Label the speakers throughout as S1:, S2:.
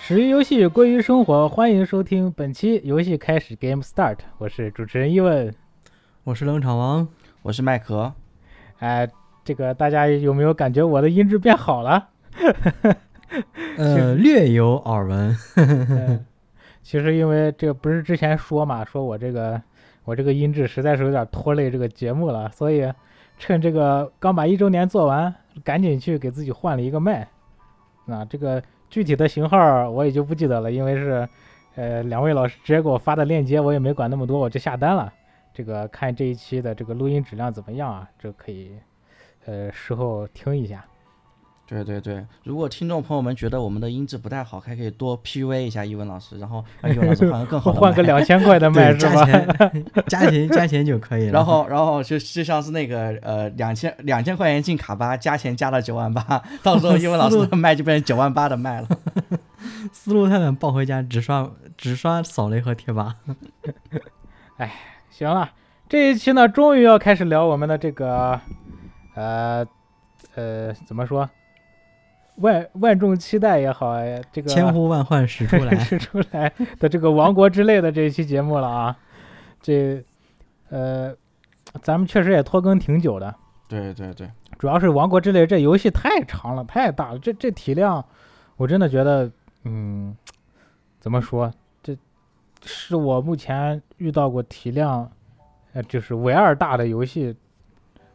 S1: 始于游戏，归于生活，欢迎收听本期游戏开始 Game Start，我是主持人伊问。
S2: 我是冷场王，
S3: 我是麦壳，
S1: 哎、这个大家有没有感觉我的音质变好了？
S2: 呃，略有耳 闻。
S1: 嗯，其实因为这个不是之前说嘛，说我这个我这个音质实在是有点拖累这个节目了，所以趁这个刚把一周年做完，赶紧去给自己换了一个麦。啊，这个具体的型号儿我也就不记得了，因为是呃两位老师直接给我发的链接，我也没管那么多，我就下单了。这个看这一期的这个录音质量怎么样啊？这可以呃事后听一下。
S3: 对对对，如果听众朋友们觉得我们的音质不太好，还可以多 PUA 一下伊文老师，然后让伊文老师换个更好的麦
S1: 换个两千块 的麦
S2: 对，
S1: 是
S2: 加
S1: 吧？
S2: 钱， 加钱，加钱就可以了。
S3: 然后然后就就像是那个呃两千两千块钱进卡吧，加钱加到九万八，到时候伊文老师的麦就变成九万八的 麦了。
S2: 思路太满抱回家，只刷只刷扫雷和贴吧。
S1: 行了，这一期呢，终于要开始聊我们的这个，呃，呃，怎么说，万万众期待也好，呃这个
S3: 啊
S2: 千呼万唤始出来。
S1: 是出来的这个《王国之泪》的这一期节目了啊。这，呃，咱们确实也拖更挺久的，
S3: 对对对，
S1: 主要是《王国之泪》这游戏太长了，太大了，这这体量，我真的觉得，嗯，怎么说，这是我目前遇到过体量，呃，就是唯二大的游戏，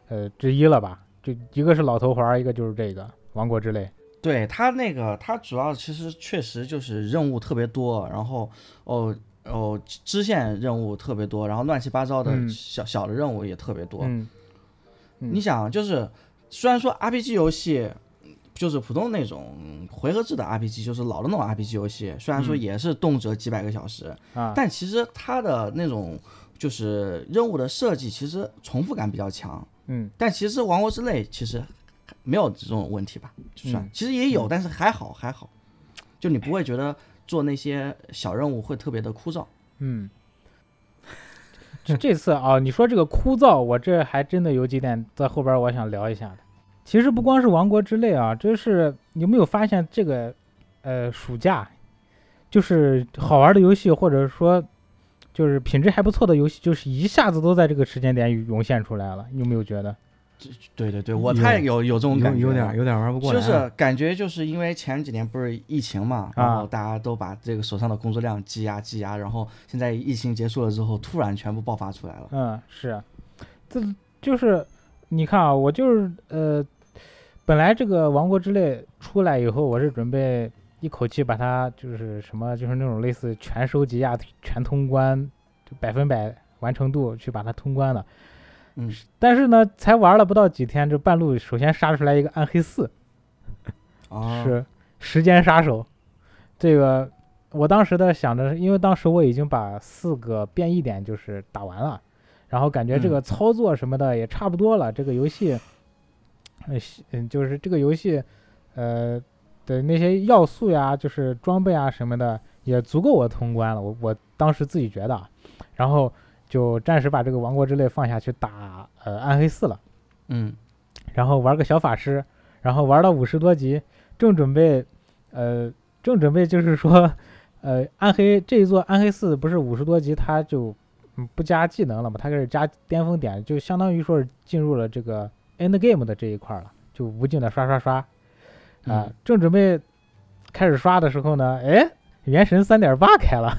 S1: 呃之一了吧？就一个是老头环儿，一个就是这个《王国之泪》。
S3: 对他那个他主要其实确实就是任务特别多，然后哦哦支线任务特别多，然后乱七八糟
S1: 嗯
S3: 的小、小的任务也特别多。
S1: 嗯，嗯
S3: 你想，就是虽然说 RPG 游戏就是普通那种回合制的 RPG，就是老的那种 RPG 游戏，虽然说
S1: 嗯
S3: 也是动辄几百个小时，
S1: 啊，
S3: 但其实它的那种就是任务的设计，其实重复感比较强。
S1: 嗯
S3: 但其实《王国之泪》其实没有这种问题吧？就算、
S1: 嗯
S3: 其实也有，但是还好还好，就你不会觉得做那些小任务会特别的枯燥。
S1: 嗯。这这次啊，你说这个枯燥，我这还真的有几点在后边儿我想聊一下的。其实不光是《王国之泪》啊，真是你有没有发现这个，呃，暑假就是好玩的游戏，或者说就是品质还不错的游戏，就是一下子都在这个时间点涌现出来了，你有没有觉得？
S3: 对对对，我太有 有这种感
S2: 有
S3: 觉
S2: 有
S3: 啊了
S2: 点有点玩不过来啊
S3: 就
S2: 了。
S3: 是感觉就是因为前几年不是疫情嘛，然
S1: 啊
S3: 后大家都把这个手上的工作量积压积压，然后现在疫情结束了之后，突然全部爆发出来了。
S1: 嗯，是，这就是你看啊，我就是呃，本来这个《王国之泪》出来以后，我是准备一口气把它就是什么，就是那种类似全收集啊、全通关，就百分百完成度去把它通关的。
S3: 嗯，
S1: 但是呢，才玩了不到几天，这半路首先杀出来一个暗黑四，
S3: 啊，
S1: 是时间杀手。这个我当时的想着是，因为当时我已经把四个变异点就是打完了，然后感觉这
S3: 嗯
S1: 个操作什么的也差不多了。这个游戏，呃西嗯，就是这个游戏，呃的那些要素呀，就是装备啊什么的，也足够我通关了。我我当时自己觉得，啊，然后就暂时把这个王国之泪放下去打呃暗黑四了。
S3: 嗯，
S1: 然后玩个小法师，然后玩到五十多级，正准备，呃，正准备就是说，呃，暗黑这一座暗黑四不是五十多级，它就嗯不加技能了嘛，它开始加巅峰点，就相当于说是进入了这个 end game 的这一块儿了，就无尽的刷刷刷，啊、
S3: 嗯
S1: 正准备开始刷的时候呢，哎，原神三点八开了，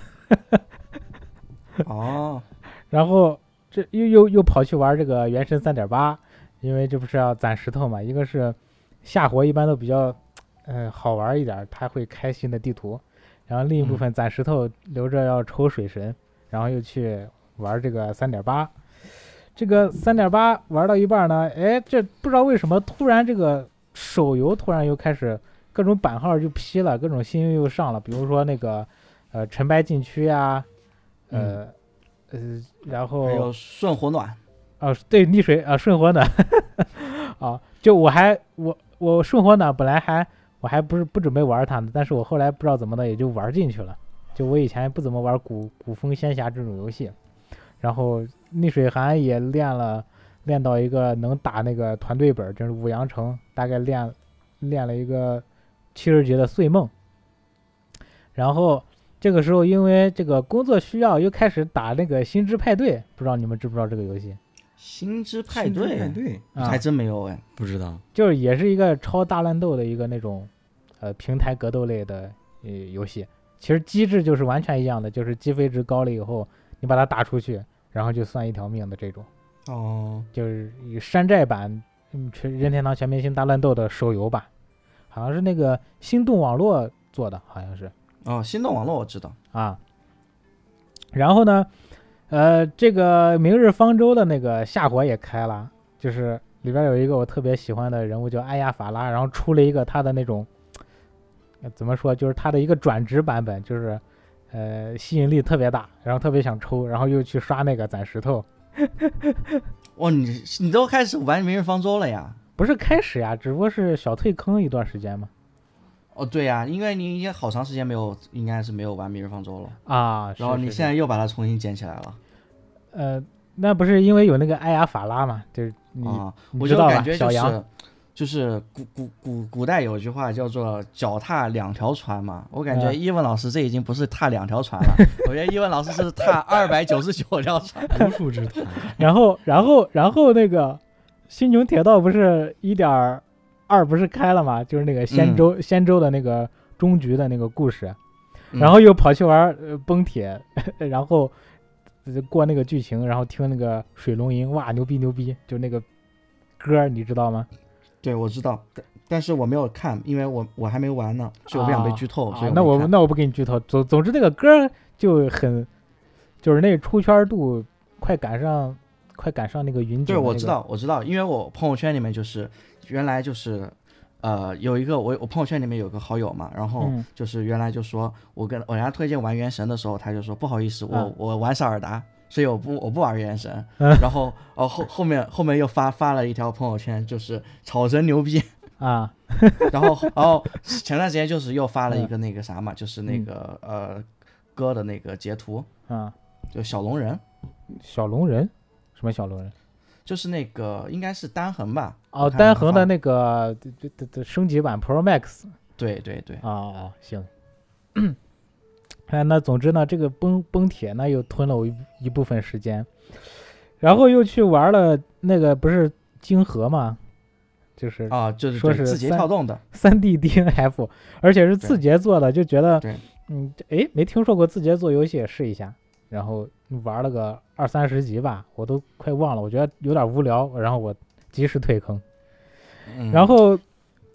S3: 哦，
S1: 然后这又又又跑去玩这个原神三点八，因为这不是要攒石头嘛，一个是下活一般都比较，呃，好玩一点儿，它会开新的地图，然后另一
S3: 嗯
S1: 部分攒石头留着要抽水神，然后又去玩这个三点八，这个三点八玩到一半呢，哎，这不知道为什么突然这个手游突然又开始各种版号就批了，各种新又上了，比如说那个呃陈白禁区呀、呃。呃，然后
S3: 嗯还有顺火暖，
S1: 啊，对，溺水啊，顺火暖 啊，就我还我我顺火暖本来还我还不是不准备玩它呢，但是我后来不知道怎么的也就玩进去了。就我以前不怎么玩古古风仙侠这种游戏，然后逆水寒也练了，练到一个能打那个团队本，就是五羊城，大概练练了一个七十级的碎梦，然后这个时候因为这个工作需要，又开始打那个星之派对，不知道你们知不知道这个游戏？
S3: 星之派
S2: 对
S3: 对，
S2: 派对，
S1: 啊
S3: 还真没有哎。
S2: 不知道
S1: 就是也是一个超大乱斗的一个那种，呃，平台格斗类的呃游戏。其实机制就是完全一样的，就是击飞值高了以后，你把它打出去，然后就算一条命的这种，
S3: 哦，
S1: 就是以山寨版嗯全任天堂全明星大乱斗的手游吧，好像是那个心动网络做的，好像是
S3: 哦，心动网络我知道。
S1: 啊。然后呢，呃，这个明日方舟的那个下火也开了，就是里边有一个我特别喜欢的人物叫艾亚法拉，然后出了一个他的那种，呃怎么说，就是他的一个转职版本，就是呃吸引力特别大，然后特别想抽，然后又去刷那个攒石头，
S3: 哇，哦你你都开始玩《明日方舟》了呀？
S1: 不是开始呀，只不过是小退坑一段时间嘛。
S3: 哦，对呀、因为你已经好长时间没有，应该是没有玩《明日方舟》了。
S1: 啊，是
S3: 然后
S1: 是
S3: 你
S1: 是
S3: 现在又把它重新捡起来了
S1: 呃，那不是因为有那个艾亚法拉嘛，就是你、
S3: 啊！
S1: 嗯你
S3: 我
S1: 知
S3: 就
S1: 道吧
S3: 感觉就
S1: 小
S3: 是
S1: 杨
S3: 就是古古古古代有句话叫做“脚踏两条船”嘛，我感觉
S1: 嗯
S3: 伊文老师这已经不是踏两条船了，我觉得伊文老师是踏二百九十九条船。
S2: 无数之团，
S1: 然后，然后，然后那个犀牛铁道不是一点二不是开了嘛？就是那个仙
S3: 嗯
S1: 州、仙州的那个终局的那个故事，
S3: 嗯
S1: 然后又跑去玩、呃、崩铁， 然后呃过那个剧情，然后听那个水龙吟，哇，牛逼牛逼，就那个歌儿你知道吗？
S3: 对，我知道，但但是我没有看，因为我我还没玩呢，所以我不想被
S1: 啊
S3: 剧透。
S1: 啊
S3: 所以
S1: 那
S3: 我
S1: 我
S3: 哦没看
S1: 那我不给你剧透。总总之，那个歌儿就很，就是那出圈度快赶上，快赶上那个云锦、那
S3: 对，
S1: 个。
S3: 我知道，我哦知道，因为我朋友圈里面就是原来就是，呃，有一个我我朋友圈里面有个好友嘛，然后
S1: 嗯
S3: 就是原来就说我跟我给他推荐玩原神的时候，他就说不好意思，我、
S1: 嗯
S3: 我玩塞尔达，所以我不我不玩原神。
S1: 嗯
S3: 然后哦后后面后面又发发了一条朋友圈，就是草神牛逼。
S1: 啊，
S3: 然后然后前段时间就是又发了一个那个啥嘛，就是
S1: 嗯
S3: 那个、呃歌的那个截图，
S1: 啊，
S3: 就小龙人，
S1: 小龙人，什么小龙人？
S3: 就是那个应该是单横吧。
S1: 哦，
S3: 我看
S1: 单
S3: 他
S1: 横
S3: 发
S1: 的那个这这这这升级版 Pro Max
S3: 对对对，
S1: 啊、哦，行。 哎，那总之呢，这个崩崩铁呢又吞了我一一部分时间，然后又去玩了那个不是晶河嘛，就是
S3: 啊，就是
S1: 说
S3: 对
S1: 是
S3: 字节
S1: 三
S3: 跳动的，
S1: 三 D D N F，而且是字
S3: 对
S1: 节做的，就觉得
S3: 对，
S1: 嗯，这诶，没听说过字节做游戏，试一下。然后玩了个二三十集吧，我都快忘了，我觉得有点无聊，然后我及时退坑。
S3: 嗯
S1: 然后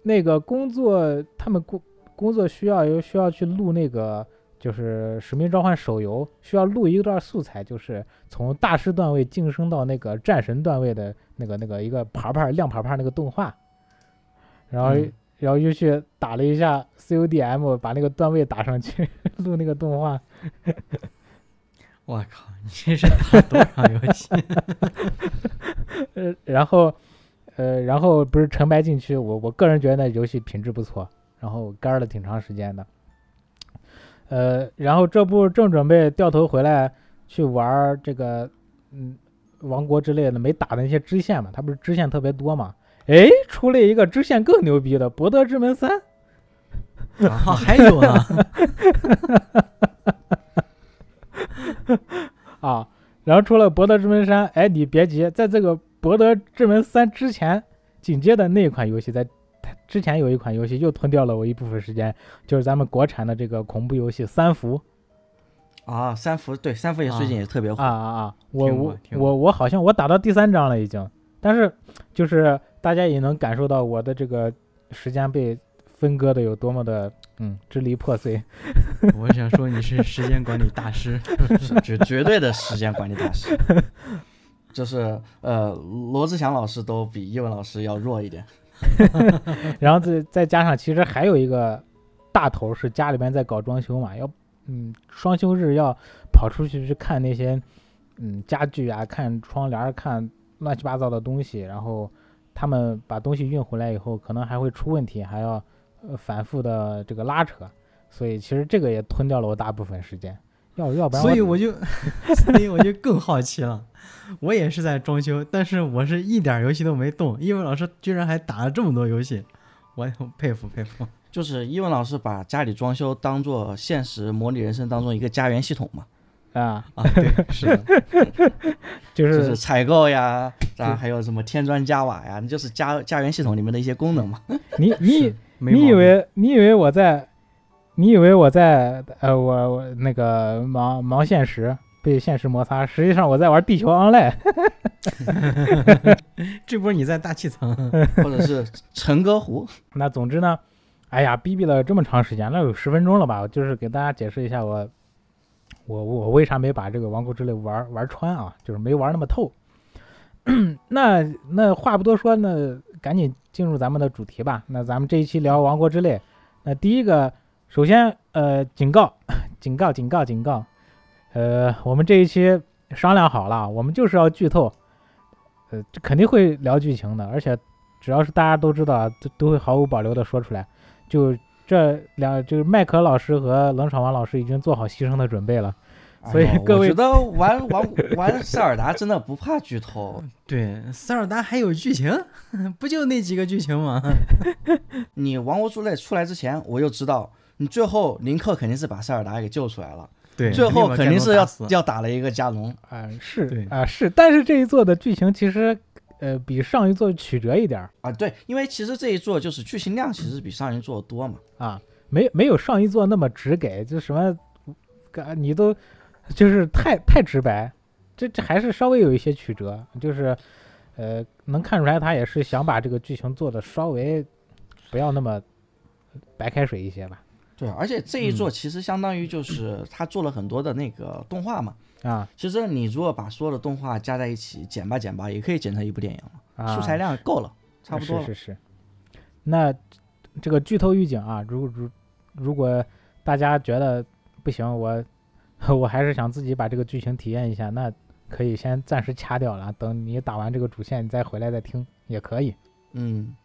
S1: 那个工作，他们工工作需要又需要去录那个就是《使命召唤》手游，需要录一段素材，就是从大师段位晋升到那个战神段位的那个那个一个牌牌亮牌牌那个动画，然后、
S3: 嗯
S1: 然后又去打了一下 CODM，把那个段位打上去， 录那个动画。
S2: 我靠，你这是打多少游 戏？
S1: 呃，然后，呃，然后不是沉白禁区，我我个人觉得那游戏品质不错，然后干了挺长时间的。呃，然后这不正准备掉头回来去玩儿这个，嗯，王国之类的没打的那些支线嘛，它不是支线特别多嘛？诶，出了一个支线更牛逼的《博德之门三》，
S2: 啊，还有呢，
S1: 啊，然后出了《博德之门三》，哎，你别急，在这个《博德之门三》之前，紧接着那款游戏在它之前有一款游戏又吞掉了我一部分时间，就是咱们国产的这个恐怖游戏《三伏》
S3: 啊，三伏对三伏也
S2: 啊
S3: 最近也特别火
S1: 啊啊啊！我
S2: 听过
S1: 我
S2: 听过
S1: 我我好像我打到第三章了已经，但是就是大家也能感受到我的这个时间被分割的有多么的嗯支离破碎。
S2: 我想说你是时间管理大师，
S3: 是绝绝对的时间管理大师。就是呃，罗志祥老师都比英文老师要弱一点。
S1: 然后再再加上，其实还有一个大头是家里边在搞装修嘛，要嗯双休日要跑出去去看那些嗯家具啊、看窗帘儿、看乱七八糟的东西，然后他们把东西运回来以后，可能还会出问题，还要呃反复的这个拉扯，所以其实这个也吞掉了我大部分时间。要要不然
S2: 所以我就， 所以我就更好奇了。我也是在装修，但是我 是一点儿游戏都没动，因为老师居然还打了这么多游戏，我也很佩服佩服。
S3: 就是伊文老师把家里装修当做现实模拟人生当中一个家园系统嘛，
S1: 啊，
S2: 啊，对，是的，
S1: 就
S3: 就是是采购呀，啊，还有什么添砖加瓦呀，就是家家园系统里面的一些功能嘛。
S1: 你你
S2: 是没
S1: 你
S2: 毛
S1: 以
S2: 病
S1: 为你以为我在，你以为我在呃我我那个忙忙现实被现实摩擦，实际上我在玩地球 online
S2: 这波你在大气层，
S3: 或者是陈歌湖，
S1: 那总之呢，哎呀，逼逼了这么长时间，那有十分钟了吧？我就是给大家解释一下我，我我为啥没把这个《王国之泪玩》玩穿啊，就是没玩那么透。 那那话不多说，那赶紧进入咱们的主题吧。那咱们这一期聊《王国之泪》，那第一个，首先呃，警告， 警告，警告，警告，呃，我们这一期商量好了，我们就是要剧透，呃，这肯定会聊剧情的，而且只要是大家都知道，都都会毫无保留的说出来。就这两，就是麦克老师和冷场王老师已经做好牺牲的准备了。 所以
S3: 哎呦
S1: 各位
S3: 我觉得玩玩玩塞尔达真的不怕剧透，
S2: 对，塞尔达还有剧情，不就那几个剧情 吗？
S3: 你《王国之泪》出来之前，我就知道你最后林克肯定是把塞尔达给救出来了，
S2: 对，
S3: 最后肯定是要
S2: 死。
S3: 要打了一个加农。
S1: 啊、是
S2: 对
S1: 啊、是，但是这一座的剧情其实，呃，比上一座曲折一点儿
S3: 啊，对，因为其实这一座就是剧情量其实比上一座多嘛，
S1: 啊，没没有上一座那么直给，就什么，啊你都就是太太直白，这这还是稍微有一些曲折，就是，呃，能看出来他也是想把这个剧情做的稍微不要那么白开水一些吧，
S3: 对，啊嗯而且这一座其实相当于就是他做了很多的那个动画嘛，
S1: 啊
S3: 其实你如果把所有的动画加在一起剪吧剪吧，也可以剪成一部电影了，
S1: 啊，
S3: 素材量够了，差不多了
S1: 是。是是。那这个剧透预警啊，如如如果大家觉得不行，我 我还是想自己把这个剧情体验一下，那可以先暂时掐掉了，啊等你打完这个主线，你再回来再听也可以。
S3: 嗯，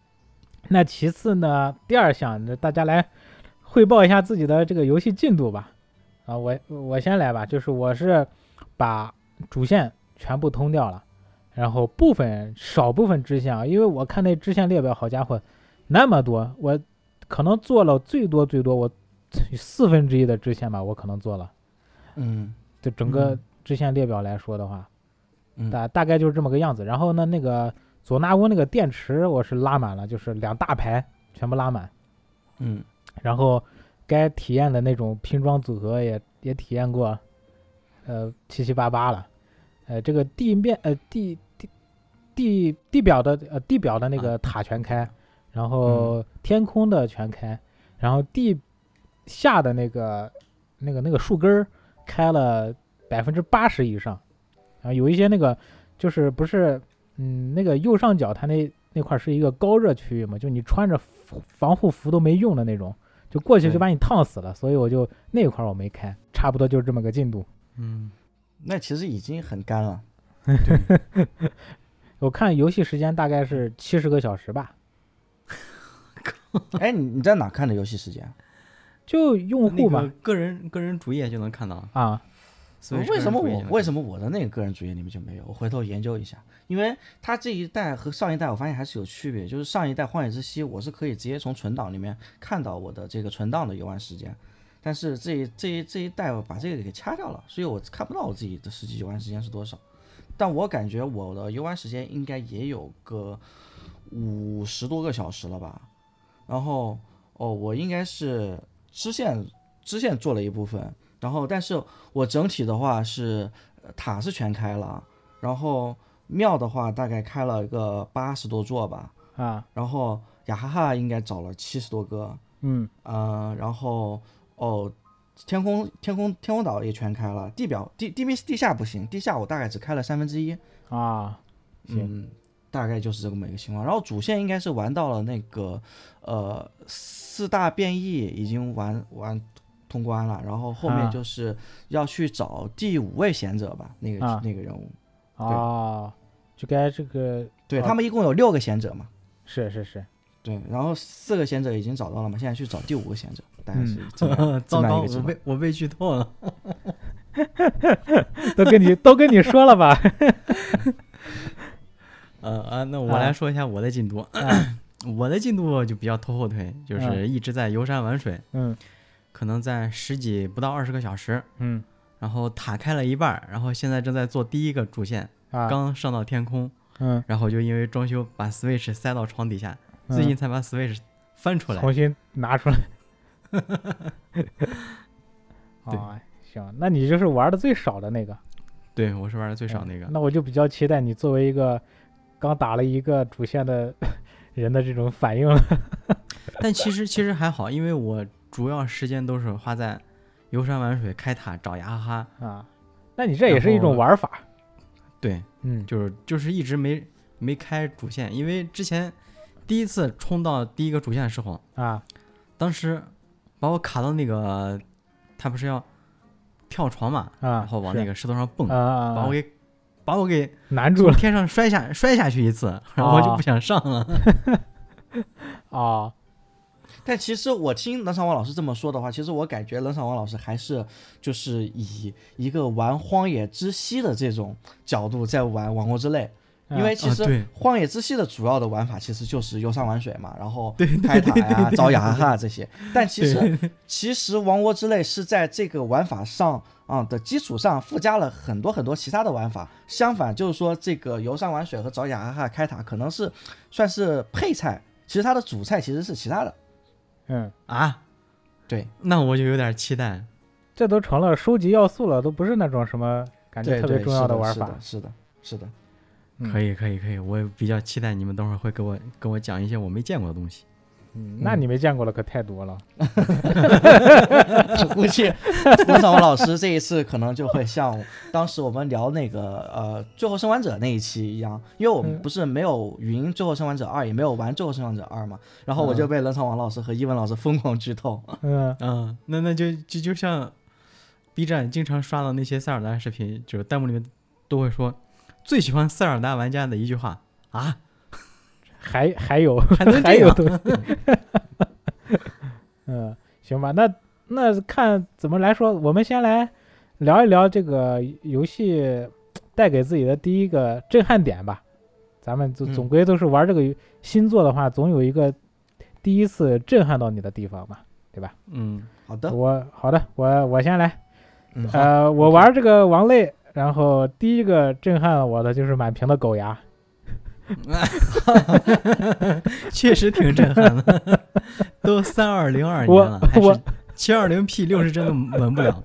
S1: 那其次呢，第二项，那大家来汇报一下自己的这个游戏进度吧。啊，我我先来吧，就是我是把主线全部通掉了，然后部分少部分支线啊，因为我看那支线列表，好家伙，那么多，我可能做了最多最多我四分之一的支线吧，我可能做了。
S3: 嗯
S1: 就整个
S2: 嗯
S1: 支线列表来说的话，
S3: 嗯
S1: 大大概就是这么个样子。然后呢，那个佐纳乌那个电池我是拉满了，就是两大排全部拉满。
S3: 嗯，
S1: 然后该体验的那种拼装组合也也体验过，呃，七七八八了。呃，这个地面呃地地地地表的呃地表的那个塔全开，然
S2: 嗯
S1: 后天空的全开，然后地下的那个那个那个树根儿开了百分之八十以上，然后有一些那个就是不是嗯那个右上角它那那块儿是一个高热区域嘛，就你穿着服防护服都没用的那种，就过去就
S3: 对
S1: 把你烫死了，所以我就那块儿我没开，差不多就是这么个进度。
S2: 嗯，
S3: 那其实已经很干了。
S1: 我看游戏时间大概是七十个小时吧，
S3: 哎，你你在哪看的游戏时间？啊
S1: 就用户
S2: 那
S1: 嘛、
S2: 个个人个人主页就能看到，
S1: 啊，
S2: 所以
S3: 嗯为什么我为
S2: 么
S3: 什么我的那个个人主页里面就没有？我回头研究一下，因为它这一代和上一代我发现还是有区别，就是上一代《荒野之息》我是可以直接从存档里面看到我的这个存档的游玩时间，但是这一这一这一代我把这个给掐掉了，所以我看不到我自己的实际游玩时间是多少。但我感觉我的游玩时间应该也有个五十多个小时了吧。然后哦，我应该是支线支线做了一部分，然后但是我整体的话是呃塔是全开了，啊然后庙的话大概开了个八十多座吧，
S1: 啊，
S3: 然后雅哈哈应该找了七十多个，
S1: 嗯
S3: 呃，然后哦，天空天空天空岛也全开了，地表地地面地下不行，地下我大概只开了三分之一，
S1: 啊，行，
S3: 嗯，大概就是这么一个情况。然后主线应该是玩到了那个呃四大变异已经玩玩通关了，然后后
S1: 啊
S3: 面就是要去找第五位贤者吧，那个、
S1: 啊
S3: 那个人物。
S1: 哦，就该这个
S3: 对、
S1: 啊
S3: 他们一共有六个贤者嘛，
S1: 是是 是，
S3: 对，然后四个贤者已经找到了嘛，现在去找第五个贤者，大概
S1: 嗯
S3: 是这么、这
S2: 糟
S3: 么样
S2: 糕，
S3: 一个情
S2: 我
S3: 况。
S2: 被我被剧透了。
S1: 都跟你都跟你说了吧，
S2: 呃啊，那我
S1: 啊
S2: 来说一下我的进度。
S1: 啊
S2: 我的进度就比较拖后腿，就
S1: 嗯
S2: 是一直在游山玩水，
S1: 嗯
S2: 可能在十几不到二十个小时，
S1: 嗯
S2: 然后塔开了一半儿，然后现在正在做第一个主线，
S1: 啊，
S2: 刚上到天空，
S1: 嗯
S2: 然后就因为装修把 Switch 塞到床底下，
S1: 嗯
S2: 最近才把 Switch 翻出来。
S1: 重新拿出来。 哦，行，那你就是玩的最少的那个，
S2: 对我是玩的最少
S1: 嗯
S2: 那个，
S1: 那我就比较期待你作为一个刚打了一个主线的 人的这种反应 了。
S2: 但其实其实还好，因为我主要时间都是花在游山玩水、开塔、找牙哈哈。
S1: 啊，那你这也是一种
S2: 然后
S1: 玩法。
S2: 对，
S1: 嗯
S2: 就是就是一直没没开主线，因为之前第一次冲到第一个主线的时候，
S1: 啊
S2: 当时把我卡到那个，他不是要跳床嘛，
S1: 啊，
S2: 然后往那
S1: 个
S2: 个石头上蹦，
S1: 啊啊
S2: 把我给把我给
S1: 难 住
S2: 从
S1: 了
S2: 天上摔下摔下去一次，然后就不想上了。
S1: 啊
S3: 但其实我听冷场王老师这么说的话，其实我感觉冷场王老师还是就是以一个玩《荒野之息》的这种角度在玩《王国之泪》，因为其
S2: 啊
S3: 实
S2: 对
S3: 《荒野之息》的主要的玩法其实就是游山玩水嘛，然后
S2: 对对
S3: 开塔
S2: 对对
S3: 呀、
S2: 对
S3: 招
S2: 对
S3: 牙
S2: 对
S3: 哈这些。但其
S2: 对
S3: 实 其实《王国之泪》是在这个玩法上啊、的基础上附加了很多很多其他的玩法。相反，就是说这个游山玩水和找雅哈开塔可能是算是配菜，其实它的主菜其实是其他的。
S1: 嗯，
S2: 啊，
S3: 对，
S2: 那我就有点期待。
S1: 这都成了收集要素了，都不是那种什么感觉
S3: 对
S1: 特别
S3: 对
S1: 重
S3: 是
S1: 要
S3: 的
S1: 玩
S3: 是
S1: 法
S3: 的。是的，是 的，
S1: 嗯
S2: 可以，可以，可以，我也比较期待你们等会儿会给我给我讲一些我没见过的东西。
S1: 嗯，那你没见过了可太多 了。
S3: 我估计冷场王老师这一次可能就会像当时我们聊那个呃《最后生还者》那一期一样，因为我们
S1: 嗯
S3: 不是没有云《最后生还者二》，也没有玩《最后生还者二》嘛，然后我就被冷场王老师和一文老师疯狂剧透。
S1: 嗯
S2: 嗯，那那就就就像 B 站经常刷到那些塞尔达视频，就是弹幕里面都会说最喜欢塞尔达玩家的一句话啊，
S1: 还还有
S2: 还能
S1: 还
S2: 这
S1: 有
S2: 样？
S1: 东西。 嗯，行吧，那那看怎么来说，我们先来聊一聊这个游戏带给自己的第一个震撼点吧。咱们总
S3: 嗯
S1: 总归都是玩这个新作的话，总有一个第一次震撼到你的地方嘛。
S2: 嗯，
S3: 好的，
S1: 我好的，我我先来。
S3: 嗯，好
S1: 呃，我玩这个王类，然后第一个震撼我的就是满屏的狗牙。
S2: 确实挺震撼的，都三二零二年了，还
S1: 我
S2: 是七二零 P 六十帧都稳不了。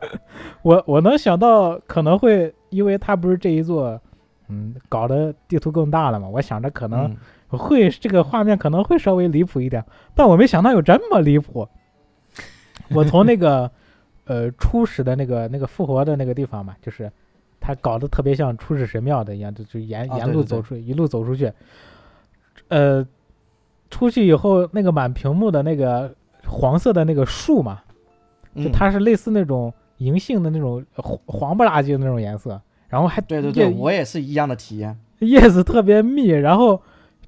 S1: 我我能想到可能会，因为它不是这一座，嗯，搞的地图更大了嘛，我想着可能
S3: 嗯
S1: 会、这个画面可能会稍微离谱一点，但我没想到有这么离谱。我从那 个呃初始的那个那个复活的那个地方嘛，就是它搞得特别像初始神庙的一样，就就沿
S3: 啊
S1: 沿
S3: 对
S1: 路
S3: 对对
S1: 走出、一路走出去，呃，出去以后那个满屏幕的那个黄色的那个树嘛，就
S3: 嗯
S1: 它是类似那种银杏的那种呃黄黄不拉几的那种颜色，然后还
S3: 对对对，
S1: 叶
S3: 我也是一样的体验。
S1: 叶子特别密，然后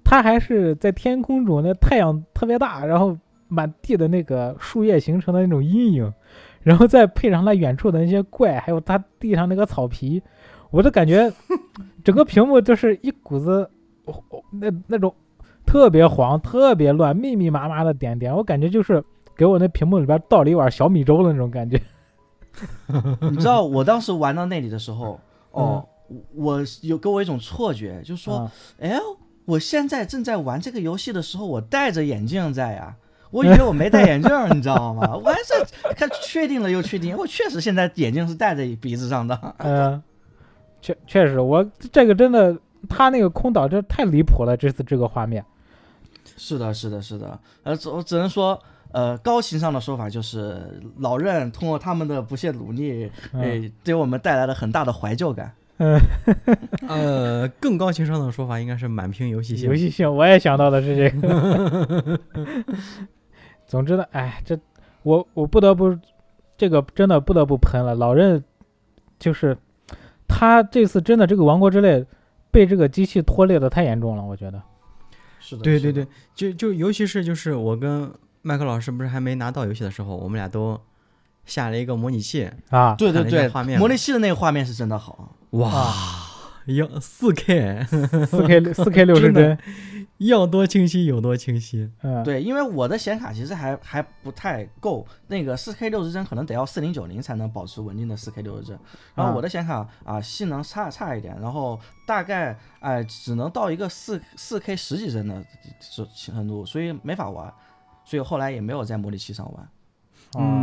S1: 它还是在天空中，那太阳特别大，然后满地的那个树叶形成的那种阴影，然后再配上它远处的那些怪，还有它地上那个草皮，我都感觉整个屏幕就是一股子哦哦那那种特别黄、特别乱、密密麻麻的点点，我感觉就是给我那屏幕里边倒了一碗小米粥的那种感觉。
S3: 你知道我当时玩到那里的时候，
S1: 嗯
S3: 哦，我我有给我一种错觉，就说
S1: 啊
S3: 哎，我现在正在玩这个游戏的时候，我戴着眼镜在呀、我以为我没戴眼镜儿，你知道 吗？我还是看确定了又确定，我确实现在眼镜是戴在鼻子上的。
S1: 嗯，确确实，我这个真的，他那个空岛这太离谱了，这次这个画面，
S3: 是的，是的，是的。呃，只我只能说，呃，高情商的说法就是，老任通过他们的不懈努力，
S1: 嗯，
S3: 呃，给我们带来了很大的怀旧感。
S2: 呃，更高情商的说法应该是满屏游戏 性
S1: 游。戏性我也想到的是这个。总之呢，哎，这我我不得不，这个真的不得不喷了，老任就是他这次真的这个王国之泪被这个机器拖累的太严重了，我觉得。
S3: 是的，
S2: 对
S3: 是
S2: 对
S3: 的，
S2: 对，就就尤其是就是我跟麦克老师不是还没拿到游戏的时候，我们俩都下了一个模拟器，
S1: 啊，
S3: 对对
S2: 看了一下
S3: 对，
S2: 画面
S3: 模
S2: 了
S3: 拟器的那个画面是真的好。
S2: 哇，
S1: 啊
S2: 要四 K，
S1: 四 K 四 K 六十
S2: 真的
S1: 帧，
S2: 要多清晰有多清晰。
S1: 嗯，
S3: 对，因为我的显卡其实还还不太够，那个四 K 六十帧可能得要四零九零才能保持稳定的四 K 六十帧。然后我的显卡啊、性能差差一点，然后大概哎只能到一个四四 K 十几帧的这程度，所以没法玩。所以后来也没有在模拟器上玩。
S1: 啊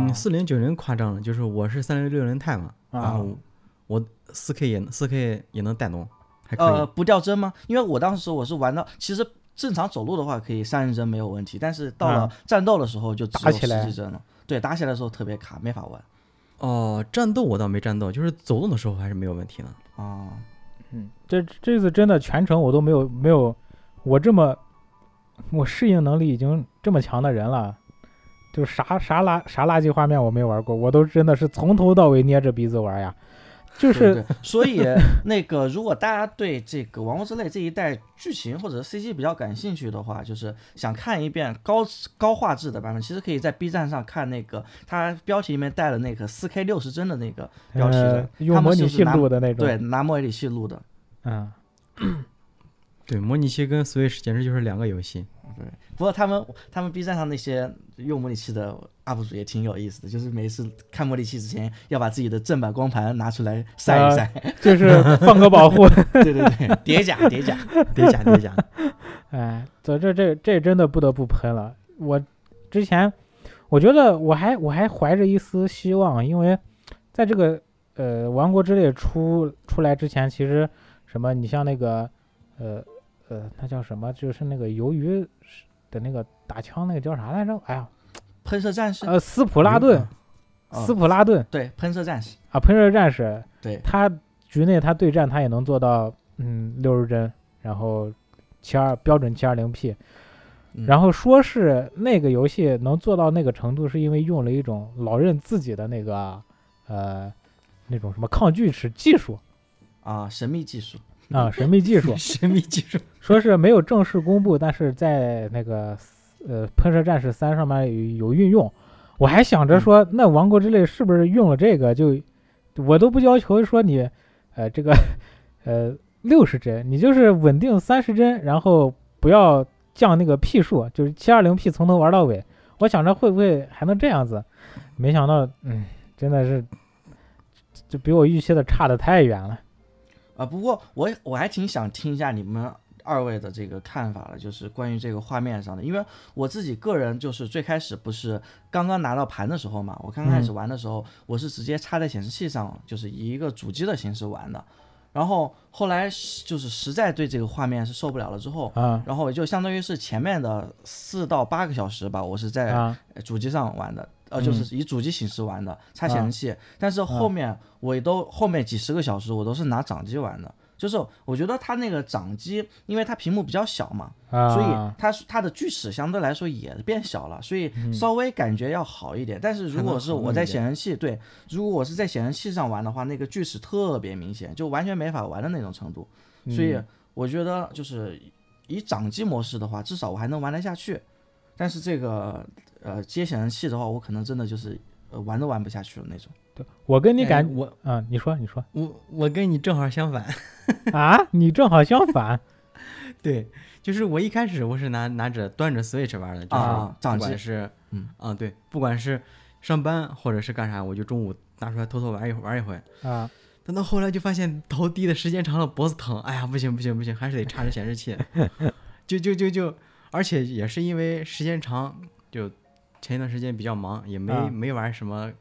S2: 嗯，四零九零夸张了，就是我是三零六零 i 嘛，然
S1: 啊
S2: 后我四 K 也四 K 也能带动，还可以。
S3: 呃，不掉帧吗？因为我当时我是玩到，其实正常走路的话可以三十帧没有问题，但是到了
S1: 啊
S3: 战斗的时候就只
S1: 打
S3: 有
S1: 起来
S3: 十几帧了。对，打起来的时候特别卡，没法玩
S2: 哦，战斗我倒没战斗，就是走动的时候还是没有问题呢。
S3: 啊、
S1: 嗯，这这次真的全程我都没有没有我这么我适应能力已经这么强的人了，就啥啥垃啥垃圾画面我没玩过，我都真的是从头到尾捏着鼻子玩呀，就
S3: 对
S1: 是
S3: 对，所以那个，如果大家对这个《王国之泪》这一代剧情或者 CG 比较感兴趣的话，就是想看一遍高高画质的版本，其实可以在 B 站上看那个，它标题里面带了那个 4K 六十帧的那个标题的
S1: 呃，用
S3: 他们
S1: 模
S3: 就
S1: 拟
S3: 是
S1: 器
S3: 拿
S1: 录的那种，
S3: 对，拿模拟器录的。
S1: 嗯，
S2: 对，模拟器跟 Switch 简直就是两个游戏。
S3: 不过他们他们 B 站上那些用模拟器的 UP 主也挺有意思的，就是每次看模拟器之前要把自己的正版光盘拿出来
S1: 啊
S3: 晒一晒，
S1: 就是放个保护，
S3: 对对对，叠甲叠甲，
S2: 叠加叠 加，，
S1: 哎，这这这这真的不得不喷了。我之前我觉得我还我还怀着一丝希望，因为在这个呃《王国之泪》出出来之前，其实什么你像那个呃呃那叫什么，就是那个鱿鱼的那个打枪那个叫啥来着？哎呀，
S3: 喷射战士，
S1: 呃斯普拉顿，
S3: 嗯
S1: 斯普拉顿
S3: 对，喷射战士，
S1: 啊，喷射战士，
S3: 对。
S1: 他局内他对战他也能做到嗯六十帧，然后七二标准七二零 P，
S3: 嗯
S1: 然后说是那个游戏能做到那个程度，是因为用了一种老任自己的那个呃那种什么抗锯齿技术
S3: 啊，神秘技术
S1: 啊、神秘技术
S2: 神秘技术。
S1: 说是没有正式公布，但是在那个呃《喷射战士三》上面有有运用。我还想着
S2: 嗯
S1: 说，那《王国之泪》是不是用了这个就，我都不要求说你，呃，这个 呃六十帧，你就是稳定三十帧，然后不要降那个 P 数，就是七二零 P 从头玩到尾。我想着会不会还能这样子，没想到，嗯，真的是，就比我预期的差的太远了。
S3: 啊。不过我我还挺想听一下你们二位的这个看法的，就是关于这个画面上的，因为我自己个人就是最开始不是刚刚拿到盘的时候嘛，我刚开始玩的时候，我是直接插在显示器上，就是以一个主机的形式玩的。然后后来是就是实在对这个画面是受不了了之后，
S1: 啊
S3: 然后也就相当于是前面的四到八个小时吧，我是在
S1: 啊，
S3: 主机上玩的，呃，就是以主机形式玩的，插显示器。但是后面我都后面几十个小时，我都是拿掌机玩的。就是我觉得它那个掌机，因为它屏幕比较小嘛，
S1: 啊
S3: 所以它它的锯齿相对来说也变小了，所以稍微感觉要好一点。但是如果是我在显示器，对，如果我是在显示器上玩的话，那个锯齿特别明显，就完全没法玩的那种程度。所以
S1: 嗯
S3: 我觉得就是以掌机模式的话，至少我还能玩得下去。但是这个呃接显示器的话，我可能真的就是呃玩都玩不下去了那种。
S1: 我跟你
S2: 哎
S1: 感，
S2: 我
S1: 啊，你说你说。
S2: 我我跟你正好相反，
S1: 啊，你正好相反
S2: 对，就是我一开始我是拿拿着端着 Switch 玩的，
S3: 啊
S2: 就是
S3: 掌
S2: 不
S3: 机
S2: 管是
S3: 嗯
S2: 啊对，不管是上班或者是干啥，我就中午拿出来偷偷玩一会玩一会。
S1: 啊！
S2: 等到后来就发现头低的时间长了脖子疼，哎呀不行不行不行，还是得插着显示 器，就就就就，而且也是因为时间长，就前一段时间比较忙，也没、
S1: 啊
S2: 没玩什么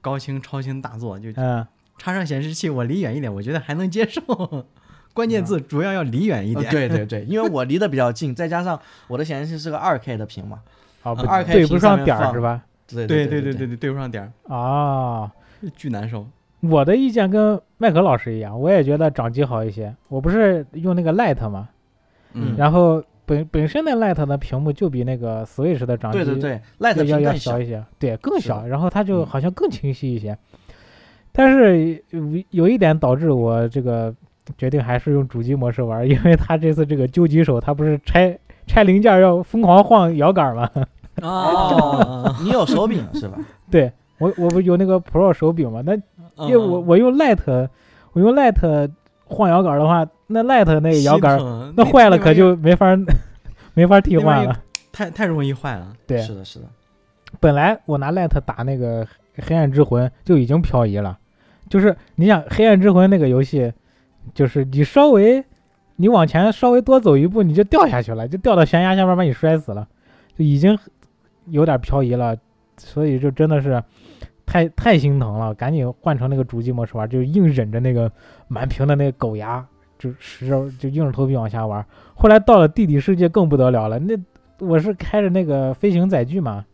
S2: 高清超清大作，就
S1: 嗯，
S2: 插上显示器我离远一点，我觉得还能接受， 关键字主要要离远一
S1: 嗯
S3: 呃
S2: 点，
S1: 哦
S3: 对对对，因为我离得比较近，再加上我的显示器是个二 K 的屏嘛。
S1: 好，不
S3: 2K
S1: 对不
S3: 屏
S1: 上
S3: 上
S1: 点
S3: 面
S1: 儿
S3: 放
S1: 是吧？
S3: 对
S2: 对
S3: 对
S2: 对对
S3: 对，
S2: 对，对不上点儿，
S1: 啊，
S2: 巨难受。
S1: 我的意见跟麦克老师一样，我也觉得掌机好一些。我不是用那个 Lite 嘛，
S3: 嗯
S1: 然后本本身那 Lite 的屏幕就比那个 Switch 的掌机
S3: 对对对，Lite
S1: 要
S3: 屏
S1: 要
S3: 更小
S1: 一些，对，更
S3: 是的
S1: 小，然后它就
S3: 嗯
S1: 好像更清晰一些。但是呃有一点导致我这个决定还是用主机模式玩，因为它这次这个究极手，它不是拆拆零件要疯狂晃摇杆吗？
S2: 啊
S3: 哦，你有手柄是吧？
S1: 对我我不有那个 Pro 手柄嘛，那因
S2: 因
S1: 为我我用 Lite，我用 Lite 换摇杆的话，那 Lite 那摇杆
S2: 心疼
S1: 那坏了可
S2: 玩意
S1: 就没法 没法替换
S2: 那玩
S1: 了。
S2: 太太容易坏了。
S1: 对，
S3: 是的，是的，
S1: 本来我拿 Light 打那个《黑暗之魂》就已经漂移了，就是你想《黑暗之魂》那个游戏，就是你稍微你往前稍微多走一步，你就掉下去了，就掉到悬崖下面把你摔死了，就已经有点漂移了，所以就真的是太太心疼了，赶紧换成那个主机模式玩，就硬忍着那个满屏的那个狗牙，就使着就硬着头皮往下玩。后来到了地底世界更不得了了，那我是开着那个飞行载具嘛。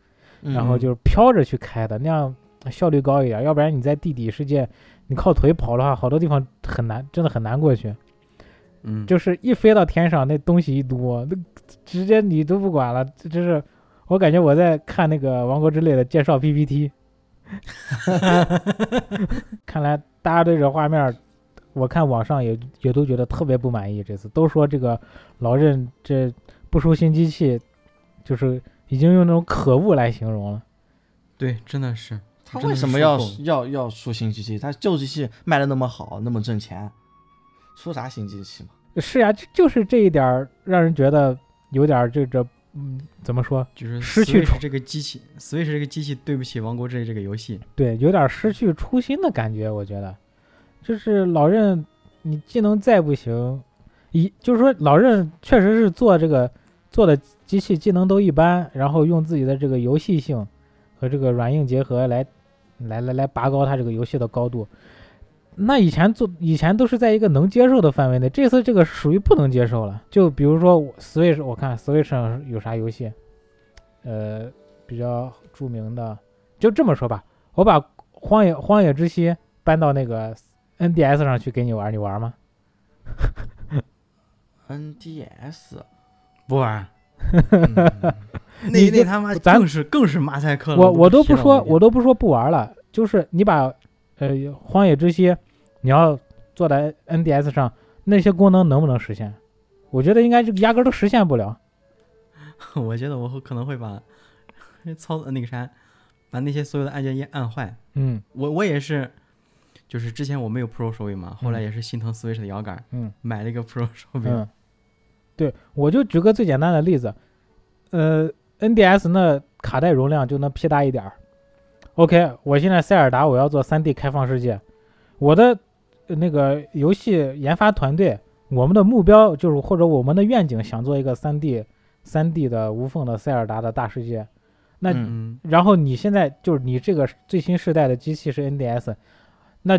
S1: 然后
S3: 嗯
S1: 就是飘着去开的，那样效率高一点。要不然你在地底世界，你靠腿跑的话，好多地方很难，真的很难过去。
S2: 嗯，
S1: 就是一飞到天上，那东西一多，那直接你都不管了。这真是，我感觉我在看那个《王国之泪》的介绍 PPT。看来大家对这画面，我看网上也也都觉得特别不满意。这次都说这个老任这不出新机器，就是已经用那种可恶来形容了。
S2: 对，真的是。
S3: 他
S2: 真的
S3: 为
S2: 是
S3: 什
S2: 受
S3: 么要
S2: 够
S3: 要要出新机器？他旧机器卖的那么好，那么挣钱，出啥新机器嘛？
S1: 是呀、就就是这一点儿让人觉得有点儿这这，嗯，怎么说？
S2: 就是
S1: 失去
S2: Switch
S1: 宠
S2: 这个机器，Switch 这个机器对不起《王国之泪》这个游戏。
S1: 对，有点儿失去初心的感觉。我觉得，就是老任，你技能再不行，一就是说老任确实是做这个做的机器技能都一般，然后用自己的这个游戏性和这个软硬结合来来来来拔高他这个游戏的高度。那以前做以前都是在一个能接受的范围内，这次这个属于不能接受了。就比如说我 Switch，我看 Switch 上有啥游戏，呃，比较著名的，就这么说吧，我把《荒野荒野之息》搬到那个 NDS 上去给你玩，你玩吗？
S3: NDS，
S2: 不玩，
S1: 你
S2: 那
S1: 就
S2: 那他妈
S1: 咱
S2: 更是更是马赛克了。
S1: 我我
S2: 都
S1: 都
S2: 不
S1: 不
S2: 提到
S1: 说，
S2: 嗯我
S1: 我都不说不玩了，就是你把呃《荒野之息》，你要做在 NDS 上，那些功能能不能实现？我觉得应该就压根儿都实现不了。
S2: 都 我觉得我会可能会把 操那个啥，把那些所有的按键一按坏。
S1: 嗯
S2: 我我也是，就是之前我没有 Pro 手柄嘛，后来也是心疼 Switch 的摇杆，
S1: 嗯
S2: 买了一个 Pro 手柄。
S1: 嗯，对，我就举个最简单的例子，呃，NDS 那卡带容量就能屁大一点儿。OK，我现在塞尔达我要做 3D 开放世界，我的呃那个游戏研发团队，我们的目标就是或者我们的愿景想做一个 3D 3D 的无缝的塞尔达的大世界。那
S3: 嗯
S2: 嗯，
S1: 然后你现在就是你这个最新世代的机器是 NDS，那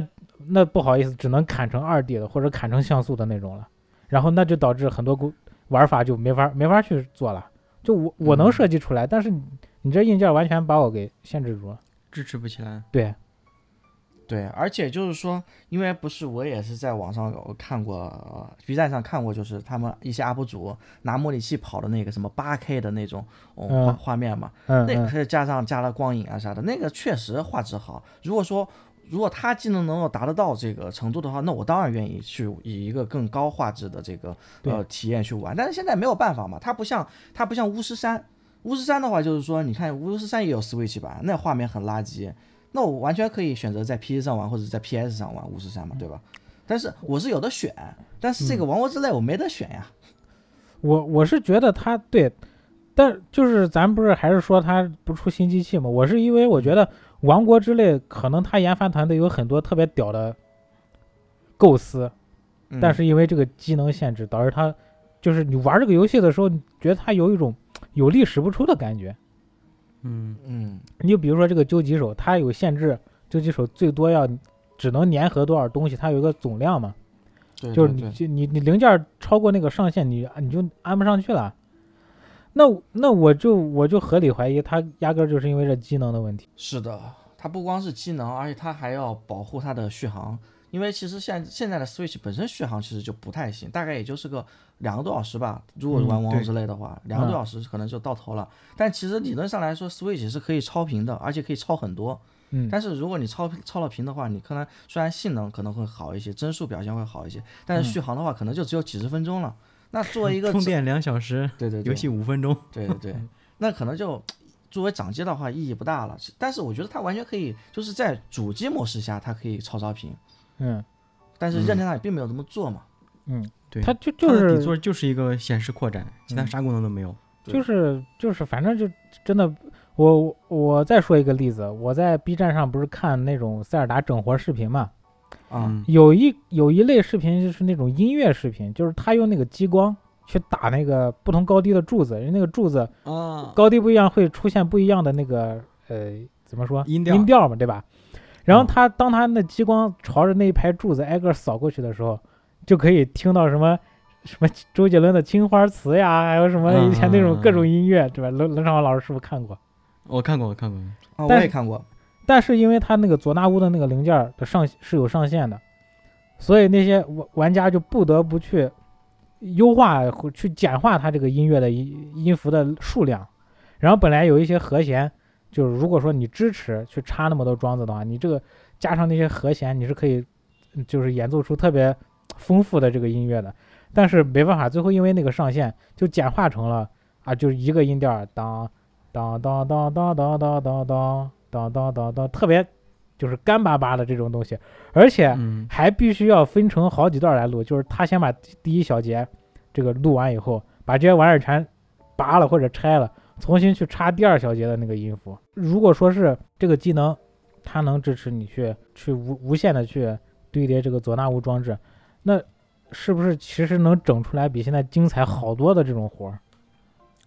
S1: 那不好意思，只能砍成二 D 的或者砍成像素的那种了。然后那就导致很多工玩法就没法没法去做了。就我我能
S2: 嗯
S1: 设计出来，但是你你这硬件完全把我给限制住了。
S2: 支持不起来。
S1: 对，
S3: 对，而且就是说，因为不是我也是在网上有看过、呃、，B 站上看过，就是他们一些 UP 主拿模拟器跑的那个什么八 K 的那种、哦
S1: 嗯
S3: 画画面嘛，
S1: 嗯
S3: 那
S1: 嗯
S3: 个加上加了光影啊啥的，那个确实画质好。如果说如果他技能能够达得到这个程度的话，那我当然愿意去以一个更高画质的这个
S1: 对
S3: 呃体验去玩。但是现在没有办法嘛，它不像它不像巫师三，巫师三的话就是说，你看巫师三也有 Switch 版，那画面很垃圾，那我完全可以选择在 PC 上玩或者在 PS 上玩巫师三嘛，对吧？
S1: 嗯
S3: 但是我是有的选，但是这个王国之泪我没得选呀。
S1: 我我是觉得它对，但就是咱不是还是说它不出新机器吗？我是因为我觉得《王国之泪》可能它研发团队有很多特别屌的构思，
S3: 嗯
S1: 但是因为这个机能限制，导致它就是你玩这个游戏的时候，你觉得它有一种有力使不出的感觉。
S2: 嗯，
S3: 嗯
S1: 你就比如说这个究极手，它有限制，究极手最多要只能粘合多少东西，它有一个总量嘛，
S3: 对
S1: 就是
S3: 对
S1: 你
S3: 对
S1: 就你你零件超过那个上限，你你就安不上去了。那那我就我就合理怀疑，它压根儿就是因为这机能的问题。
S3: 是的，它不光是机能，而且它还要保护它的续航，因为其实现现在的 Switch 本身续航其实就不太行，大概也就是个两个多小时吧。如果
S1: 嗯
S3: 玩王
S2: 对嗯
S3: 之类的话，两个多小时可能就到头了。但其实理论上来说，Switch 是可以超频的，而且可以超很多。
S1: 嗯
S3: 但是如果你超超了频的话，你可能虽然性能可能会好一些，帧数表现会好一些，但是续航的话可能就只有几十分钟了。那作为一个
S2: 嗯充电两小时，
S3: 对对对
S2: 游戏五分钟。
S3: 对对对，
S1: 嗯
S3: 那可能就作为掌机的话意义不大了。但是我觉得它完全可以，就是在主机模式下它可以超超频，
S1: 嗯，
S3: 但是任天堂也并没有这么做嘛。
S1: 嗯，
S2: 对，
S1: 它就
S2: 它
S1: 就
S2: 的底
S1: 是
S2: 座就是一个显示扩展，其他
S1: 嗯
S2: 啥功能都没有。
S1: 就是就是，反正就真的，我我再说一个例子，我在 B 站上不是看那种塞尔达整活视频嘛，
S3: 啊、
S2: 嗯，
S1: 有一有一类视频就是那种音乐视频，就是他用那个激光去打那个不同高低的柱子，因为那个柱子
S3: 哦
S2: 啊，
S1: 高低不一样会出现不一样的那个呃怎么说
S2: 音调
S1: 嘛，对吧？然后
S2: 嗯
S1: 他当他那激光朝着那一排柱子挨个扫过去的时候，就可以听到什么什么周杰伦的《青花瓷》呀，还有什么
S2: 嗯
S1: 以前那种各种音乐，对吧？冷冷少华老师是不是看过？
S2: 我看过，我看过。
S3: 啊，我
S1: 但
S3: 也
S1: 是
S3: 看过，
S1: 但是因为他那个佐纳乌的那个零件儿的上是有上限的，所以那些玩玩家就不得不去优化、或去简化它这个音乐的音音符的数量。然后本来有一些和弦，就是如果说你支持去插那么多桩子的话，你这个加上那些和弦，你是可以嗯就是演奏出特别丰富的这个音乐的。但是没办法，最后因为那个上限，就简化成了啊，就是一个音调儿当当当当当当当当当当当当当，特别就是干巴巴的这种东西，而且
S2: 嗯
S1: 还必须要分成好几段来录，就是他先把第一小节这个录完以后，把这些玩意儿全拔了或者拆了，重新去插第二小节的那个音符。如果说是这个技能，它能支持你去去无无限的去堆叠这个佐纳乌装置，那是不是其实能整出来比现在精彩好多的这种活儿，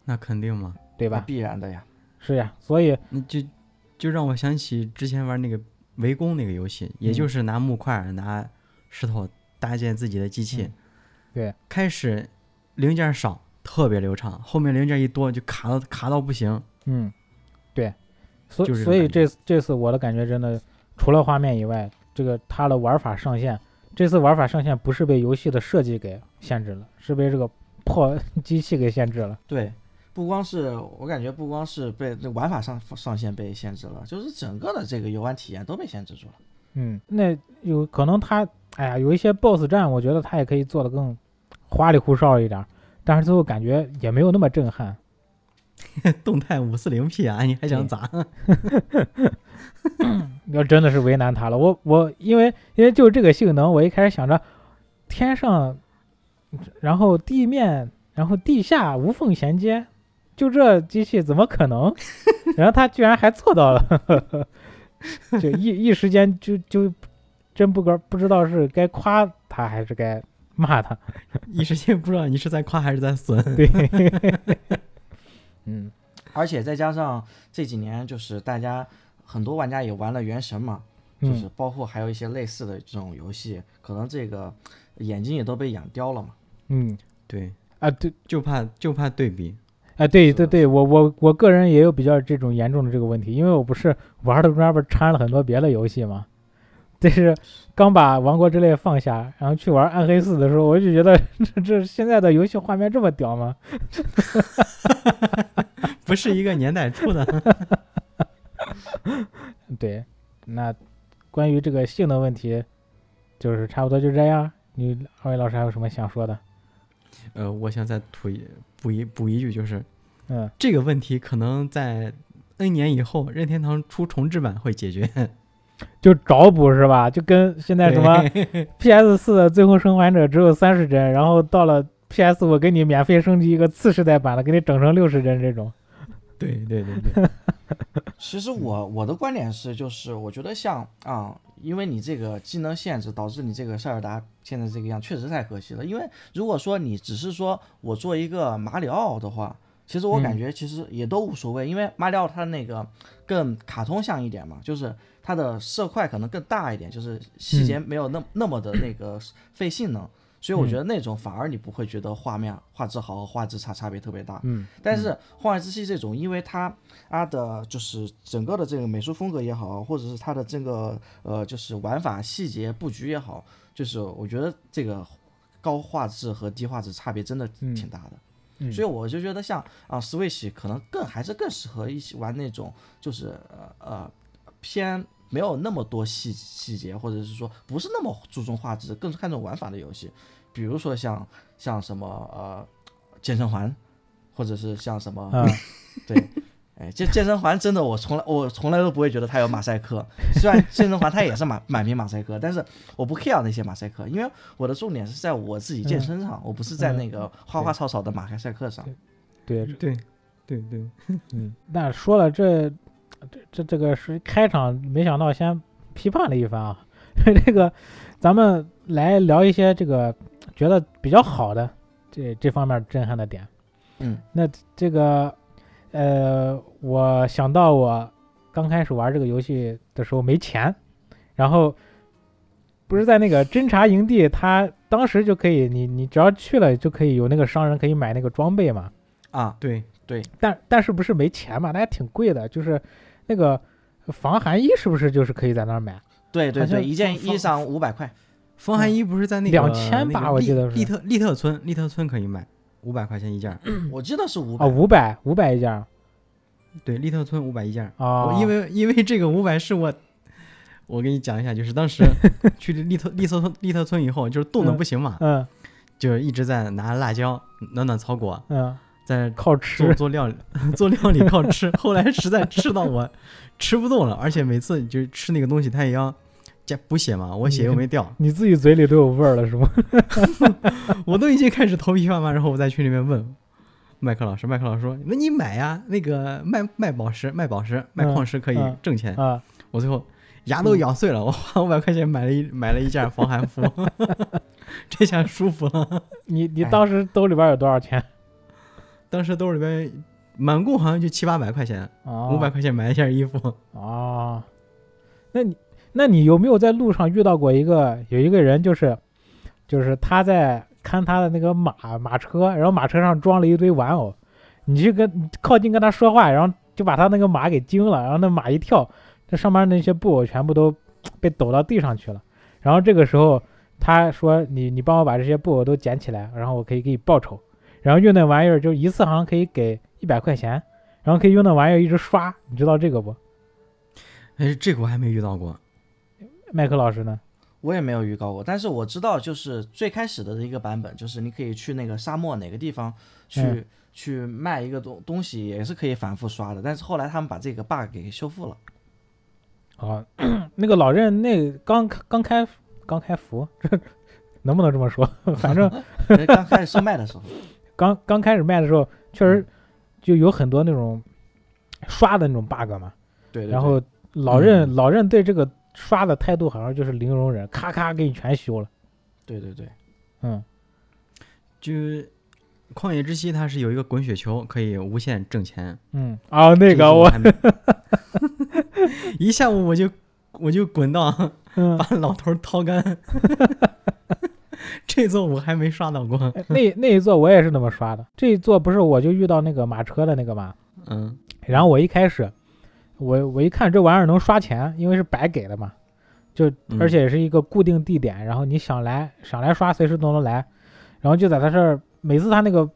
S2: 那肯定嘛。
S1: 对
S3: 那
S1: 吧？
S3: 必然的呀。
S1: 是呀，所以
S2: 那就就让我想起之前玩那个围攻那个游戏，也
S1: 嗯
S2: 就是拿木块儿、拿石头搭建自己的机器。
S1: 嗯对，
S2: 开始零件少，特别流畅，后面零件一多就卡到卡到不行。
S1: 嗯，对，所
S2: 就是这
S1: 所
S2: 种
S1: 以
S2: 感
S1: 这次这次我的感觉真的，除了画面以外，这个它的玩法上限，这次玩法上限不是被游戏的设计给限制了，是被这个破 机器给限制了。
S3: 对，不光是我感觉，不光是被这玩法上上限被限制了，就是整个的这个游玩体验都被限制住了。
S1: 嗯，那有可能它，哎呀，有一些 BOSS 战，我觉得它也可以做的更花里胡哨一点儿，但是最后感觉也没有那么震撼。
S2: 动态五四零 P 啊，你还想
S1: 对
S2: 咋？
S1: 要真的是为难他了。我我因为因为就这个性能，我一开始想着天上，然后地面，然后地下无缝衔接，就这机器怎么可能？ 然后他居然还做到了，就一一时间就就真不该不知道是该夸他还是该骂他。
S2: 一时间不知道你是在夸还是在损。
S1: 对，嗯
S3: 而且再加上这几年，就是大家很多玩家也玩了《原神》嘛，就是
S1: 嗯
S3: 包括还有一些类似的这种游戏，可能这个眼睛也都被养刁了嘛。
S1: 嗯
S2: 对，
S1: 啊对
S2: 就怕就怕对比。
S1: 啊对
S3: 是
S1: 对
S3: 的
S1: 对，我我我个人也有比较这种严重的这个问题，因为我不是玩的中间不是掺了很多别的游戏嘛， 但是刚把《王国之泪》放下，然后去玩《暗黑四》的时候，我就觉得 这这现在的游戏画面这么屌吗？
S2: 不是一个年代 出的。
S1: 对，那关于这个性能问题，就是差不多就这样。你二位老师还有什么想说的？
S2: 呃，我想再吐一补一补一句，就是
S1: 嗯，
S2: 这个问题可能在 N 年以后，任天堂出重置版会解决。
S1: 就找补是吧？就跟现在什么 PS 四的《最后生还者》只有三十帧，然后到了 PS 我给你免费升级一个次世代版的，给你整成六十帧这种。
S2: 对对对对，
S3: 其实我我的观点是，就是我觉得像啊、因为你这个技能限制导致你这个塞尔达现在这个样，确实太可惜了。因为如果说你只是说我做一个马里奥的话，其实我
S1: 嗯
S3: 感觉其实也都无所谓，因为马里奥它那个更卡通像一点嘛，就是它的色块可能更大一点，就是细
S1: 嗯
S3: 节没有那、那么的那个费性能。所以我觉
S1: 嗯
S3: 得那种反而你不会觉得画面画质好和画质差差别特别大，
S1: 嗯
S3: 但是《荒野之息》这种，因为它它的就是整个的这个美术风格也好，或者是它的这个呃就是玩法细节布局也好，就是我觉得这个高画质和低画质差别真的
S1: 嗯
S3: 挺大的。
S1: 嗯
S3: 所以我就觉得像啊、Switch 可能更还是更适合一起玩那种就是呃呃偏没有那么多细细节，或者是说不是那么注重画质，更看重玩法的游戏，比如说像像什么呃健身环，或者是像什么、
S1: 啊，
S3: 对，哎，这健身环真的，我从来我从来都不会觉得它有马赛克。虽 然健身环它也是满满屏马赛克，但是我不 care 那些马赛克，因为我的重点是在我自己健身上，我不是在那个花花草草的马赛克上。
S1: 嗯对，
S2: 对对对，
S1: 嗯，那说了这这这这个是开场，没想到先批判了一番啊。 这个，咱们来聊一些这个觉得比较好的这这方面震撼的点。
S3: 嗯，
S1: 那这个，呃，我想到我刚开始玩这个游戏的时候没钱，然后不是在那个侦察营地，他当时就可以，你你只要去了就可以有那个商人可以买那个装备嘛。
S3: 啊，
S2: 对，
S1: 但但是不是没钱嘛？那还挺贵的，就是那个防寒衣是不是就是可以在那儿买？
S3: 对对
S1: 好像
S3: 对，一件
S2: 放放
S3: 衣裳五百块。
S2: 风寒衣不是在那个
S1: 2000吧
S2: 那个
S1: 我
S2: 利
S1: 记得是
S2: 利特利特村利特村可以买五百块钱一件儿，
S3: 我记得是五
S1: 啊，
S3: 百、
S1: 五百五百一件儿
S2: 对，利特村五百一件儿。
S1: 啊，
S2: 我因为因为这个五百是我，我给你讲一下，就是 当时去利特利特村利特村以后，就是冻得
S1: 嗯
S2: 不行嘛，
S1: 嗯
S2: 就是一直在拿辣椒暖暖草果，
S1: 嗯
S2: 在
S1: 靠
S2: 做
S1: 吃，
S2: 做料理 做料理靠吃。后来实在吃到我吃不动了，而且每次就是吃那个东西，它也要加补血嘛，我血又 没掉，
S1: 你自己嘴里都有味儿了是 吗？
S2: 我都已经开始头皮发麻。然后我再去那边问麦克老师，麦克老师说：“那你买呀，那个卖卖宝石、卖宝石、卖矿石可以
S1: 嗯
S2: 挣钱。
S1: 啊，
S2: 我最后牙都咬碎了，我花五百块钱买了一买了一件防寒服， 这下舒服了。
S1: 你你
S3: 哎
S1: 当时兜里边有多少钱？
S2: 当时兜里边满共好像就七八百块钱，
S1: 啊，
S2: 五百块钱买一件衣服。
S1: 啊，那你那你有没有在路上遇到过一个有一个人就是就是他在看他的那个马马车，然后马车上装了一堆玩偶，你去跟你靠近跟他说话，然后就把他那个马给惊了，然后那马一跳，这上面那些布偶全部都被抖到地上去了，然后这个时候他说你你帮我把这些布偶都捡起来，然后我可以给你报酬，然后用那玩意儿就一次好像可以给一百块钱。然后可以用那玩意儿一直刷，你知道这个不？
S2: 哎，这个我还没遇到过。
S1: 麦克老师呢？
S3: 我也没有预告过，但是我知道，就是最开始的一个版本，就是你可以去那个沙漠哪个地方去、
S1: 嗯
S3: 去卖一个东东西，也是可以反复刷的。但是后来他们把这个 bug 给 修复了。
S1: 啊， 那个老任那刚刚开刚开服，这能不能这么说？ 反正
S3: 呃刚开始售卖的时候，
S1: 刚刚开始卖的时候，确实就有很多那种刷的那种 bug 嘛。
S3: 对对对
S1: 然后老任、老任对这个刷的态度好像就是零容忍，咔咔给你全修了。
S3: 对对对，
S1: 嗯
S2: 就旷野之息，它是有一个滚雪球，可以无限挣钱。
S1: 嗯，啊，那
S2: 这
S1: 个
S2: 我
S1: 我
S2: 还没 一下午我就我就滚到
S1: 嗯，
S2: 把老头掏干， 这座我还没刷到过。
S1: 哎那那一座我也是那么刷的。这一座不是我就遇到那个马车的那个嘛，
S2: 嗯，
S1: 然后我一开始，我我一看这玩意儿能刷钱，因为是白给的嘛，就
S2: 嗯
S1: 而且也是一个固定地点，然后你想来想来刷，随时都能来，然后就在他这儿，每次他那个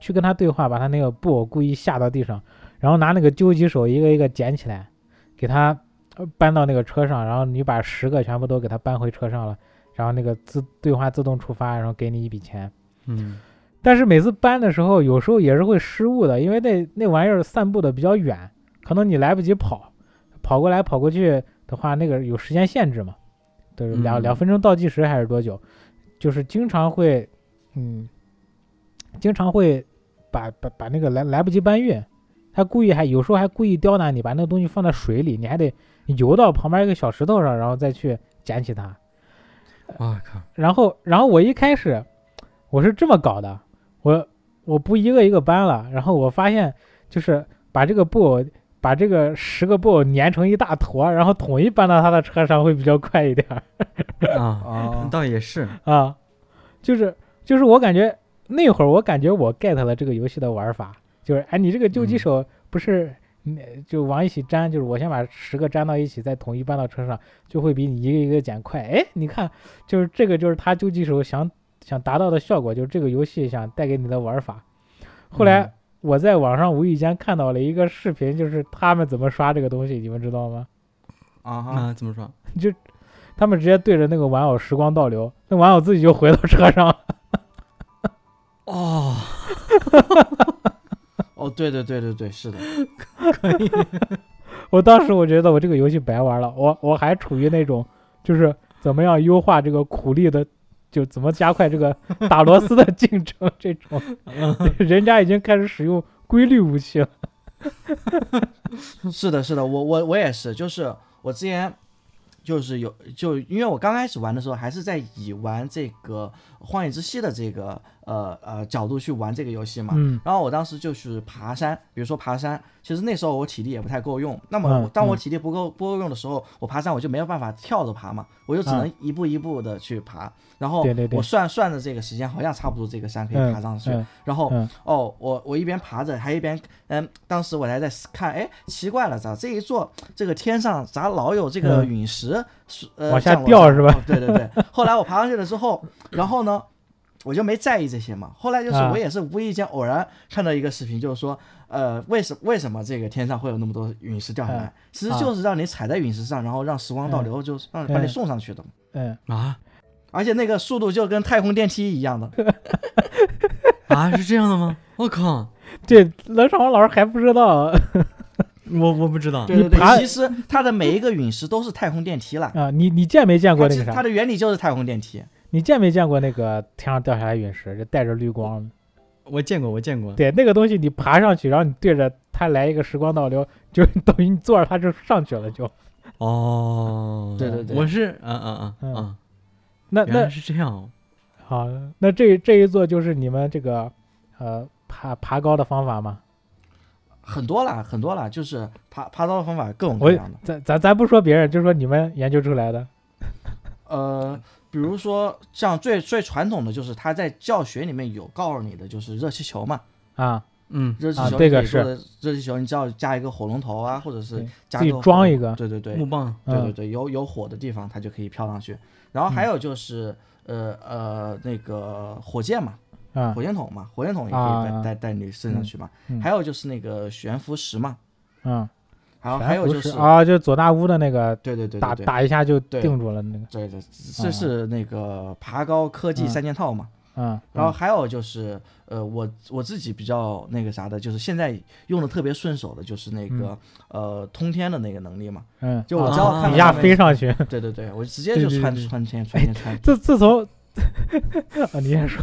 S1: 去跟他对话，把他那个布偶故意吓到地上，然后拿那个究极手一个一个捡起来，给他呃搬到那个车上，然后你把十个全部都给他搬回车上了，然后那个自对话自动触发，然后给你一笔钱。
S2: 嗯，
S1: 但是每次搬的时候，有时候也是会失误的，因为那那玩意儿散步的比较远，可能你来不及跑，跑过来跑过去的话，那个有时间限制嘛，就是两、
S2: 嗯
S1: 两分钟倒计时还是多久，就是经常会，嗯，经常会把把把那个来来不及搬运，他故意还有时候还故意刁难你，把那个东西放在水里，你还得游到旁边一个小石头上，然后再去捡起它。
S2: 我靠，
S1: 然后，然后我一开始我是这么搞的，我我不一个一个搬了，然后我发现就是把这个布偶，把这个十个布偶粘成一大坨，然后统一搬到他的车上会比较快一点儿
S2: 啊，
S3: 哦，
S2: 倒也是，
S1: 啊。就是就是我感觉那会儿我感觉我 get 了这个游戏的玩法，就是哎，你这个救急手不是。嗯就往一起粘，就是我先把十个粘到一起，再统一搬到车上，就会比你一个一个捡快。哎，你看，就是这个就是他究极手想想达到的效果，就是这个游戏想带给你的玩法。后来
S2: 嗯
S1: 我在网上无意间看到了一个视频，就是他们怎么刷这个东西，你们知道吗？
S3: 啊哈，
S2: 啊，怎么说？
S1: 他们直接对着那个玩偶时光倒流，那玩偶自己就回到车上了。
S2: 哦，
S3: 哦，对对对对对，是的，
S1: 我当时我觉得我这个游戏白玩了，我我还处于那种就是怎么样优化这个苦力的，就怎么加快这个打螺丝的进程这种， 人家已经开始使用规律武器了。
S3: 是的，是的，我我我也是，就是我之前就是有就因为我刚开始玩的时候，还是在以玩这个《荒野之息》的这个呃呃角度去玩这个游戏嘛。
S1: 嗯
S3: 然后我当时就是爬山，比如说爬山，其实那时候我体力也不太够用。那么
S1: 嗯
S3: 我当我
S1: 嗯
S3: 体力不够不够用的时候，我爬山我就没有办法跳着爬嘛，我就只
S1: 嗯
S3: 能一步一步的去爬。然后
S1: 对对对
S3: 我算算着这个时间，好像差不多这个山可以爬上去。
S1: 嗯
S3: 然后、
S1: 嗯
S3: 哦，我我一边爬着，还一边嗯，当时我还在看，哎，奇怪了，咋这一座这个天上咋老有这个
S1: 嗯
S3: 陨石、是呃
S1: 往下
S3: 降落
S1: 掉是吧
S3: 哦对对对。 后来我爬上去了之后，然后呢，我就没在意这些嘛。后来就是
S1: 啊
S3: 我也是无意间偶然看到一个视频，就是说，呃，为什为什么这个天上会有那么多陨石掉下来？
S1: 嗯
S3: 其实就是让你踩在陨石上，然后让时光倒流，就是让把你
S1: 嗯
S3: 送上去的。
S1: 嗯，
S2: 啊
S3: 而且那个速度就跟太空电梯 一样的，
S2: 啊，是这样的吗？我靠，
S1: 这冷场王老师还不知道
S2: 我我不知道
S3: 对对
S1: 你爬
S3: 对，其实它的每一个陨石都是太空电梯了，
S1: 啊，你你见没见过
S3: 它
S1: 那
S3: 其
S1: 个
S3: 实它
S1: 啥？
S3: 的原理就是太空电梯。
S1: 你见没见过那个天上掉下来陨石，这带着绿光？
S2: 我见过，我见过。
S1: 对，那个东西你爬上去，然后你对着它来一个时光倒流，就 等于你坐着它就上去了，就
S2: 哦，
S3: 对对对
S2: 我是嗯嗯嗯
S1: 嗯
S2: 嗯，
S1: 那
S2: 原
S1: 那
S2: 来是这样。哦
S1: 好，那这这一座就是你们这个呃爬爬高的方法吗？
S3: 很多啦，很多啦，就是爬爬高的方法各种
S1: 我
S3: 各样的。
S1: 咱咱咱不说别人，就说你们研究出来的。
S3: 呃，比如说像最最传统的就是他在教学里面有告诉你的，就是热气球嘛，
S1: 啊，
S2: 嗯，
S3: 热气
S1: 啊
S3: 球
S1: 这
S3: 你
S1: 个
S3: 可以做的热气球，你只要加一个火龙头啊，或者是
S1: 对
S3: 加
S1: 自己
S3: 个火
S1: 装
S3: 龙
S1: 一个
S3: 对对对，
S2: 木棒
S3: 对
S1: 嗯
S3: 对对，有有火的地方它就可以飘上去。然后还有就是呃呃那个火箭嘛，
S1: 啊
S3: 火箭筒嘛，火箭筒也可以
S1: 啊
S3: 带带带你升上去嘛
S1: 嗯嗯。
S3: 还有就是那个悬浮石嘛，
S1: 嗯，
S3: 还有
S1: 悬
S3: 还有
S1: 浮
S3: 就是
S1: 石，啊，就左大乌的那个
S3: 对对对
S1: 打
S3: 对对
S1: 打一下就
S3: 对
S1: 定住了那个，
S3: 对对，这是那个爬高科技
S1: 嗯
S3: 三件套嘛。
S1: 嗯，
S3: 然后还有就是，呃，我我自己比较那个啥的，就是现在用的特别顺手的，就是那个、
S2: 嗯
S3: 呃通天的那个能力嘛。
S1: 嗯，嗯
S3: 就我
S1: 啊
S3: 只要
S2: 啊
S3: 看
S1: 底
S3: 到
S1: 下
S3: 上面
S1: 飞，上 去。
S3: 对对对，我直接
S2: 对
S3: 就
S2: 对
S3: 穿
S2: 对
S3: 穿天穿天穿。
S1: 自自从 啊，你先说，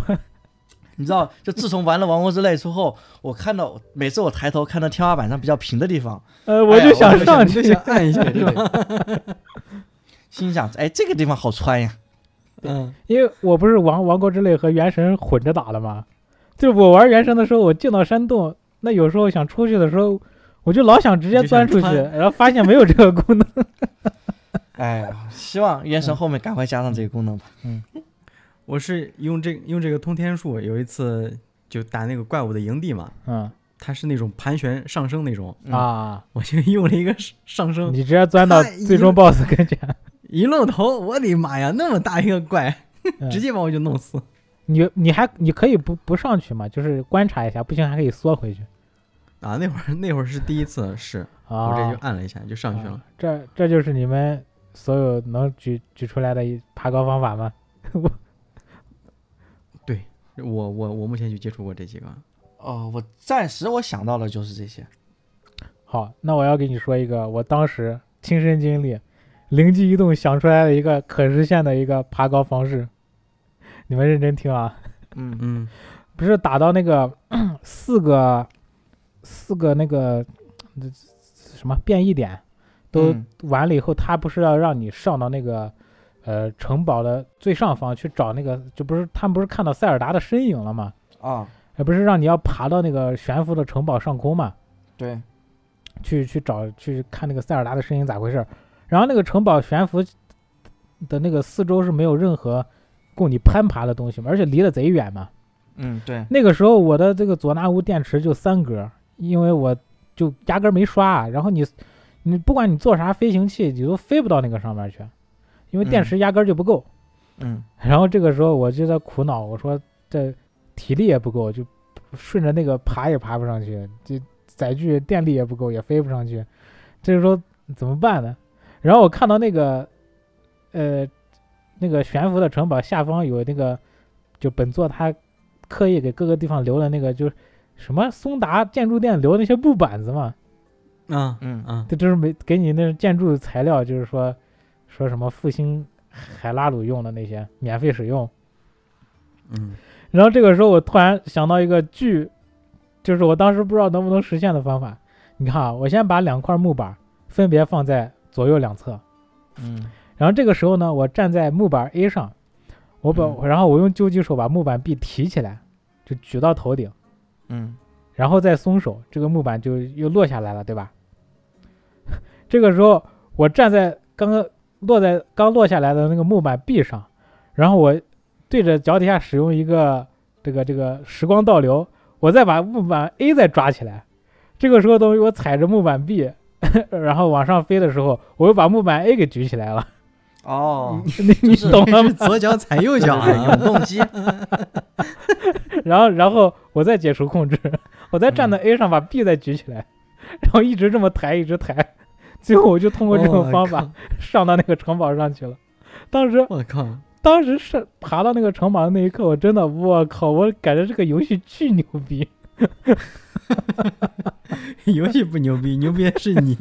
S3: 你知道，就自从玩了《王国之泪》之后，我看到每次我抬头看到天花板上比较平的地方，
S1: 呃，
S3: 哎
S1: 就
S3: 我
S1: 想
S3: 就
S1: 上
S2: 你就
S1: 去，
S2: 想按一下
S3: 对
S2: 是
S3: 对
S2: 吧？
S3: 对，心想哎这个地方好穿呀。
S2: 嗯，
S1: 因为我不是王王国之泪和原神混着打的嘛，就是我玩原神的时候，我进到山洞，那有时候想出去的时候，我就老想直接
S2: 你就想
S1: 钻出去，
S2: 穿
S1: 然后发现没有这个功 能。
S3: 哎呀，希望原
S2: 嗯
S3: 神后面赶快加上这个功能吧。
S2: 我是用这用这个通天术，有一次就打那个怪物的营地嘛，
S1: 嗯
S2: 它是那种盘旋上升那种，
S3: 嗯
S1: 啊，
S2: 我就用了一个上升，
S1: 你直接钻到
S2: 太
S1: 最终 BOSS 跟前，
S2: 一愣头，我的妈呀，那么大一个怪，
S1: 嗯
S2: 直接把我就弄死。
S1: 你你还你可以不不上去嘛，就是观察一下，不行还可以缩回去
S2: 啊，那会儿那会儿是第一次，是
S1: 啊。
S2: 我这就按了一下就上去了
S1: 啊。这这就是你们所有能举举出来的一爬高方法吗？
S2: 我我我目前就接触过这几个，
S3: 哦，我暂时我想到的就是这些。
S1: 好，那我要给你说一个我当时亲身经历，灵机一动想出来的一个可实现的一个爬高方式，你们认真听啊！
S3: 嗯
S2: 嗯，
S1: 不是打到那个 四个四个那个呃什么变异点都
S3: 嗯
S1: 完了以后，他不是要让你上到那个呃城堡的最上方去找那个，就不是他们不是看到塞尔达的身影了吗？
S3: 啊，
S1: 呃，不是让你要爬到那个悬浮的城堡上空嘛？
S3: 对，
S1: 去去找去看那个塞尔达的身影咋回事儿。然后那个城堡悬浮的那个四周是没有任何供你攀爬的东西嘛，而且离得贼远嘛。
S3: 嗯对，
S1: 那个时候我的这个佐纳乌电池就三格，因为我就压根儿没刷。啊然后你你不管你做啥飞行器，你都飞不到那个上面去，因为电池压根儿就不够。
S3: 嗯
S1: 然后这个时候我就在苦恼，我说这体力也不够，就顺着那个爬也爬不上去，这载具电力也不够，也飞不上去。这个时候怎么办呢？然后我看到那个呃那个悬浮的城堡下方有那个，就本座他刻意给各个地方留的那个，就是什么松达建筑店留的那些木板子嘛。
S2: 嗯
S3: 嗯
S2: 嗯
S1: 这就是没给你那种建筑材料，就是说说什么复兴海拉鲁用的那些免费使用。
S2: 嗯
S1: 然后这个时候我突然想到一个巨，就是我当时不知道能不能实现的方法。你看啊，我先把两块木板分别放在左右两侧，
S3: 嗯
S1: 然后这个时候呢，我站在木板 A 上，我把、
S3: 嗯
S1: 然后我用救济手把木板 B 提起来，就举到头顶，
S3: 嗯
S1: 然后再松手，这个木板就又落下来了，对吧？ 这个时候我站在刚刚落在刚落下来的那个木板壁上，然后我对着脚底下使用一个这个这个时光倒流，我再把木板 A 再抓起来。这个时候等于我踩着木板 B，然 后往上飞的时候，我又把木板 A 给举起来了。
S3: 哦，
S1: 你你
S3: 就是
S1: 懂了
S2: 这
S1: 吗
S2: 是？左脚踩右脚
S3: 对
S2: 啊
S3: 永！动机，
S1: 然后然后我再解除控制，我再站在
S3: 嗯
S1: A 上把 B 再举起来，然后一直这么抬，一直抬，最后我就通过这
S3: 哦
S1: 种方法上到那个城堡上去了。当时
S2: 我靠，我
S1: 当时是爬到那个城堡的那一刻，我真的我靠，我感觉这个游戏巨牛逼。
S2: 靠，游戏不牛逼，牛逼的是你。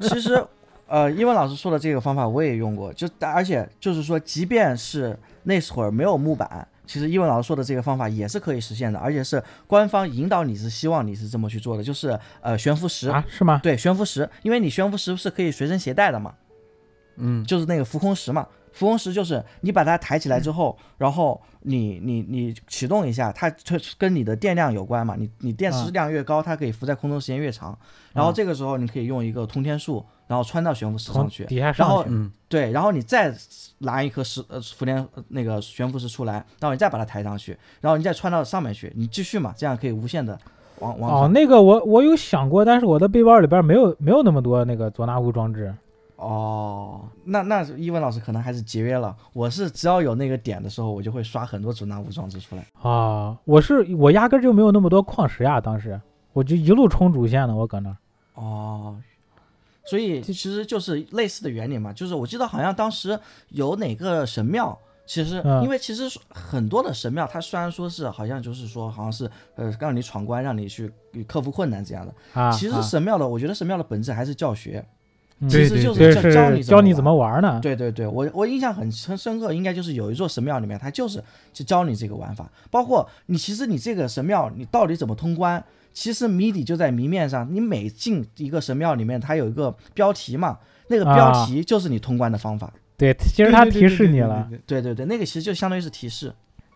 S3: 其实，呃，英文老师说的这个方法我也用过，就而且就是说，即便是那会儿没有木板，其实英文老师说的这个方法也是可以实现的，而且是官方引导你是希望你是这么去做的，就是呃悬浮石。
S1: 啊，是吗？
S3: 对悬浮石，因为你悬浮石是可以随身携带的嘛，
S2: 嗯，
S3: 就是那个浮空石嘛。浮空石就是你把它抬起来之
S1: 嗯
S3: 后，然后你你你启动一下，它它跟你的电量有关嘛。你你电
S1: 啊
S3: 池量越高，它可以浮在空中时间越
S1: 嗯
S3: 长。然后这个时候你可以用一个通天术，然后穿到悬浮石
S1: 从
S3: 上去，
S1: 底下
S3: 然
S1: 上
S3: 后
S1: 去，
S2: 嗯
S3: 对，然后你再拿一颗石呃浮天呃那个悬浮石出来，然后你再把它抬上去，然后你再穿到上面去，你继续嘛，这样可以无限的往往
S1: 哦
S3: 上，
S1: 那个我我有想过，但是我的背包里边没有没有那么多那个佐纳乌装置。
S3: 哦，那那一文老师可能还是节约了，我是只要有那个点的时候，我就会刷很多主纳武装置出来。
S1: 啊，我是我压根儿就没有那么多矿石呀，当时我就一路冲主线呢，我搁那儿。
S3: 哦，所以其实就是类似的原理嘛，就是我记得好像当时有哪个神庙，其实、
S1: 嗯
S3: 因为其实很多的神庙，它虽然说是好像就是说好像是呃让你闯关，让你去克服困难这样的，
S1: 啊，
S3: 其实
S1: 啊
S3: 神庙的，我觉得神庙的本质还是教学，
S1: 嗯
S3: 其
S2: 对
S3: 实就
S1: 对，
S3: 教教你
S1: 是教你怎
S3: 么
S1: 么玩呢
S3: 玩。？对对对，我我印象很很深刻，应该就是有一座神庙里面，它就是就教你这个玩法，包括你其实你这个神庙你到底怎么通关，其实谜底就在谜面上，你每进一个神庙里面，它有一个标题嘛，那个标
S1: 啊
S3: 题就是你通关的方法。
S1: 对，其实它提示你了，
S2: 对，对对对对对对
S3: 对对对，那个其实就相当于是提示。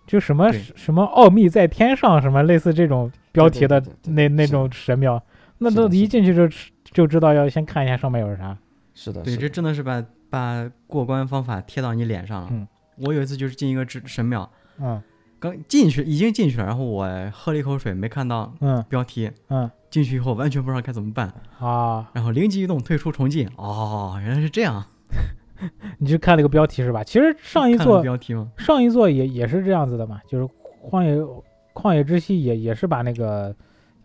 S1: 就什么
S2: 对
S1: 什么奥秘在天上，什么类似这种标题的
S3: 对对对对
S1: 那那
S3: 是的
S1: 种神庙，那
S3: 是
S1: 都
S3: 的
S1: 一
S3: 是的
S1: 进去就就知道要先看一下上面有啥。
S3: 是的，
S2: 对
S3: 是
S2: 对，
S3: 的
S2: 这真的是把把过关方法贴到你脸上了。
S1: 嗯
S2: 我有一次就是进一个神神庙，
S1: 嗯
S2: 刚进去已经进去了，然后我喝了一口水，没看到
S1: 嗯
S2: 标题，
S1: 嗯
S2: 进去以后完全不知道该怎么办，
S1: 啊，
S2: 然后灵机一动退出重进。哦，原来是这样，
S1: 你去看了个标题是吧？其实上一
S2: 看了
S1: 座
S2: 标题吗？
S1: 上一座也也是这样子的嘛，就是荒野旷野之息也也是把那个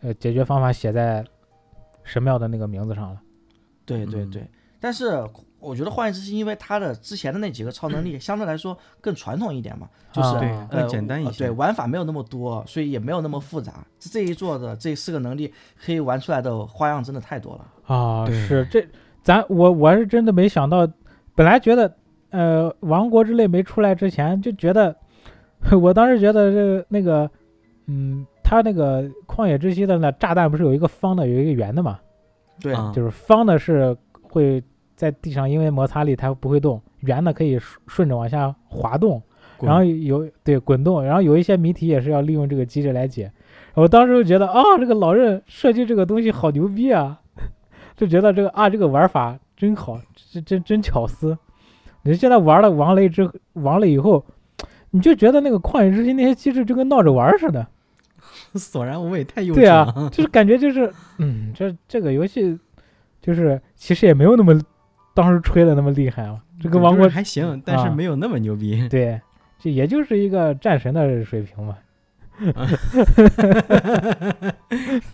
S1: 呃解决方法写在神庙的那个名字上了。
S3: 对
S2: 嗯
S3: 对对，但是我觉得换言之，是因为它的之前的那几个超能力相对来说更传统一点嘛，就是
S1: 啊
S2: 对
S1: 嗯
S2: 更简单一
S3: 呃。
S2: 些
S3: 对，。玩法没有那么多，所以也没有那么复杂。这这一座的这四个能力可以玩出来的花样真的太多了。
S1: 啊，
S2: 对
S1: 是这，咱我我是真的没想到，本来觉得，呃，《王国之泪》没出来之前就觉得， 我当时觉得这个那个，嗯，它那个旷野之息的那炸弹不是有一个方的，有一个圆的嘛？
S3: 对，
S2: 啊
S1: 就是方的是会在地上因为摩擦力它不会动，圆的可以顺顺着往下滑动，
S2: 滚
S1: 然后有对滚动，然后有一些谜题也是要利用这个机制来解。我当时就觉得啊、这个老任设计这个东西好牛逼啊， 就觉得这个啊这个玩法真好，真真真巧思。你现在玩了王雷之王雷以后，你就觉得那个旷野之心那些机制就跟闹着玩儿似的，
S2: 索然无味，太幼稚
S1: 对
S2: 了。
S1: 啊，就是感觉就是嗯，这这个游戏就是其实也没有那么当时吹的那么厉害啊， 这
S2: 对
S1: 个王
S2: 就是
S1: 国
S2: 还行，但是
S1: 啊
S2: 没有那么牛 逼。
S1: 对，这也就是一个战神的水平嘛。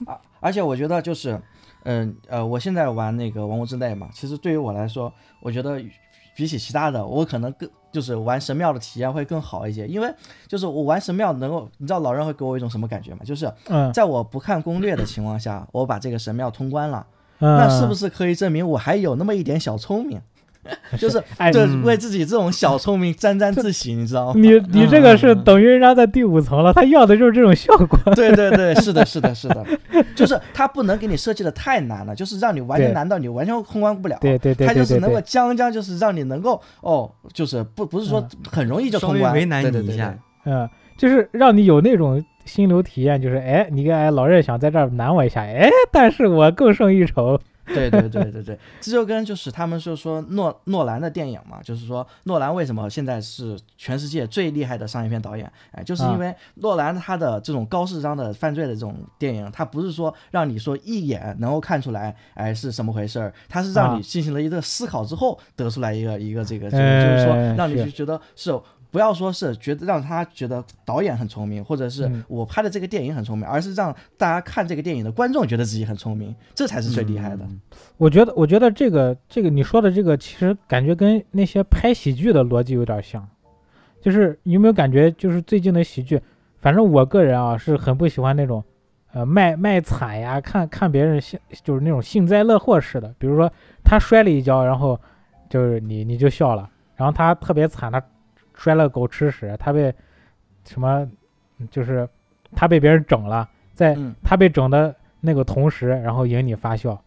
S3: 啊，而且我觉得就是，嗯呃我现在玩那个《王国之泪》嘛，其实对于我来说，我觉得比起其他的，我可能更就是玩神庙的体验会更好一些，因为就是我玩神庙能够，你知道老人会给我一种什么感觉吗？就是
S1: 嗯
S3: 在我不看攻略的情况下，我把这个神庙通关了，
S1: 嗯，
S3: 那是不是可以证明我还有那么一点小聪明？ 就是
S1: 哎
S3: 这哦
S2: 嗯
S3: 为自己这 种小聪明沾沾自喜，你知道吗？
S1: 你你这个是
S2: 嗯嗯嗯
S1: 等于人家在第五层了，他要的就是这种效果。
S3: 对对对，是的，是的，是的，就是他不能给你设计的太难了，就是让你完全
S1: 对
S3: 难到你完全控管不了。
S1: 对对对
S3: 他
S1: 对
S3: 就是
S1: 对
S3: 能
S1: 对，
S3: 够将将，就是让你能够哦，就是不不是说很容易就
S2: 稍
S3: 通
S2: 微
S3: 关，
S2: 为难
S3: 对对
S2: 你
S3: 对
S2: 一
S3: 对
S2: 下，
S1: 嗯，就是让你有那种心流体验，就是哎，你跟哎老任想在这儿难我一下，哎，但是我更胜一筹。
S3: 对对对对对，这就跟就是他们说说诺诺兰的电影嘛，就是说诺兰为什么现在是全世界最厉害的商业片导演？哎，就是
S1: 嗯
S3: 因为诺兰他的这种高智商的犯罪的这种电影，他不是说让你说一眼能够看出来，哎是什么回事儿，他是让
S1: 啊
S3: 你进行了一个思考之后得出来一个一个这个，这个就是说
S1: 哎
S3: 让你
S1: 是
S3: 去觉得是。不要说是觉得让他觉得导演很聪明，或者是
S1: 嗯
S3: 我拍的这个电影很聪明，而是让大家看这个电影的观众觉得自己很聪明，这才是最厉害的。
S2: 嗯
S1: 我觉得，我觉得这个这个你说的这个，其实感觉跟那些拍喜剧的逻辑有点像，就是你有没有感觉，就是最近的喜剧，反正我个人啊是很不喜欢那种，呃卖卖惨呀，看看别人幸就是那种幸灾乐祸似的，比如说他摔了一跤，然后就是你你就笑了，然后他特别惨，他摔了狗吃屎，他被什么，就是他被别人整了，在
S3: 嗯
S1: 他被整的那个同时，然后引你发笑，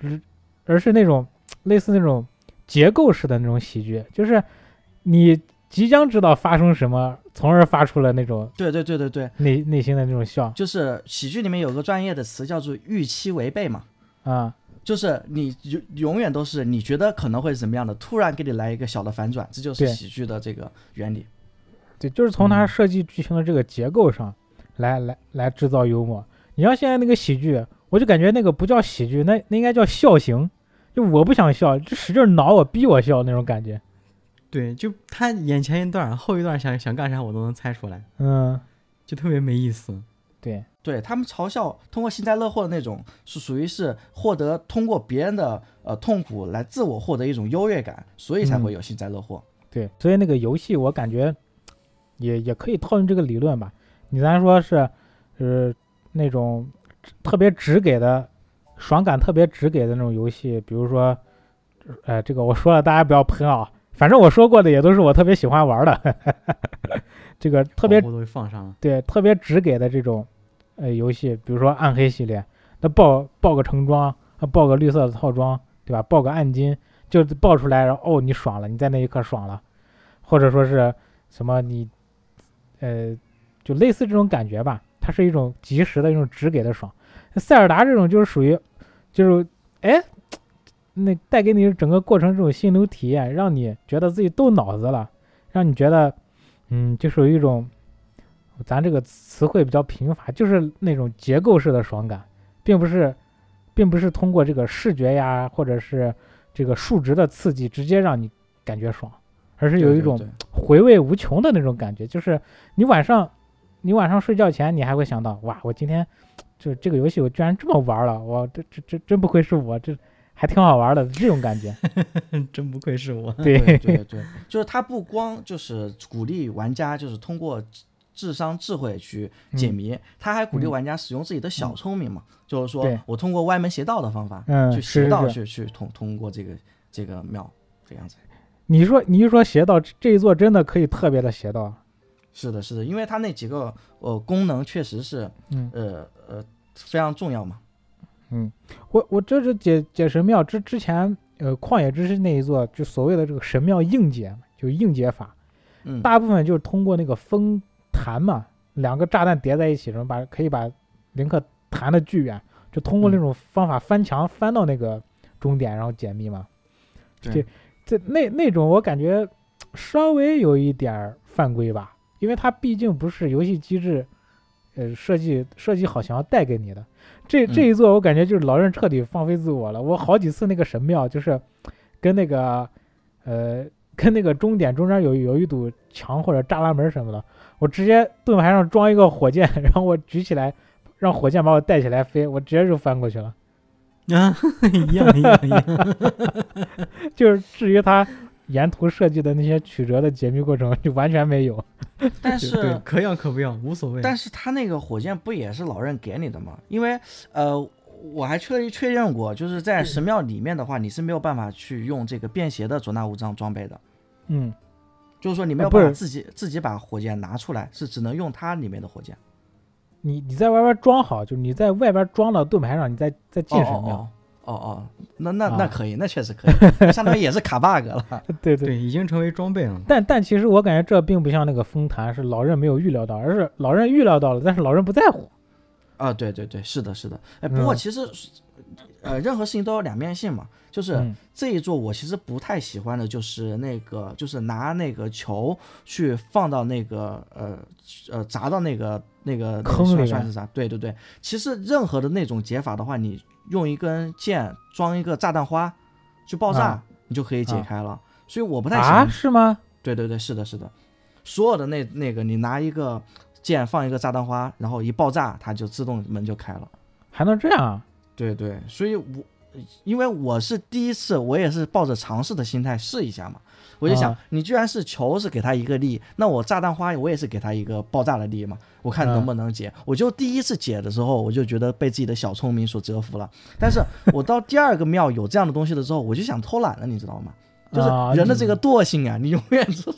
S1: 而而是那种类似那种结构式的那种喜剧，就是你即将知道发生什么，从而发出了那种
S3: 对对对对对，
S1: 内内心的那种笑
S3: 就是喜剧里面有个专业的词叫做预期违背嘛，
S1: 啊、
S3: 就是你永永远都是你觉得可能会是怎么样的，突然给你来一个小的反转，这就是
S1: 对
S3: 喜剧的这个原理。
S1: 对，就是从它
S2: 嗯
S1: 设计剧情的这个结构上来来来制造幽默。你像现在那个喜剧，我就感觉那个不叫喜剧，那那应该叫笑型。就我不想笑，就使劲挠我，逼我笑那种感觉。
S2: 对，就他眼前一段，后一段想想干啥我都能猜出来，
S1: 嗯，
S2: 就特别没意思。
S1: 对，
S3: 对他们嘲笑通过幸灾乐祸的那种，是属于是获得通过别人的呃痛苦来自我获得一种优越感，所以才
S1: 嗯
S3: 会有幸灾乐祸。
S1: 对，所以那个游戏我感觉也也可以套用这个理论吧。你咱说是，呃，那种特别直给的爽感，特别直给的那种游戏，比如说，呃，这个我说了，大家不要喷啊。反正我说过的也都是我特别喜欢玩的， 这个特别
S2: 保护都会放上了，
S1: 对特别直给的这种呃游戏，比如说暗黑系列，那爆爆个橙装，啊爆个绿色的套装，对吧？爆个暗金，就爆出来，然后哦你爽了，你在那一刻爽了，或者说是什么你呃就类似这种感觉吧，它是一种及时的一种直给的爽。塞尔达这种就是属于就是哎。那带给你整个过程这种心流体验，让你觉得自己动脑子了，让你觉得，嗯，就属于一种咱这个词汇比较贫乏，就是那种结构式的爽感，并不是，并不是通过这个视觉呀，或者是这个数值的刺激直接让你感觉爽，而是有一种
S3: 对对
S1: 回味无穷的那种感觉。就是你晚上，你晚上睡觉前，你还会想到，哇，我今天就这个游戏我居然这么玩了，我这这这真不愧是我，这还挺好玩的这种感 觉。
S2: 真不愧是我。
S1: 对，
S3: 对对对，就是它不光就是鼓励玩家就是通过智智商智慧去解谜，它还鼓励
S1: 嗯
S3: 玩家使用自己的小聪明嘛，就是
S1: 对
S3: 说我通过歪门邪道的方法
S1: 嗯
S3: 去
S1: 是
S3: 邪
S1: 是
S3: 道
S1: 是
S3: 去去通通过这个这个庙这样子。
S1: 你说你一说邪道，这这一座真的可以特别的邪道。
S3: 是的，是的，因为它那几个呃功能确实是
S1: 嗯
S3: 呃呃非常重要嘛。
S1: 我我这是解解神庙之之前，呃，旷野之心那一座，就所谓的这个神庙应解嘛，就是应解法，
S3: 嗯，
S1: 大部分就是通过那个风弹嘛，两个炸弹叠在一起，然后把可以把林克弹的巨远，就通过那
S3: 嗯
S1: 种方法翻墙翻到那个终点，然后解密嘛。
S3: 对
S1: 这那那种我感觉稍微有一点儿犯规吧，因为它毕竟不是游戏机制，呃，设计设计好想要带给你的。这这
S3: 嗯
S1: 一座我感觉就是老任彻底放飞自我了。我好几次那个神庙就是跟那个呃跟那个终点中间有有一堵墙或者栅栏门什么的，我直接盾牌上装一个火箭，然后我举起来，让火箭把我带起来飞，我直接就翻过去了。
S2: 啊，一样一样一样，
S1: 就是至于他沿途设计的那些曲折的解密过程，就完全没有。
S3: 但
S2: 对
S3: 是，
S2: 可要可不要，无所谓。
S3: 但是他那个火箭不也是老任给你的吗？因为呃，我还确确认过，就是
S1: 嗯
S3: 在神庙里面的话，你是没有办法去用这个便携的佐纳无章装备的，
S1: 嗯，
S3: 就是说你没有
S1: 啊不
S3: 办
S1: 是
S3: 法自己自己把火箭拿出来，是只能用它里面的火箭。
S1: 你你在外边装好，就是你在外边装到盾牌上，你再再进神庙。
S3: 哦哦哦，那那
S1: 啊
S3: 那可以，那确实可以，相当于也是卡 bug 了。
S1: 对对。
S2: 对，已经成为装备了。
S1: 但但其实我感觉这并不像那个风坛是老任没有预料到，而是老任预料到了，但是老任不在乎。
S3: 啊，对对对，是的，是的。哎，不过
S1: 嗯
S3: 其实，呃，任何事情都有两面性嘛。就是
S1: 嗯
S3: 这一座，我其实不太喜欢的，就是那个，就是拿那个球去放到那个，呃呃，砸到那个那个那个
S1: 坑里
S3: 算
S1: 面
S3: 算是啥？对对对。其实任何的那种解法的话，你用一根箭装一个炸弹花去爆炸，
S1: 啊
S3: 你就可以解
S1: 啊
S3: 开了。所以我不太喜欢
S1: 啊，是吗？
S3: 对对对，是的，是的，所有的那那个，你拿一个箭放一个炸弹花，然后一爆炸，它就自动门就开了。
S1: 还能这样啊？
S3: 对对，所以我因为我是第一次，我也是抱着尝试的心态试一下嘛，我就想，
S1: 啊
S3: 你居然是球是给他一个力，那我炸弹花我也是给他一个爆炸的力嘛，我看
S1: 啊
S3: 能不能解。我就第一次解的时候，我就觉得被自己的小聪明所折服了，但是我到第二个庙有这样的东西了之后，我就想偷懒了，你知道吗？就是
S1: 啊
S3: 人的这个惰性啊，你永远是，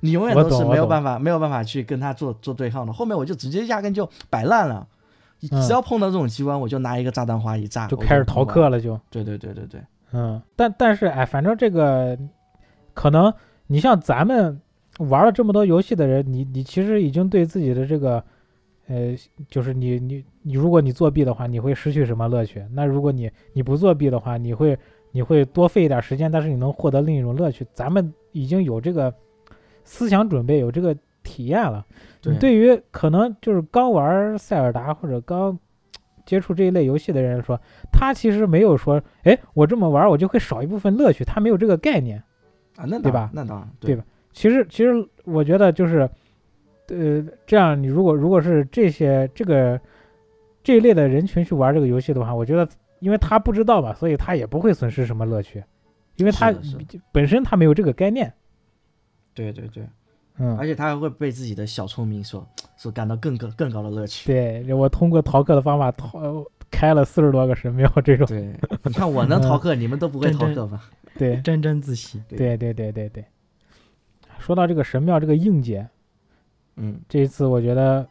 S3: 你永远
S1: 我
S3: 都是
S1: 懂
S3: 没有
S1: 我懂
S3: 办法没有办法去跟他做做对抗的。后面我就直接压根就摆烂了，只要碰到这种机关，我就拿一个炸弹花一炸，
S1: 嗯就
S3: 啊我
S1: 开始逃
S3: 通关
S1: 课。了，就
S3: 对对对对对，
S1: 嗯。但但是哎，反正这个可能你像咱们玩了这么多游戏的人，你你其实已经对自己的这个呃，就是你你你，如果你作弊的话，你会失去什么乐趣？那如果你你不作弊的话，你会你会多费一点时间，但是你能获得另一种乐趣。咱们已经有这个思想准备，有这个体验了。
S3: 对
S1: 你对于可能就是刚玩塞尔达或者刚接触这一类游戏的人来说，他其实没有说，哎，我这么玩我就会少一部分乐趣，他没有这个概念。
S3: 啊，那当
S1: 对
S3: 然
S1: 吧
S3: 那当然，
S1: 对吧其实，其实我觉得就是，呃，这样你如果如果是这些这个这一类的人群去玩这个游戏的话，我觉得，因为他不知道嘛，所以他也不会损失什么乐趣，因为他
S3: 是的是的
S1: 本身他没有这个概念。
S3: 对对对，而
S1: 嗯，
S3: 且他还会被自己的小聪明所所感到更高更高的乐趣。
S1: 对我通过逃课的方法逃开了四十多个神庙，这种。
S3: 对，你看我能逃
S1: 嗯
S3: 课，你们都不会
S2: 真
S3: 逃
S2: 真
S3: 课吧？
S1: 对，
S2: 沾沾自喜。
S1: 对对对对对。说到这个神庙这个硬件，
S3: 嗯
S1: 这一次我觉得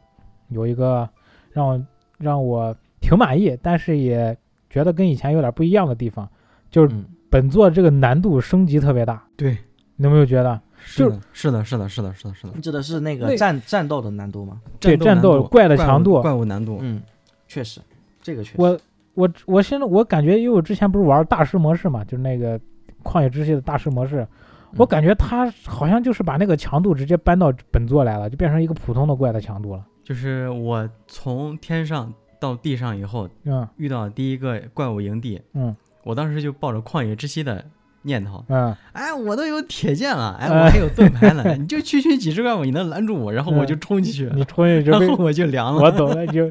S1: 有一个让我让我挺满意，但是也觉得跟以前有点不一样的地方，就是
S3: 嗯，
S1: 本作这个难度升级特别大，
S2: 对，
S1: 你有没有觉得？
S2: 是的，是的，是的，是的，是的，是的。
S3: 指的是那个
S1: 那
S3: 战战斗的难度吗？
S1: 对战
S2: 难
S1: 斗
S2: 度
S1: 怪的强度
S2: 怪物难度，
S3: 嗯，确实，这个确实。
S1: 我我我现在我感觉，因为我之前不是玩大师模式嘛，就是那个旷野之息的大师模式，我
S3: 嗯
S1: 感觉它好像就是把那个强度直接搬到本作来了，就变成一个普通的怪的强度了。
S2: 就是我从天上到地上以后，
S1: 嗯
S2: 遇到第一个怪物营地，
S1: 嗯
S2: 我当时就抱着旷野之息的念头，
S1: 嗯，
S2: 哎，我都有铁剑了，哎，
S1: 哎
S2: 我还有盾 牌呢，你就区区几只怪物，你能拦住我，然后我
S1: 嗯
S2: 就冲进
S3: 啊
S2: 去，
S1: 你冲 进去就
S2: 然
S1: 被
S2: 后我就凉了。
S1: 我懂了，就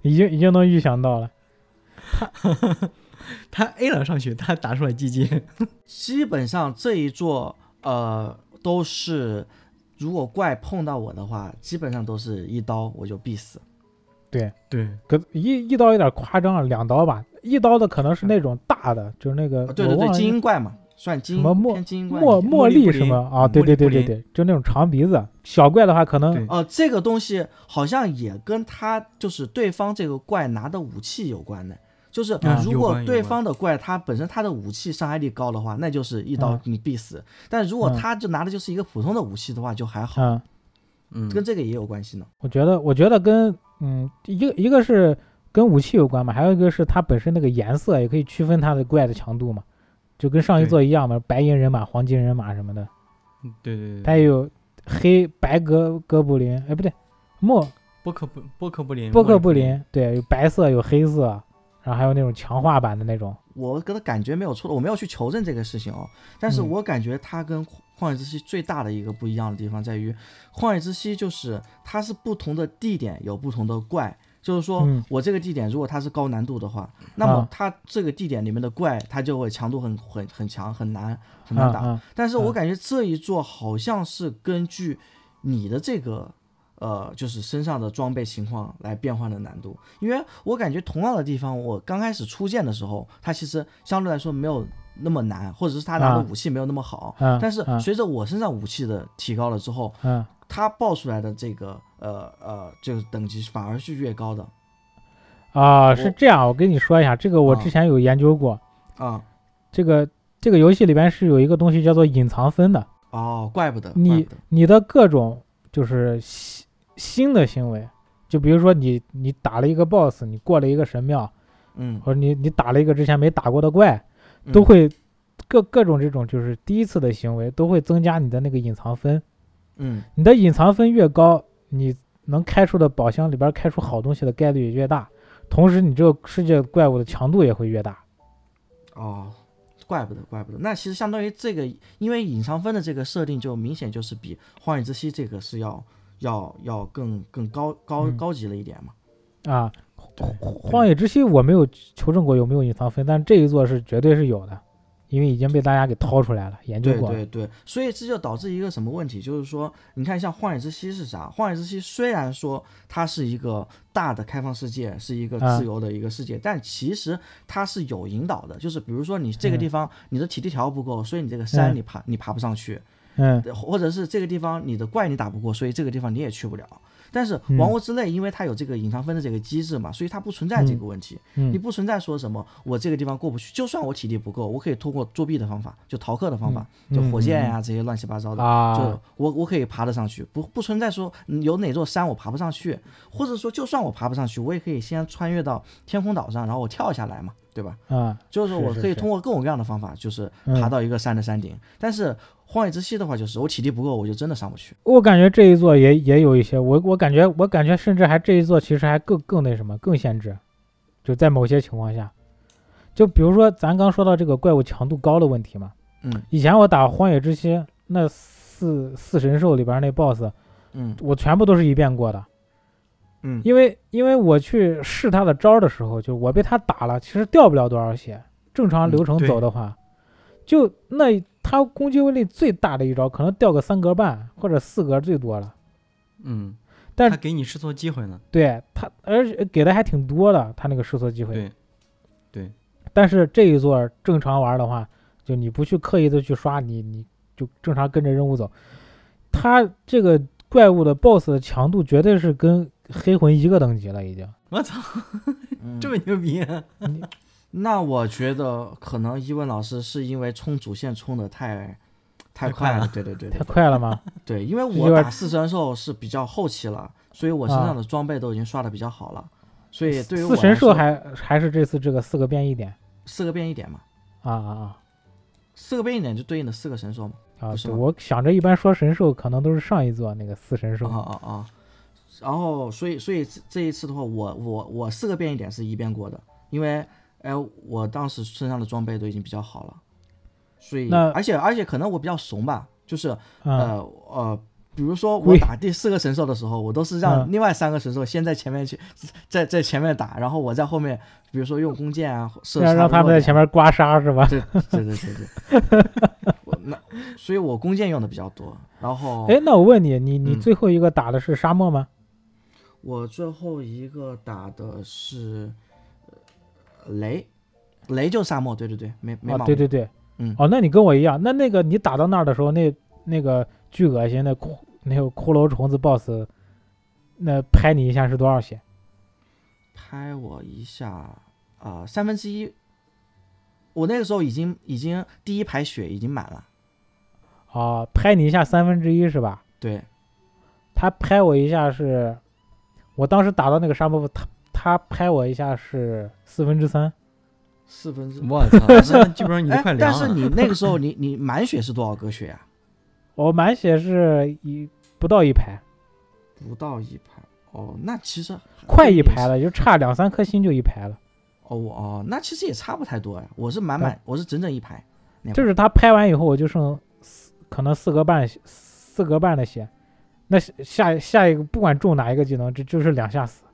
S1: 已经已经能预想到了。
S2: 他 A 了上去，他打出了 GG，
S3: 基本上这一座呃都是，如果怪碰到我的话，基本上都是一刀我就必死。
S2: 对，
S1: 可一一刀有点夸张了，啊两刀吧，一刀的可能是那种大的，就是那个
S2: 啊
S3: 呃对对
S1: 我忘
S3: 对，
S1: 了
S3: 精英怪嘛，算精
S1: 什么
S3: 英
S1: 莫
S3: 偏精英怪一
S1: 茉
S3: 点。
S1: 茉
S2: 茉莉
S1: 莉
S2: 布
S1: 什
S2: 林
S1: 么啊？对
S2: 嗯茉
S1: 对
S2: 莉
S1: 对
S2: 布
S1: 对
S2: 林
S1: 对，就那种长鼻子小怪的话，可能
S2: 对
S3: 哦、这个东西好像也跟他就是对方这个怪拿的武器有关的，就是
S1: 啊
S3: 如
S2: 有
S3: 果
S2: 关有
S3: 对
S2: 关
S3: 方的怪他本身他的武器伤害力高的话，那就是一刀
S2: 啊
S1: 嗯
S3: 你必死。但如果
S1: 嗯
S3: 他就拿的就是一个普通的武器的话，就还
S2: 啊
S3: 好，
S1: 嗯，
S2: 嗯，
S3: 跟这个也有关系呢。
S1: 我觉得我觉得跟嗯一个一个是跟武器有关嘛，还有一个是它本身那个颜色也可以区分它的怪的强度嘛，就跟上一
S2: 对
S1: 座一样嘛，白银人马、黄金人马什么的，
S2: 对对对
S1: 它
S2: 对，
S1: 也有黑白哥哥布林，哎不对，墨
S2: 波克布波克布林，
S1: 波克
S2: 布
S1: 布林，对，有白色有黑色，然后还有那种强化版的那种。
S3: 我给他感觉没有错，我没有去求证这个事情哦，但是
S1: 嗯
S3: 我感觉它跟旷野之息最大的一个不一样的地方在于，旷野之息就是它是不同的地点有不同的怪，就是说
S1: 嗯
S3: 我这个地点如果它是高难度的话，那么
S1: 啊
S3: 它这个地点里面的怪它就会强度很很很强，很难很
S1: 啊
S3: 难打。
S1: 啊
S3: 但是我
S1: 啊
S3: 感觉这一座好像是根据你的这个。呃，就是身上的装备情况来变换的难度。因为我感觉同样的地方，我刚开始初见的时候，它其实相对来说没有那么难，或者是它拿的
S1: 啊
S3: 武器没有那么好。
S1: 嗯
S3: 但是
S1: 嗯
S3: 随着我身上武器的提高了之后，
S1: 嗯，
S3: 它爆出来的这个呃呃这个等级反而是越高的
S1: 啊，
S3: 我
S1: 是这样，我跟你说一下，这个我之
S3: 啊
S1: 前有研究过，
S3: 啊、
S1: 这个这个游戏里边是有一个东西叫做隐藏分的，
S3: 哦，怪不得，怪
S1: 你
S3: 不得
S1: 你的各种就是新新的行为，就比如说你你打了一个 BOSS，你过了一个神庙，
S3: 嗯
S1: 或者你你打了一个之前没打过的怪，
S3: 嗯
S1: 都会各各种这种就是第一次的行为都会增加你的那个隐藏分，
S3: 嗯
S1: 你的隐藏分越高，你能开出的宝箱里边开出好东西的概率也越大，同时你这个世界怪物的强度也会越大。
S3: 哦，怪不得，怪不得。那其实相当于这个，因为隐藏分的这个设定就明显就是比《荒野之息》这个是要要要更更高高
S1: 嗯
S3: 高级了一点嘛。
S1: 啊，荒荒野之息我没有求证过有没有隐藏分，但这一座是绝对是有的，因为已经被大家给掏出来了，研究
S3: 对
S1: 过了。
S3: 对对，所以这就导致一个什么问题，就是说，你看像《荒野之息》是啥，《荒野之息》虽然说它是一个大的开放世界，是一个
S1: 啊
S3: 自由的一个世界，但其实它是有引导的，就是比如说你这
S1: 嗯
S3: 个地方、你的体力条不够，所以你这个山
S1: 嗯
S3: 你爬、你爬不上去，
S1: 嗯，
S3: 或者是这个地方你的怪你打不过，所以这个地方你也去不了。但是
S1: 嗯
S3: 王国之泪，因为它有这个隐藏分的这个机制嘛，所以它不存在这个问题。
S1: 嗯嗯
S3: 你不存在说什么我这个地方过不去，就算我体力不够，我可以通过作弊的方法，就逃课的方法，
S1: 嗯
S3: 就火箭呀、这些乱七八糟的，
S1: 啊
S3: 就我我可以爬得上去。不不存在说嗯有哪座山我爬不上去，或者说就算我爬不上去，我也可以先穿越到天空岛上，然后我跳下来嘛，对吧？
S1: 啊，
S3: 就是说
S1: 是
S3: 我
S1: 是
S3: 可以
S1: 是
S3: 通过各种各样的方法，就是
S1: 嗯
S3: 爬到一个山的山顶。但是荒野之息的话，就是我体力不够，我就真的上 不去。
S1: 我感觉这一座也也有一些，我我感觉我感觉甚至还这一座其实还更更那什么，更限制，就在某些情况下，就比如说咱刚说到这个怪物强度高的问题嘛，
S3: 嗯
S1: 以前我打荒野之息那四四神兽里边那 BOSS，
S3: 嗯
S1: 我全部都是一遍过的。
S3: 嗯
S1: 因为因为我去试他的招儿的时候，就我被他打了，其实掉不了多少血。正常流程
S2: 嗯对
S1: 走的话，就那他攻击威力最大的一招，可能掉个三格半或者四格最多了。
S2: 嗯，
S1: 但
S2: 他给你试错机会呢，
S1: 对他，而且给的还挺多的，他那个试错机会。
S2: 对，对，
S1: 但是这一座正常玩的话，就你不去刻意的去刷，你你就正常跟着任务走。他这个怪物的 BOSS 的强度绝对是跟黑魂一个等级了，已经。
S2: 我操，
S3: 嗯
S2: 这么牛逼、啊
S3: 那我觉得可能伊文老师是因为冲主线冲的太太
S2: 太快
S3: 了，
S2: 了
S3: 对对对
S1: 太
S3: 对
S1: 快了吗？
S3: 对，因为
S1: 有
S3: 我
S1: 点啊
S3: 打四神兽是比较后期了，所以我身上的装备都已经刷的比较好了，所以对于我
S1: 四
S3: 来
S1: 神兽
S3: 说
S1: 还还是这次这个四个变异点
S3: 四个变异点嘛，
S1: 啊啊
S3: 四个变异点就对应的四个神兽嘛。
S1: 啊！啊
S3: 不是
S1: 对
S3: 吗
S1: 我想着一般说神兽可能都是上一座那个四神兽
S3: 啊啊啊！然后，所以，所以这这一次的话，我我我四个变异点是一遍过的，因为，哎，我当时身上的装备都已经比较好了，所以，
S1: 那
S3: 而且而且可能我比较怂吧，就是、
S1: 啊
S3: 呃呃，比如说我
S1: 故意
S3: 打第四个神兽的时候，我都是让
S1: 嗯
S3: 另外三个神兽先在前面去， 在在前面打，然后我在后面，比如说用弓箭啊，射
S1: 让让他
S3: 他们
S1: 们在前面刮痧是吧？
S3: 对对对对对， 我那所以我弓箭用的比较多，然后，
S1: 哎，那我问你，你你
S3: 哦嗯
S1: 最后一个打的是沙漠吗？
S3: 我最后一个打的是呃雷，雷就沙漠，对对对，没没
S1: 啊
S3: 毛病。，
S1: 对对对，
S3: 嗯
S2: 啊
S1: 哦，那你跟我一样，那那个你打到那儿的时候，那那个巨恶心的骷那个骷髅虫子 BOSS，那拍你一下是多少血？
S3: 拍我一下啊、三分之一。我那个时候已经已经第一排血已经满了，
S1: 啊，拍你一下三分之一是吧？
S3: 对，
S1: 他拍我一下是，我当时打到那个沙漠，他他拍我一下是四分之三。
S3: 四分之。
S2: 我操，那基本上你都
S3: 哎
S2: 快，凉
S3: 但
S2: 了。
S3: 是你那个时候你你满血是多少格血啊呀、
S1: 我满血是一不到一排，
S3: 不到一排。哦，那其实
S1: 快一排
S3: 了。
S1: 了，就差两三颗星就一排了。
S3: 哦我哦，那其实也差不太多呀。我是满满，我是整整一排。
S1: 就是他拍完以后，我就剩四，可能四格半血，四格半的血。那下下下一个不管中哪一个技能，这就是两下死，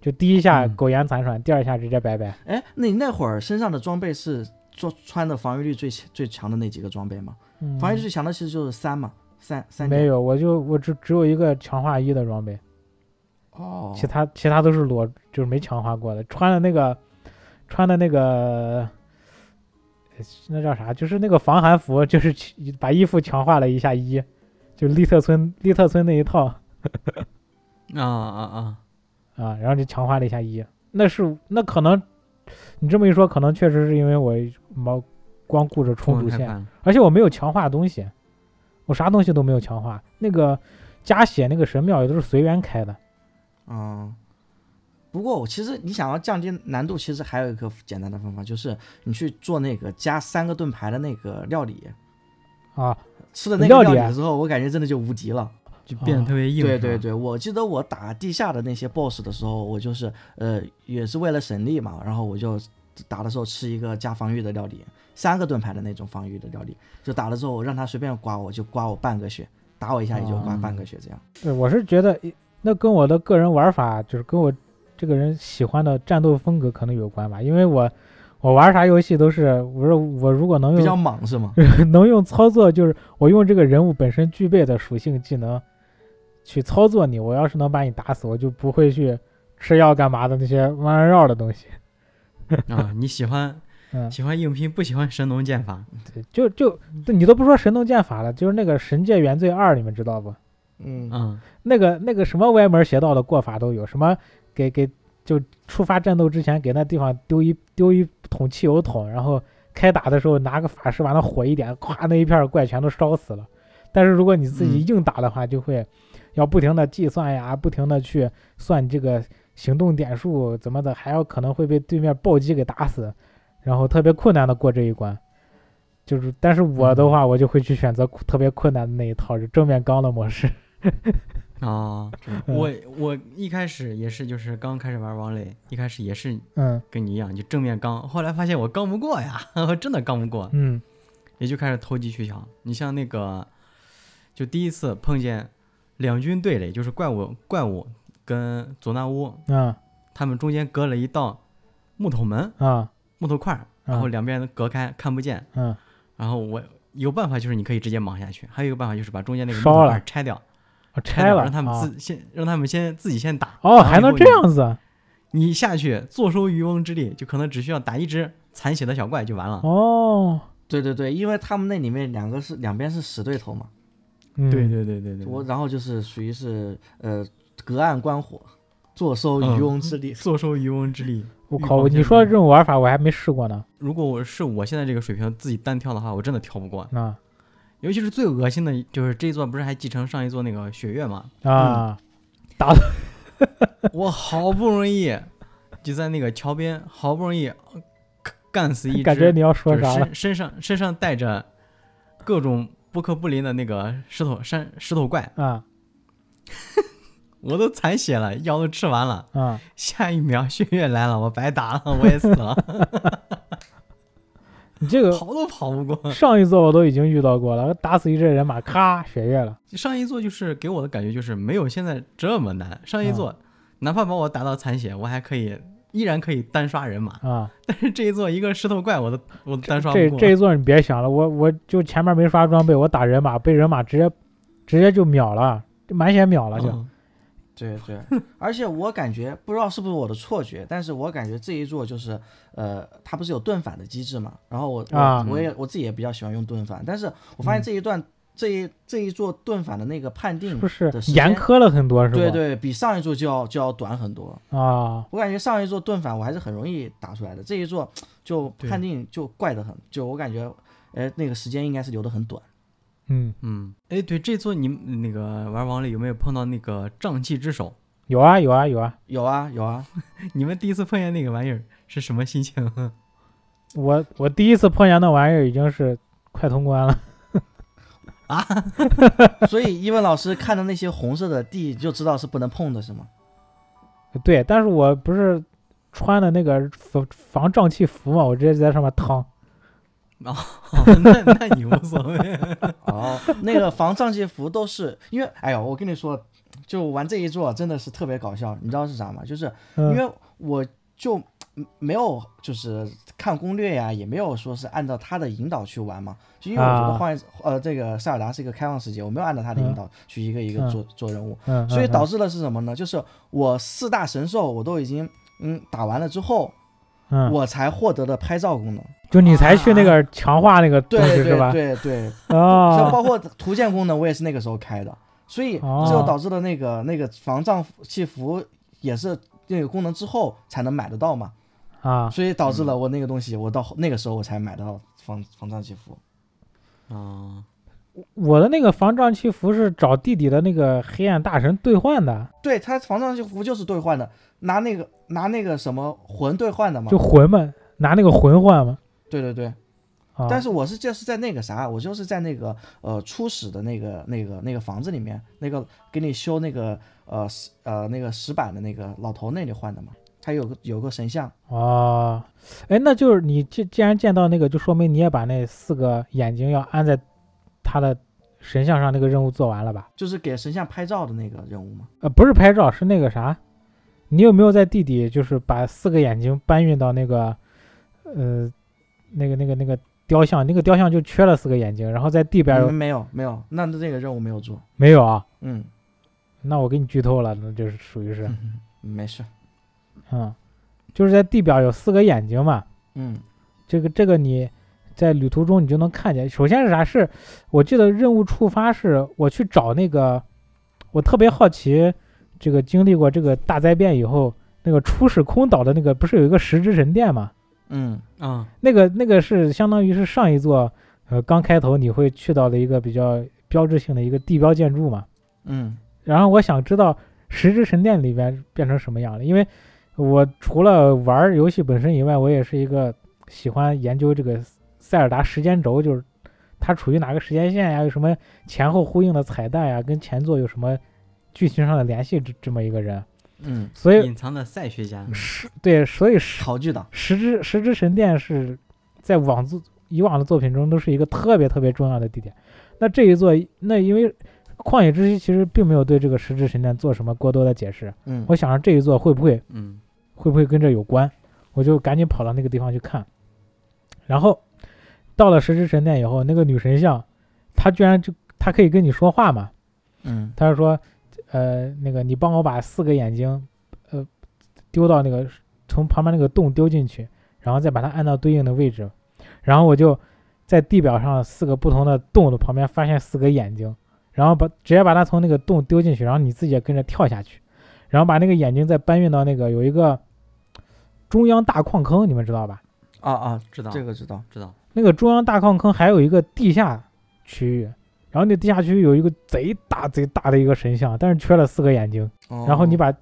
S1: 就第一下
S2: 嗯
S1: 苟延残喘，第二下直接拜拜。
S3: 哎，那你那会儿身上的装备是做穿的防御力最最强的那几个装备吗？
S1: 嗯，
S3: 防御力最强的其实就是三嘛，三三点
S1: 没有，我就我只只有一个强化一的装备，
S3: 哦，
S1: 其他其他都是裸，就是没强化过的。穿的那个，穿的那个，呃那叫啥？就是那个防寒服，就是去把衣服强化了一下一，就利特村利特村那一套
S2: 啊啊啊！
S1: 啊，然后就强化了一下一。那是那可能，你这么一说，可能确实是因为我毛光顾着冲
S2: 我
S1: 主
S2: 太
S1: 线，
S2: 烦了
S1: 而且我没有强化东西，我啥东西都没有强化。那个加血那个神庙也都是随缘开的。
S3: 嗯，不过我其实你想要降低难度，其实还有一个简单的方法，就是你去做那个加三个盾牌的那个料理，
S1: 啊，
S3: 吃了那个料理之后，我感觉真的就无敌了。
S2: 就变得特别硬。
S3: 哦对
S2: 是吧
S3: 对，对，我记得我打地下的那些 BOSS 的时候，我就是呃也是为了省力嘛，然后我就打的时候吃一个加防御的料理，三个盾牌的那种防御的料理，就打了之后我让他随便刮我就刮我半个血，打我一下也就刮半个血这
S2: 哦
S3: 样。
S1: 对，我是觉得一那跟我的个人玩法，就是跟我这个人喜欢的战斗风格可能有关吧。因为我我玩啥游戏都是，我说我如果能
S3: 比较
S1: 用
S3: 莽是吗？
S1: 能用操作，就是我用这个人物本身具备的属性技能去操作你，我要是能把你打死，我就不会去吃药干嘛的那些弯弯绕的东西。
S2: 啊，你喜欢
S1: 嗯，
S2: 喜欢硬拼，不喜欢神农剑法
S1: 对就就对你都不说神农剑法了，就是那个《神界原罪二》，你们知道不？
S3: 嗯
S2: 啊？
S1: 那个那个什么歪门邪道的过法都有，什么给给就触发战斗之前给那地方丢一丢一桶汽油桶，然后开打的时候拿个法师把那火一点，咵那一片怪全都烧死了。但是如果你自己
S2: 嗯
S1: 硬打的话，就会要不停的计算呀，不停的去算这个行动点数怎么的，还要可能会被对面暴击给打死，然后特别困难的过这一关。就是，但是我的话，我就会去选择特别困难的那一套，就正面刚的模式。
S2: 啊，我我一开始也是，就是刚开始玩王磊，一开始也是
S1: 嗯
S2: 跟你一样，就正面刚，后来发现我刚不过呀， 我真的刚不过，
S1: 嗯，
S2: 也就开始投机取巧。你像那个，就第一次碰见两军对垒，就是怪物怪物跟佐纳乌
S1: 啊
S2: 他们中间隔了一道木头门、
S1: 啊
S2: 木头块儿，然后两边隔开看不见。
S1: 嗯
S2: 然后我有办法就是你可以直接莽下去，还有一个办法就是把中间那个木
S1: 烧
S2: 头块
S1: 了
S2: 儿拆掉，
S1: 啊，
S2: 哦拆
S1: 拆了，
S2: 让他们
S1: 啊
S2: 自先让他们先自己先打。
S1: 哦，
S2: 然后
S1: 还
S2: 以
S1: 能
S2: 后
S1: 这
S2: 你？
S1: 样子
S2: 你下去坐收渔翁之利，就可能只需要打一只残血的小怪就完了。
S1: 哦，
S3: 对对对，因为他们那里面两个是两边是死对头嘛，
S1: 嗯
S2: 对对对对对，
S3: 我然后就是属于是呃隔岸观火，坐收
S2: 嗯
S3: 渔翁之利。
S2: 坐收渔翁之利。
S1: 我
S2: 预
S1: 靠，
S2: 防
S1: 你
S2: 性
S1: 说
S2: 的
S1: 这种玩法我还没试过呢，
S2: 如果我是我现在这个水平自己单挑的话，我真的挑不过。
S1: 啊
S2: 尤其是最恶心的就是这一座不是还继承上一座那个雪月 吗？嗯
S1: 啊
S2: 我好不容易就在那个桥边，好不容易呃干死一只，
S1: 感觉你要说
S2: 就是
S1: 啥了
S2: 身身上身上带着各种不可不临的那个石头山石头怪，
S1: 啊
S2: 我都残血了，药都吃完了，
S1: 啊，
S2: 下一秒血月来了，我白打了，我也死了，
S1: 你 这个
S2: 跑都跑不过。
S1: 上一座我都已经遇到过了，打死一只人马，咔血月了，
S2: 上一座就是给我的感觉就是没有现在这么难，上一
S1: 嗯
S2: 座哪怕把我打到残血，我还可以依然可以单刷人马，
S1: 啊，
S2: 但是这一座一个石头怪我都我都单刷
S1: 这
S2: 不过。
S1: 这一座你别想了，我我就前面没刷装备，我打人马被人马直接直接就秒了，就满血秒了就，
S2: 嗯
S3: 对对，而且我感觉不知道是不是我的错觉，但是我感觉这一座就是，呃，它不是有盾反的机制嘛？然后我我、
S1: 啊嗯
S3: 我也我自己也比较喜欢用盾反，但是我发现这一段、这一这一座盾反的那个判
S1: 是
S3: 定
S1: 不
S2: 嗯
S1: 是
S3: 的时间
S1: 严苛了很多是吧？
S3: 对对比上一座就要就要短很多。
S1: 啊，
S3: 我感觉上一座盾反我还是很容易打出来的，这一座就
S2: 对
S3: 判定就怪得很，就我感觉，呃，那个时间应该是留得很短。
S1: 嗯，
S2: 嗯，哎，对，这座你们那个玩王里有没有碰到那个瘴气之手？
S1: 有啊有啊有啊，
S3: 有啊有啊，
S2: 你们第一次碰见那个玩意儿是什么心情？ 哦
S1: 我我第一次碰见那玩意儿已经是快通关了。
S3: 所以 伊文老师看到那些红色的地就知道是不能碰的，是吗？
S1: 对，但是我不是穿的那个防防胀气服嘛，我直接在上面趟。
S2: 哦，那 那你无所谓。
S3: 哦，那个防胀气服都是因为，哎呦，我跟你说，就玩这一座真的是特别搞笑，你知道是啥吗？就是因
S1: 嗯
S3: 为我就嗯没有就是看攻略呀、也没有说是按照他的引导去玩嘛。就因为我觉得
S1: 啊
S3: 荒野、呃这个塞尔达是一个开放世界，我没有按照他的引导去一个一个
S1: 嗯
S3: 做、做任务，
S1: 嗯，
S3: 所以
S1: 嗯
S3: 导致的是什么呢？就是我四大神兽我都已经嗯打完了之后，
S1: 嗯，
S3: 我才获得了拍照功能。
S1: 就你才去那个强化那个东
S3: 对
S1: 西
S3: 对
S1: 是吧？
S3: 对对，像
S1: 哦，
S3: 包括图鉴功能，我也是那个时候开的，所以
S1: 哦
S3: 这就导致了那个那个防胀气服也是那个功能之后才能买得到嘛，
S1: 啊，
S3: 所以导致了我那个东西，我到后那个时候我才买得到防防胀气服。
S1: 哦
S2: 啊，
S1: 我的那个防胀气服是找弟弟的那个黑暗大神兑换的，
S3: 对，它防胀气服就是兑换的，拿那个拿那个什么魂兑换的嘛
S1: 就。魂嘛，拿那个魂换嘛。
S3: 对对对，
S1: 啊，
S3: 但是我是就是在那个啥，我就是在那个呃初始的那个那个那个房子里面，那个给你修那个呃石呃那个石板的那个老头那里换的嘛。他有个有个神像，
S1: 哦，哎，那就是你既既然见到那个，就说明你也把那四个眼睛要安在他的神像上那个任务做完了吧？
S3: 就是给神像拍照的那个任务嘛。
S1: 呃，不是拍照，是那个啥，你有没有在地底就是把四个眼睛搬运到那个，呃，那个那个那个雕像，那个雕像就缺了四个眼睛，然后在地边有
S3: 嗯没有没有，那那这个任务没有做。
S1: 没有啊？
S3: 嗯，
S1: 那我给你剧透了，那就是属于是，
S3: 没事。
S1: 嗯，就是在地表有四个眼睛嘛，
S3: 嗯，
S1: 这个这个你在旅途中你就能看见。首先是啥？是我记得任务触发是我去找那个，我特别好奇，这个经历过这个大灾变以后，那个初始空岛的那个不是有一个十之神殿嘛？
S3: 嗯
S2: 啊，
S1: 那个那个是相当于是上一座呃刚开头你会去到的一个比较标志性的一个地标建筑嘛。
S3: 嗯
S1: 然后我想知道十之神殿里边变成什么样了，因为我除了玩儿游戏本身以外，我也是一个喜欢研究这个塞尔达时间轴，就是它处于哪个时间线呀，有什么前后呼应的彩蛋呀，跟前作有什么剧情上的联系这这么一个人，
S3: 嗯，
S1: 所以
S2: 隐藏的赛学家，
S1: 十对，所以十
S3: 考据党。
S1: 十之十之神殿是在往作以往的作品中都是一个特别特别重要的地点。那这一座，那因为《旷野之息》其实并没有对这个十之神殿做什么过多的解释，
S3: 嗯
S1: 我想着这一座会不会
S2: 嗯
S1: 会不会跟这有关，我就赶紧跑到那个地方去看。然后到了十之神殿以后，那个女神像，她居然就她可以跟你说话嘛，
S3: 嗯
S1: 他就说，呃，那个你帮我把四个眼睛，呃，丢到那个从旁边那个洞丢进去，然后再把它按到对应的位置，然后我就在地表上四个不同的洞的旁边发现四个眼睛，然后把直接把它从那个洞丢进去，然后你自己也跟着跳下去，然后把那个眼睛再搬运到那个有一个中央大矿坑，你们知道吧？
S3: 啊啊，
S2: 知道
S3: 这个知道。
S2: 知道，
S1: 那个中央大矿坑还有一个地下区域，然后那地下区域有一个贼大贼大的一个神像，但是缺了四个眼睛。
S3: 哦
S1: 然后你把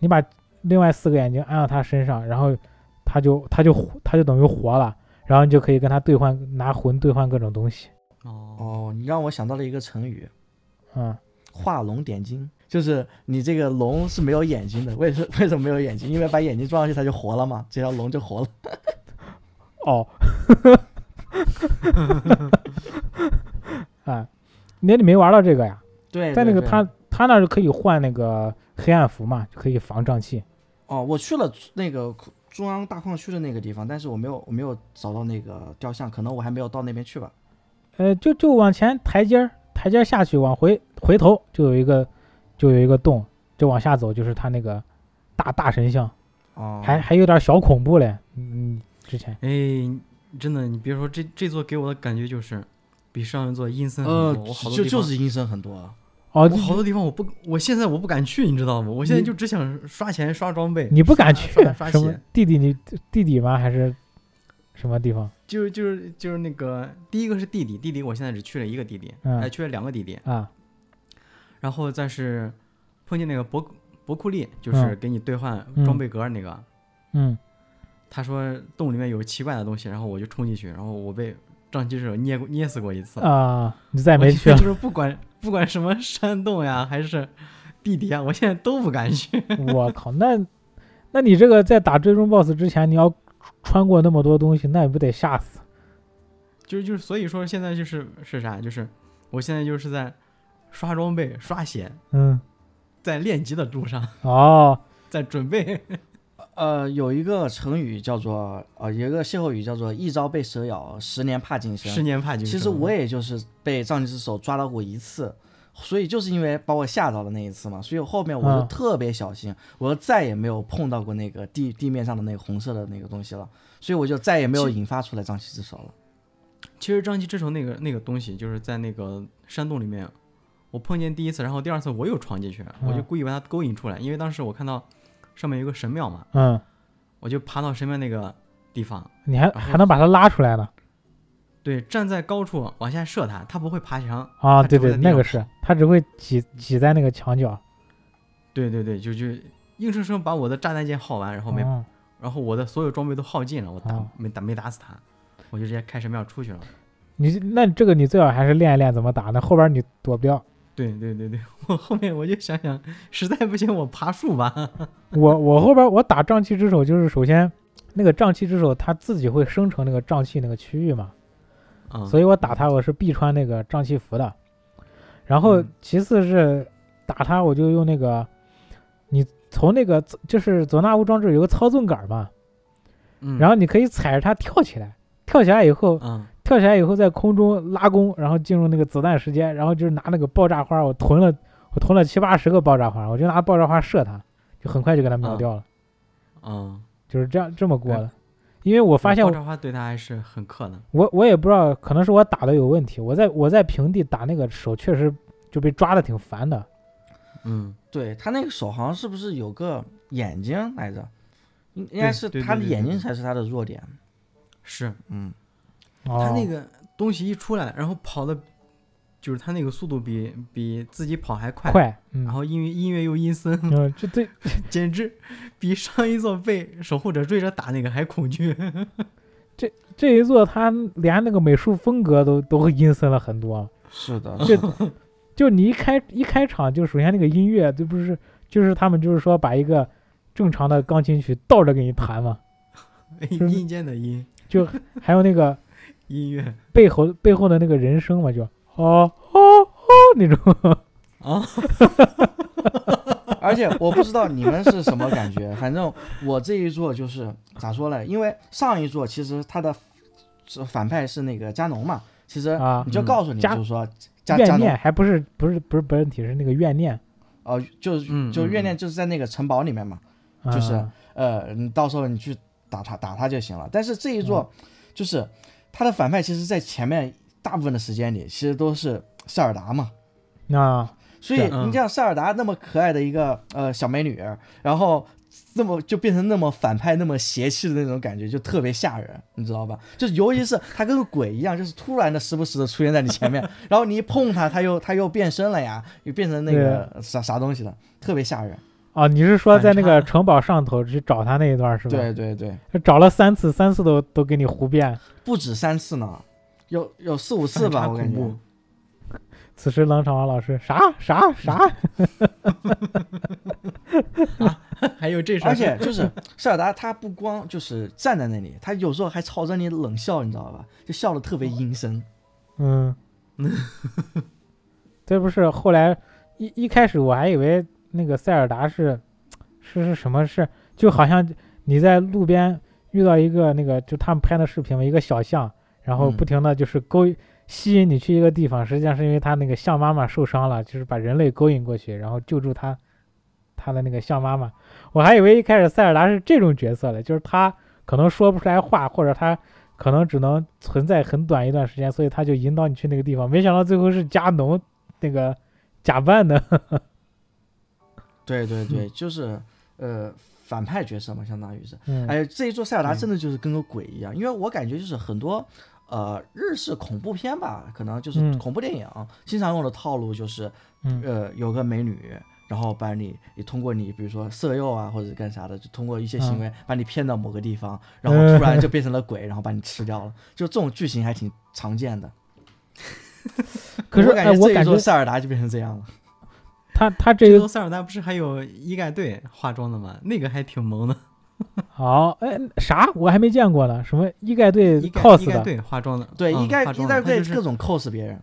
S1: 你把另外四个眼睛安到他身上，然后他就他就他就等于活了，然后你就可以跟他兑换拿魂兑换各种东西。
S2: 哦，
S3: 哦，你让我想到了一个成语。
S1: 嗯，
S3: 画龙点睛，就是你这个龙是没有眼睛的，为什为什么没有眼睛？因为把眼睛装上去，它就活了嘛，这条龙就活了。
S1: 哦， 啊，那你没玩到这个呀？
S3: 对，
S1: 在那
S3: 对
S1: 个
S3: 对
S1: 他他那儿就可以换那个黑暗服嘛，就可以防胀气。
S3: 哦，我去了那个中央大矿区的那个地方，但是我没有我没有找到那个雕像，可能我还没有到那边去吧。
S1: 呃，就就往前台阶儿台阶儿下去，往回回头就有一个就有一个洞，就往下走就是他那个大大神像。
S3: 哦，
S1: 还还有点小恐怖嘞。嗯，之前
S2: 哎，真的，你别说这这座给我的感觉就是比上一座阴森很
S3: 呃
S2: 多，嗯我好，多
S3: 就
S2: 地
S3: 就
S2: 方
S3: 是阴森很多啊。
S1: 哦，
S2: 我
S1: 你
S2: 好多地方我不，我现在我不敢去，你知道吗？我现在
S1: 你
S2: 就只想刷钱、刷装备。
S1: 你不敢
S2: 刷
S1: 去
S2: 刷刷
S1: 什么
S2: 鞋？
S1: 弟弟你弟弟吗？还是什么地方
S2: 就是就是就是那个第一个是弟弟，弟弟我现在只去了一个弟弟，
S1: 嗯
S2: 哎，去了两个弟弟，
S1: 啊？
S2: 然后再是碰见那个博博库利，就是
S1: 嗯
S2: 给你兑换
S1: 嗯
S2: 装备格那个，
S1: 嗯，
S2: 他说洞里面有奇怪的东西，然后我就冲进去，然后我被瘴气手捏过捏死过一次。
S1: 啊，你再
S2: 我
S1: 没
S2: 现
S1: 去
S2: 在
S1: 了。
S2: 就是不管不管什么山洞呀，还是地底啊，我现在都不敢去。
S1: 我靠，那那你这个在打最终 BOSS 之前，你要穿过那么多东西，那你不得吓死？
S2: 就是就是，所以说现在就是是啥？就是我现在就是在刷装备、刷鞋，
S1: 嗯，
S2: 在练级的路上，
S1: 哦，
S2: 在准备。
S3: 呃，有一个成语叫做呃，有一个歇后语叫做“一朝被蛇咬，十年怕井绳”。
S2: 十年怕井绳。
S3: 其实我也就是被藏金之手抓到过一次，所以就是因为把我吓到了那一次嘛，所以后面我就
S1: 嗯
S3: 特别小心，我就再也没有碰到过那个地地面上的那个红色的那个东西了，所以我就再也没有引发出来瘴气之手了。
S2: 其实瘴气之城那个那个东西，就是在那个山洞里面，我碰见第一次，然后第二次我又闯进去，我就
S1: 嗯
S2: 故意把它勾引出来，因为当时我看到上面有个神庙嘛，
S1: 嗯，
S2: 我就爬到神庙那个地方，
S1: 你还
S2: 然后
S1: 还能把它拉出来呢
S2: 对，站在高处往下射它，它不会爬墙。
S1: 啊？
S2: 它
S1: 对
S2: 只会
S1: 对，
S2: 在地
S1: 那
S2: 上
S1: 个是，它只会挤挤在那个墙角。
S2: 对对对，就就硬生生把我的炸弹剑耗完，然后没，
S1: 嗯
S2: 然后我的所有装备都耗尽了，我打、
S1: 哦
S2: 没打没打死它，我就直接开神庙出去了。
S1: 你那这个你最好还是练一练怎么打，那后边你躲不掉。
S2: 对对对对，我后面我就想想，实在不行我爬树吧。
S1: 我我后边我打瘴气之手，就是首先那个瘴气之手它自己会生成那个瘴气那个区域嘛，
S2: 啊、
S1: 所以我打他我是必穿那个瘴气服的，然后
S2: 嗯
S1: 其次是打他我就用那个，你从那个就是佐纳乌装置有个操纵杆嘛，
S2: 嗯，
S1: 然后你可以踩着它跳起来，跳起来以后
S2: 啊、
S1: 跳起来以后在空中拉弓，然后进入那个子弹时间，然后就是拿那个爆炸花，我囤了我囤了七八十个爆炸花，我就拿爆炸花射它，就很快就给它秒
S2: 啊
S1: 掉了，
S2: 啊，
S1: 就是这样这么过
S2: 哎
S1: 的，因为我发现
S2: 爆
S1: 我
S2: 炸花对他还是很克的。
S1: 我我也不知道，可能是我打的有问题。我在我在平地打那个手，确实就被抓的挺烦的。
S2: 嗯，
S3: 对他那个手好像是不是有个眼睛来着？应应该
S2: 对
S3: 是
S2: 对对
S3: 他的
S2: 对
S3: 眼
S2: 对
S3: 睛
S2: 对
S3: 才是他的弱点。
S2: 是
S3: 嗯，
S2: 他那
S1: 个
S2: 个东西一出来，然后跑的，就是他那个速度比比自己跑还快。
S1: 快，嗯
S2: 然，后音乐音乐又阴森，
S1: 嗯，这对，
S2: 简直比上一座被守护者追着打那个还恐惧。
S1: 这一座他连那个美术风格都都阴森了很多。
S3: 是的，
S1: 这
S3: 是的。
S1: 就你一开一开场，就首先那个音乐，这不是就是他们就是说把一个正常的钢琴曲倒着给你弹嘛，是
S2: 阴间的阴
S1: 就还有那个
S2: 音 乐
S1: 背后背后的那个人声嘛，就哦哦哦那种，
S2: 啊，
S3: 而且我不知道你们是什么感觉，反正我这一座就是咋说呢？因为上一座其实他的是反派是那个加农嘛，其实
S1: 啊
S3: 你就
S2: 嗯
S3: 告诉你
S1: 加
S3: 就是说加加
S1: 怨
S3: 农
S1: 念还不是不是不是本体是那个怨念，
S3: 哦、就是
S2: 嗯
S3: 就是怨
S2: 嗯
S3: 念就是在那个城堡里面嘛，就是
S1: 啊
S3: 呃，你到时候你去打他打他就行了。但是这一座
S1: 嗯
S3: 就是他的反派，其实在前面大部分的时间里其实都是塞尔达嘛，
S1: 那
S3: 所以
S2: 是嗯
S3: 你像塞尔达那么可爱的一个呃小美女，然后那么就变成那么反派、那么邪气的那种感觉，就特别吓人，你知道吧？就是尤其是她跟个鬼一样，就是突然的时不时的出现在你前面， 然后你一碰她，她又她又变身了呀，又变成那个
S2: 啊
S3: 啥啥东西了，特别吓人。
S1: 哦，你是说
S2: 反
S1: 在那个
S2: 差
S1: 城堡上头去找他那一段是吧？
S3: 对对对，
S1: 对，找了三次，三次都都给你胡变。
S3: 不止三次呢，有有四五
S2: 反
S3: 次
S2: 差
S3: 吧，我感
S2: 恐
S3: 觉。
S2: 怖。
S1: 此时冷场王老师啥啥啥，
S2: 还有这事儿，
S3: 而且就是 塞尔达，她不光就是站在那里，她有时候还朝着你冷笑，你知道吧？就笑的特别阴森。
S1: 嗯，这不是后来一一开始我还以为那个塞尔达是是是什么是，就好像你在路边遇到一个那个就他们拍的视频嘛，一个小象，然后
S3: 嗯
S1: 不停的就是勾引吸引你去一个地方，实际上是因为他那个象妈妈受伤了，就是把人类勾引过去，然后救助他他的那个象妈妈。我还以为一开始塞尔达是这种角色的，就是他可能说不出来话，或者他可能只能存在很短一段时间，所以他就引导你去那个地方。没想到最后是加农那个假扮的，
S3: 对对对，就是呃反派角色嘛，相当于是。
S1: 嗯，
S3: 哎，这一座塞尔达真的就是跟个鬼一样，因为我感觉就是很多呃日式恐怖片吧，可能就是
S1: 嗯
S3: 恐怖电影、经常用的套路就是
S1: 嗯
S3: 呃有个美女。然后把你，你通过你，比如说色诱啊，或者干啥的，就通过一些行
S1: 嗯
S3: 为把你骗到某个地方，然后突然就变成了鬼，然后把你吃掉了。就这种剧情还挺常见的。
S1: 可是
S3: 我感
S1: 哎我
S3: 这一
S1: 感
S3: 座
S1: 觉
S3: 塞尔达就变成这样了。
S1: 他他这
S2: 这
S1: 个
S2: 座塞尔达不是还有医盖队化妆的吗？那个还挺萌的，
S1: 好哎啥我还没见过呢，什么医盖队
S2: 医盖医
S1: cos
S2: 盖
S1: 的
S2: 队化妆的，
S3: 对，
S2: 嗯
S3: 应该
S2: 化
S3: 应
S2: 妆
S3: 该
S2: 的他
S3: 可以
S2: 就是
S3: 各种 cos 别人。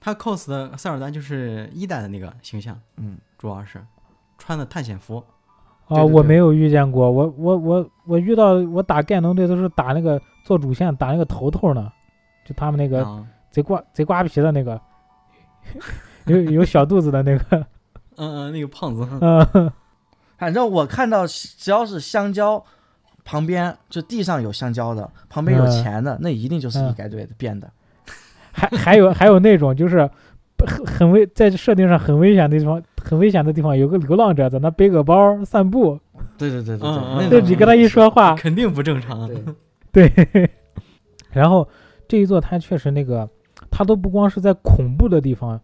S2: 他 cos 的塞尔达就是一代的那个形象，
S3: 嗯，
S2: 主要是穿的探险服，
S1: 啊、
S2: 对对
S1: 我
S2: 对
S1: 没有遇见过，我我我我遇到我打盖农队都是打那个做主线打那个头头呢，就他们那个
S2: 啊，
S1: 贼瓜贼瓜皮的那个，有有小肚子的那个，
S2: 嗯嗯，那个胖 子，
S1: 嗯，
S3: 反正我看到只要是香蕉旁边就地上有香蕉的，旁边有
S1: 嗯
S3: 钱的，那一定就是
S1: 嗯
S3: 一该队的变的。
S1: 还还有还有那种就是很很危在设定上很危险的地方，很危险的地方有个流浪者在那背个包散步，
S3: 对对对对
S2: 嗯嗯
S3: 对，
S1: 这
S3: 那个嗯
S2: 嗯
S1: 你跟他一说话，
S2: 肯定不正常。
S3: 对
S1: 对，然后这一座它确实那个，它都不光是在恐怖的地方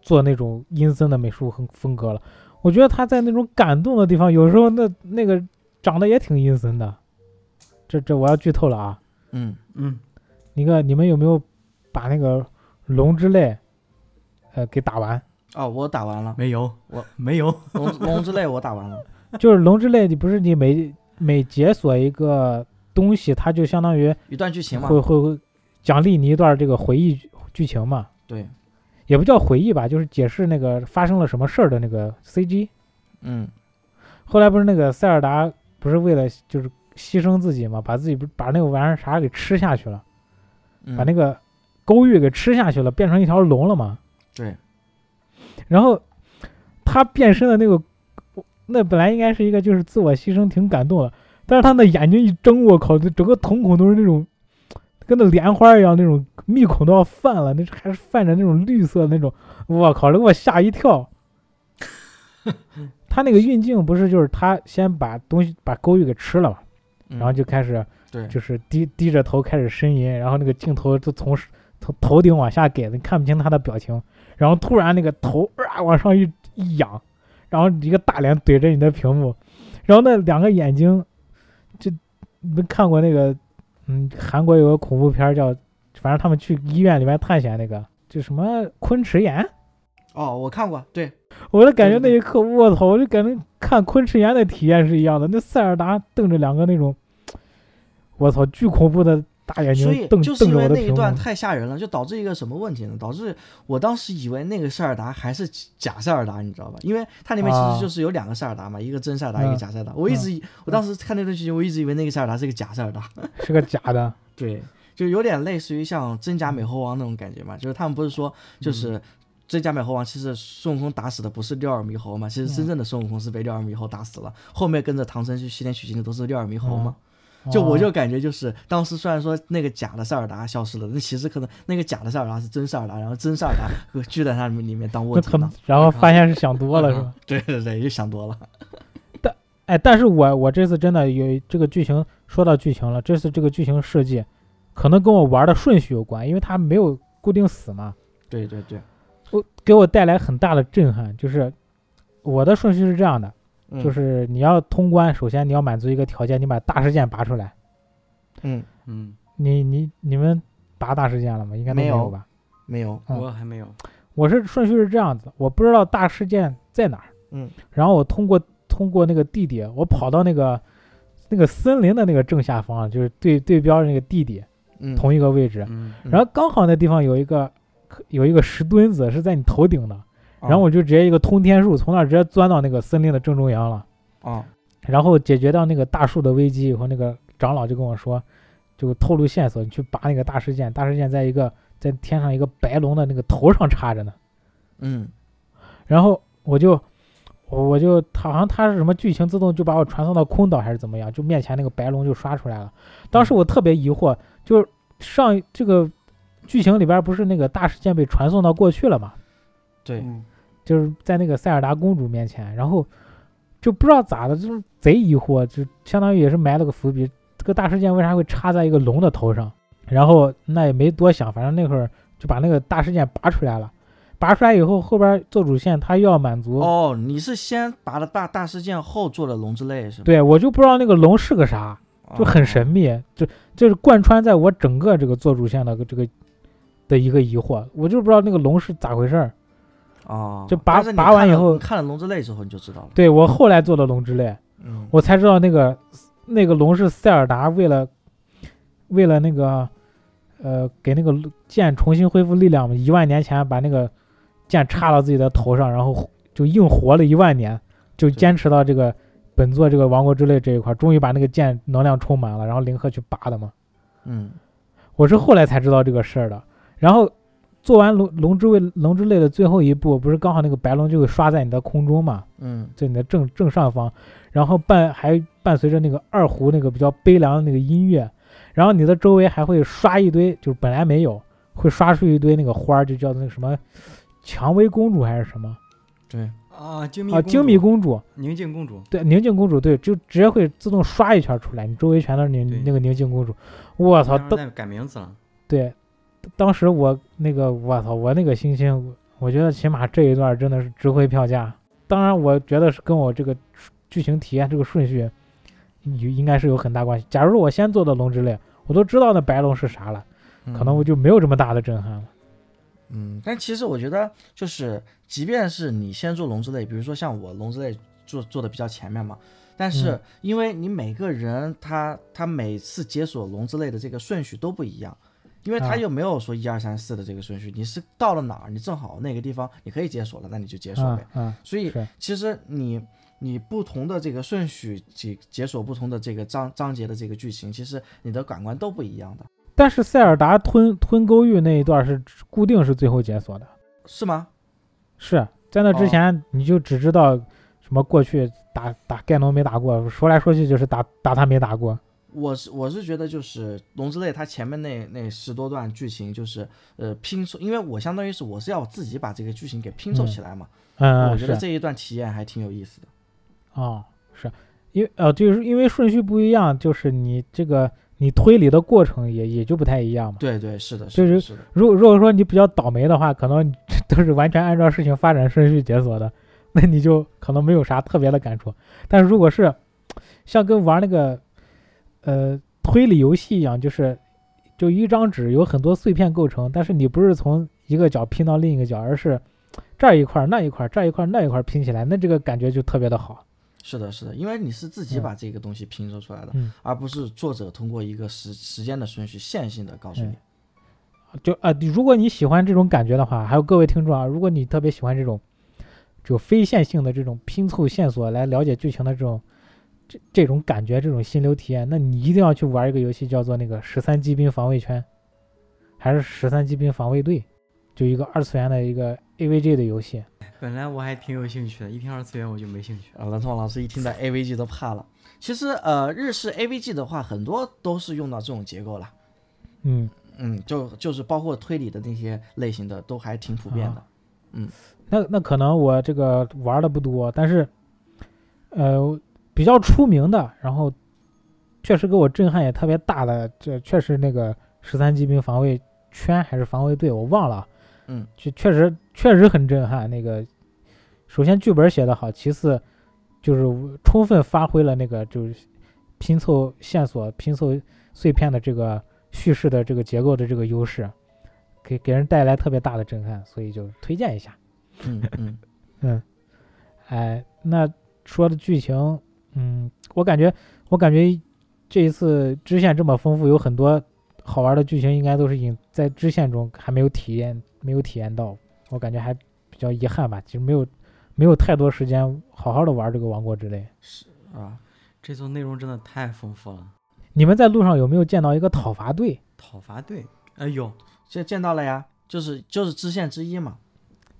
S1: 做那种阴森的美术风风格了，我觉得它在那种感动的地方，有时候那那个长得也挺阴森的。这这我要剧透了啊！
S3: 嗯，
S2: 嗯，
S1: 那个你们有没有把那个龙之泪，呃，给打完？
S3: 哦，我打完了，
S2: 没有，
S3: 我
S2: 没有。
S3: 龙龙之泪我打完了。
S1: 就是龙之泪，你不是你每每解锁一个东西，它就相当于
S3: 一段剧情嘛，
S1: 会会会奖励你一段这个回忆剧剧情嘛？
S3: 对，
S1: 也不叫回忆吧，就是解释那个发生了什么事儿的那个 CG。
S3: 嗯，
S1: 后来不是那个塞尔达不是为了就是牺牲自己嘛，把自己不把那个玩意儿啥给吃下去了，
S3: 嗯
S1: 把那个勾玉给吃下去了，变成一条龙了嘛。
S3: 对，
S1: 然后他变身的那个，那本来应该是一个就是自我牺牲，挺感动的，但是他那眼睛一睁，我靠，这整个瞳孔都是那种跟那莲花一样那种密孔都要泛了，那还是泛着那种绿色那种，我靠，这给我吓一跳。他那个运镜不是就是他先把东西把勾玉给吃了嘛，
S3: 嗯
S1: 然后就开始
S3: 对，
S1: 就是低低着头开始呻吟，然后那个镜头就从是从头顶往下给的，看不清他的表情，然后突然那个头啊往上一一仰，然后一个大脸怼着你的屏幕，然后那两个眼睛，就你们看过那个，嗯，韩国有个恐怖片儿叫，反正他们去医院里面探险那个，就什么昆池岩，
S3: 哦，我看过，对，
S1: 我就感觉那
S3: 对
S1: 一刻，我操，我就感觉看昆池岩的体验是一样的。那塞尔达瞪着两个那种，我操，巨恐怖的大眼睛
S3: 所以
S1: 瞪
S3: 就是
S1: 瞪
S3: 因
S1: 着
S3: 为
S1: 我的
S3: 那一
S1: 屏幕。
S3: 段太吓人了，就导致一个什么问题呢？导致我当时以为那个塞尔达还是假塞尔达，你知道吧？因为它里面其
S1: 啊
S3: 实就是有两个塞尔达嘛，一个真塞尔达，
S1: 嗯
S3: 一个假塞尔达。我一直以我当时看那段剧情，我一直以为那个塞尔达是个假塞 尔达，
S1: 是个假的，
S3: 对，就有点类似于像真假美猴王那种感觉嘛。就是他们不是说
S1: 嗯
S3: 就是。真假美猴王其实孙悟空打死的不是六耳猕猴嘛，其实
S1: 嗯
S3: 真正的孙悟空是被六耳猕猴打死了，后面跟着唐僧去西天取经的都是六耳猕猴嘛。 就
S1: 哦
S3: 我就感觉就是当时虽然说那个假的塞尔达消失了，那其实可能那个假的塞尔达是真塞尔达，然后真塞尔 达呃聚在他们里面当卧
S1: 那
S3: 底
S1: 可能
S3: 呢。，
S1: 然后发现是想多
S3: 嗯
S1: 了是吧？
S3: 对对对，又想多了。
S1: 哎，但是我我这次真的有这个剧情，说到剧情了，这次这个剧情设计，可能跟我玩的顺序有关，因为它没有固定死嘛。
S3: 对对对，
S1: 我给我带来很大的震撼，就是我的顺序是这样的，
S3: 嗯
S1: 就是你要通关，首先你要满足一个条件，你把大事件拔出来。
S3: 嗯，
S2: 嗯，
S1: 你你你们拔大事件了吗？应该都
S3: 没有
S1: 有吧？
S3: 没有，
S1: 嗯
S2: 我还没有。
S1: 我是顺序是这样子，我不知道大事件在哪儿，
S3: 嗯，
S1: 然后我通过通过那个地点，我跑到那个那个森林的那个正下方，就是对对标那个地点
S3: 嗯，
S1: 同一个位置，
S2: 嗯，
S3: 嗯
S1: 然后刚好那地方有一个有一个石墩子是在你头顶的，
S3: 啊
S1: 然后我就直接一个通天术从那儿直接钻到那个森林的正中央了。
S3: 啊，
S1: 然后解决掉那个大树的危机以后，那个长老就跟我说，就透露线索，你去拔那个大事件，大事件在一个在天上一个白龙的那个头上插着呢。
S3: 嗯
S1: 然后我就我我就他好像他是什么剧情自动就把我传送到空岛还是怎么样，就面前那个白龙就刷出来了。当时我特别疑惑，就是上一这个剧情里边不是那个大事件被传送到过去了吗？
S3: 对，
S2: 嗯
S1: 就是在那个塞尔达公主面前，然后就不知道咋的，就是贼疑惑，就相当于也是埋了个伏笔，这个大事件为啥会插在一个龙的头上？然后那也没多想，反正那会儿就把那个大事件拔出来了。拔出来以后，后边做主线他又要满足，
S3: 哦，你是先拔了大大事件后做了龙之泪是吗？
S1: 对我就不知道那个龙是个啥，
S2: 哦
S3: 对
S1: 就很神。秘，就就是贯穿在我整个这个做主线的这个的一个疑惑，我就不知道那个龙是咋回事儿。
S3: 哦，
S1: 就拔
S3: 但是你
S1: 拔完
S3: 看了
S1: 以后
S3: 你看了龙之泪之后你就知道了。
S1: 对我后来做的龙之泪，
S3: 嗯，
S1: 我才知道那个那个龙是塞尔达为了为了那个呃给那个剑重新恢复力量嘛，一万年前把那个剑插到自己的头上，然后就硬活了一万年，就
S3: 对
S1: 坚持到这个本作这个《王国之泪》这一块，终于把那个剑能量充满了，然后林赫去拔的嘛。
S3: 嗯，
S1: 我是后来才知道这个事儿的。然后做完龙龙之位龙之泪的最后一步，不是刚好那个白龙就给刷在你的空中嘛，
S3: 嗯，
S1: 在你的正正上方，然后伴还伴随着那个二胡那个比较悲凉的那个音乐，然后你的周围还会刷一堆，就是本来没有，会刷出一堆那个花儿，就叫那个什么蔷薇公主还是什么
S3: 对，
S2: 啊，精密
S1: 啊，精密公主，
S2: 宁静公主，
S1: 对，宁静公主，对，就直接会自动刷一圈出来，你周围全都是
S2: 对
S1: 宁那个宁静公主，我操，
S2: 当
S1: 都
S2: 时在改名字了。
S1: 对，当时我那个我操，我那个星星，我觉得起码这一段真的是值回票价。当然，我觉得是跟我这个剧情体验这个顺序，有应该是有很大关系。假如我先做的龙之泪，我都知道那白龙是啥了，可能我
S3: 就。
S1: 就没有这么大的震撼了。
S3: 嗯，但其实我觉得，就是即便是你先做龙之泪，比如说像我龙之泪做做的比较前面嘛，但是
S1: 嗯
S3: 因为你每个人他他每次解锁龙之泪的这个顺序都不一样，因为
S1: 啊
S3: 他又没有说一二三四的这个顺序，你是到了哪儿，你正好那个地方你可以解锁了，那你就解锁
S1: 啊
S3: 呗。
S1: 啊，
S3: 所以
S1: 是
S3: 其实你你不同的这个顺序解解锁不同的这个章章节的这个剧情，其实你的感官都不一样的，
S1: 但是塞尔达吞吞勾玉那一段是固定是最后解锁的，
S3: 是吗？
S1: 是在那之
S3: 哦
S1: 前你就只知道什么过去打打盖农没打过，说来说去就是打打他没打过。
S3: 我是我是觉得就是《龙之泪》，它前面那那十多段剧情就是呃拼凑，因为我相当于是我是要自己把这个剧情给拼凑起来嘛，
S1: 嗯，
S3: 我
S1: 嗯是。
S3: 觉得这一段体验还挺有意思的。
S1: 哦，是因为呃，就是因为顺序不一样，就是你这个你推理的过程也也就不太一样嘛。
S3: 对对，是的，
S1: 就是是
S3: 的，是的，
S1: 如果如果说你比较倒霉的话，可能你都是完全按照事情发展顺序解锁的，那你就可能没有啥特别的感触。但是如果是像跟玩那个呃推理游戏一样，就是就一张纸有很多碎片构成，但是你不是从一个角拼到另一个角，而是这儿一块儿那一块儿这儿一块儿那一块儿拼起来，那这个感觉就特别的好。
S3: 是的，是的，因为你是自己把这个东西拼凑出来的，
S1: 嗯
S3: 而不是作者通过一个时时间的顺序线性的告诉你。
S1: 嗯就啊、如果你喜欢这种感觉的话，还有各位听众啊，如果你特别喜欢这种就非线性的这种拼凑线索来了解剧情的这种这这种感觉、这种心流体验，那你一定要去玩一个游戏，叫做那个《十三机兵防卫圈》，还是《十三机兵防卫队》，就一个二次元的一个 AVG 的游戏。
S2: 本来我还挺有兴趣的，一听二次元我就没兴趣。
S3: 啊，蓝通老师一听到 AVG 都怕了。其实呃，日式 AVG 的话，很多都是用到这种结构了。
S1: 嗯，
S3: 嗯，就就是包括推理的那些类型的，都还挺普遍的。
S1: 啊那那可能我这个玩的不多，但是，呃，比较出名的，然后确实给我震撼也特别大的，这确实那个十三机兵防卫圈还是防卫队，我忘了，
S3: 嗯，
S1: 就确实确实很震撼。那个首先剧本写得好，其次就是充分发挥了那个就是拼凑线索、拼凑碎片的这个叙事的这个结构的这个优势，给给人带来特别大的震撼，所以就推荐一下。
S3: 嗯嗯，
S1: 哎，那说的剧情，嗯，我感觉，我感觉这一次支线这么丰富，有很多好玩的剧情，应该都是隐在支线中还没有体验，没有体验到，我感觉还比较遗憾吧。其实没有，没有太多时间好好的玩这个《王国之泪》。
S3: 啊，
S2: 这座内容真的太丰富了。
S1: 你们在路上有没有见到一个讨伐队？
S2: 讨伐队，哎呦，
S3: 这见到了呀，就是就是支线之一嘛。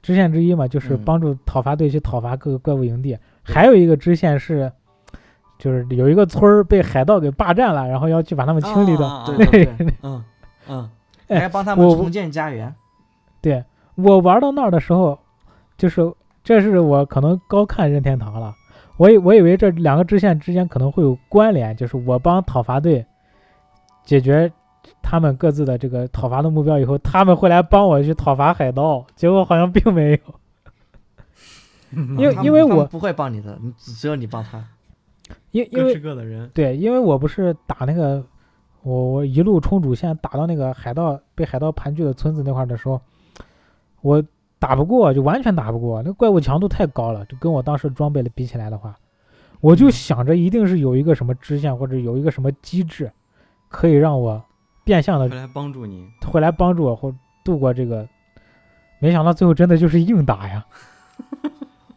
S1: 支线之一嘛，就是
S3: 嗯
S1: 帮助讨伐队去讨伐各个怪物营地。还有一个支线是，就是有一个村儿被海盗给霸占了，然后要去把他们清理掉。
S2: 啊啊啊
S3: 对对对，
S2: 嗯嗯，
S1: 哎
S3: 还要帮他们
S1: 我
S3: 重建家园。
S1: 对我玩到那儿的时候，就是这是我可能高看任天堂了，我以我以为这两个支线之间可能会有关联，就是我帮讨伐队解决他们各自的这个讨伐的目标以后，他们会来帮我去讨伐海盗，结果好像并没有。因为
S3: 他们
S1: 因为
S3: 他们
S1: 我
S3: 不会帮你的，你只只有你帮他。
S1: 因因
S2: 各
S1: 为
S2: 是各的人。
S1: 对，因为我不是打那个，我我一路冲主线打到那个海盗被海盗盘踞的村子那块儿的时候，我打不过，就完全打不过，那怪物强度太高了，就跟我当时装备了比起来的话，我就想着一定是有一个什么支线或者有一个什么机制，可以让我变相的
S2: 会来帮助你。
S1: 会来帮助我或度过这个，没想到最后真的就是硬打呀，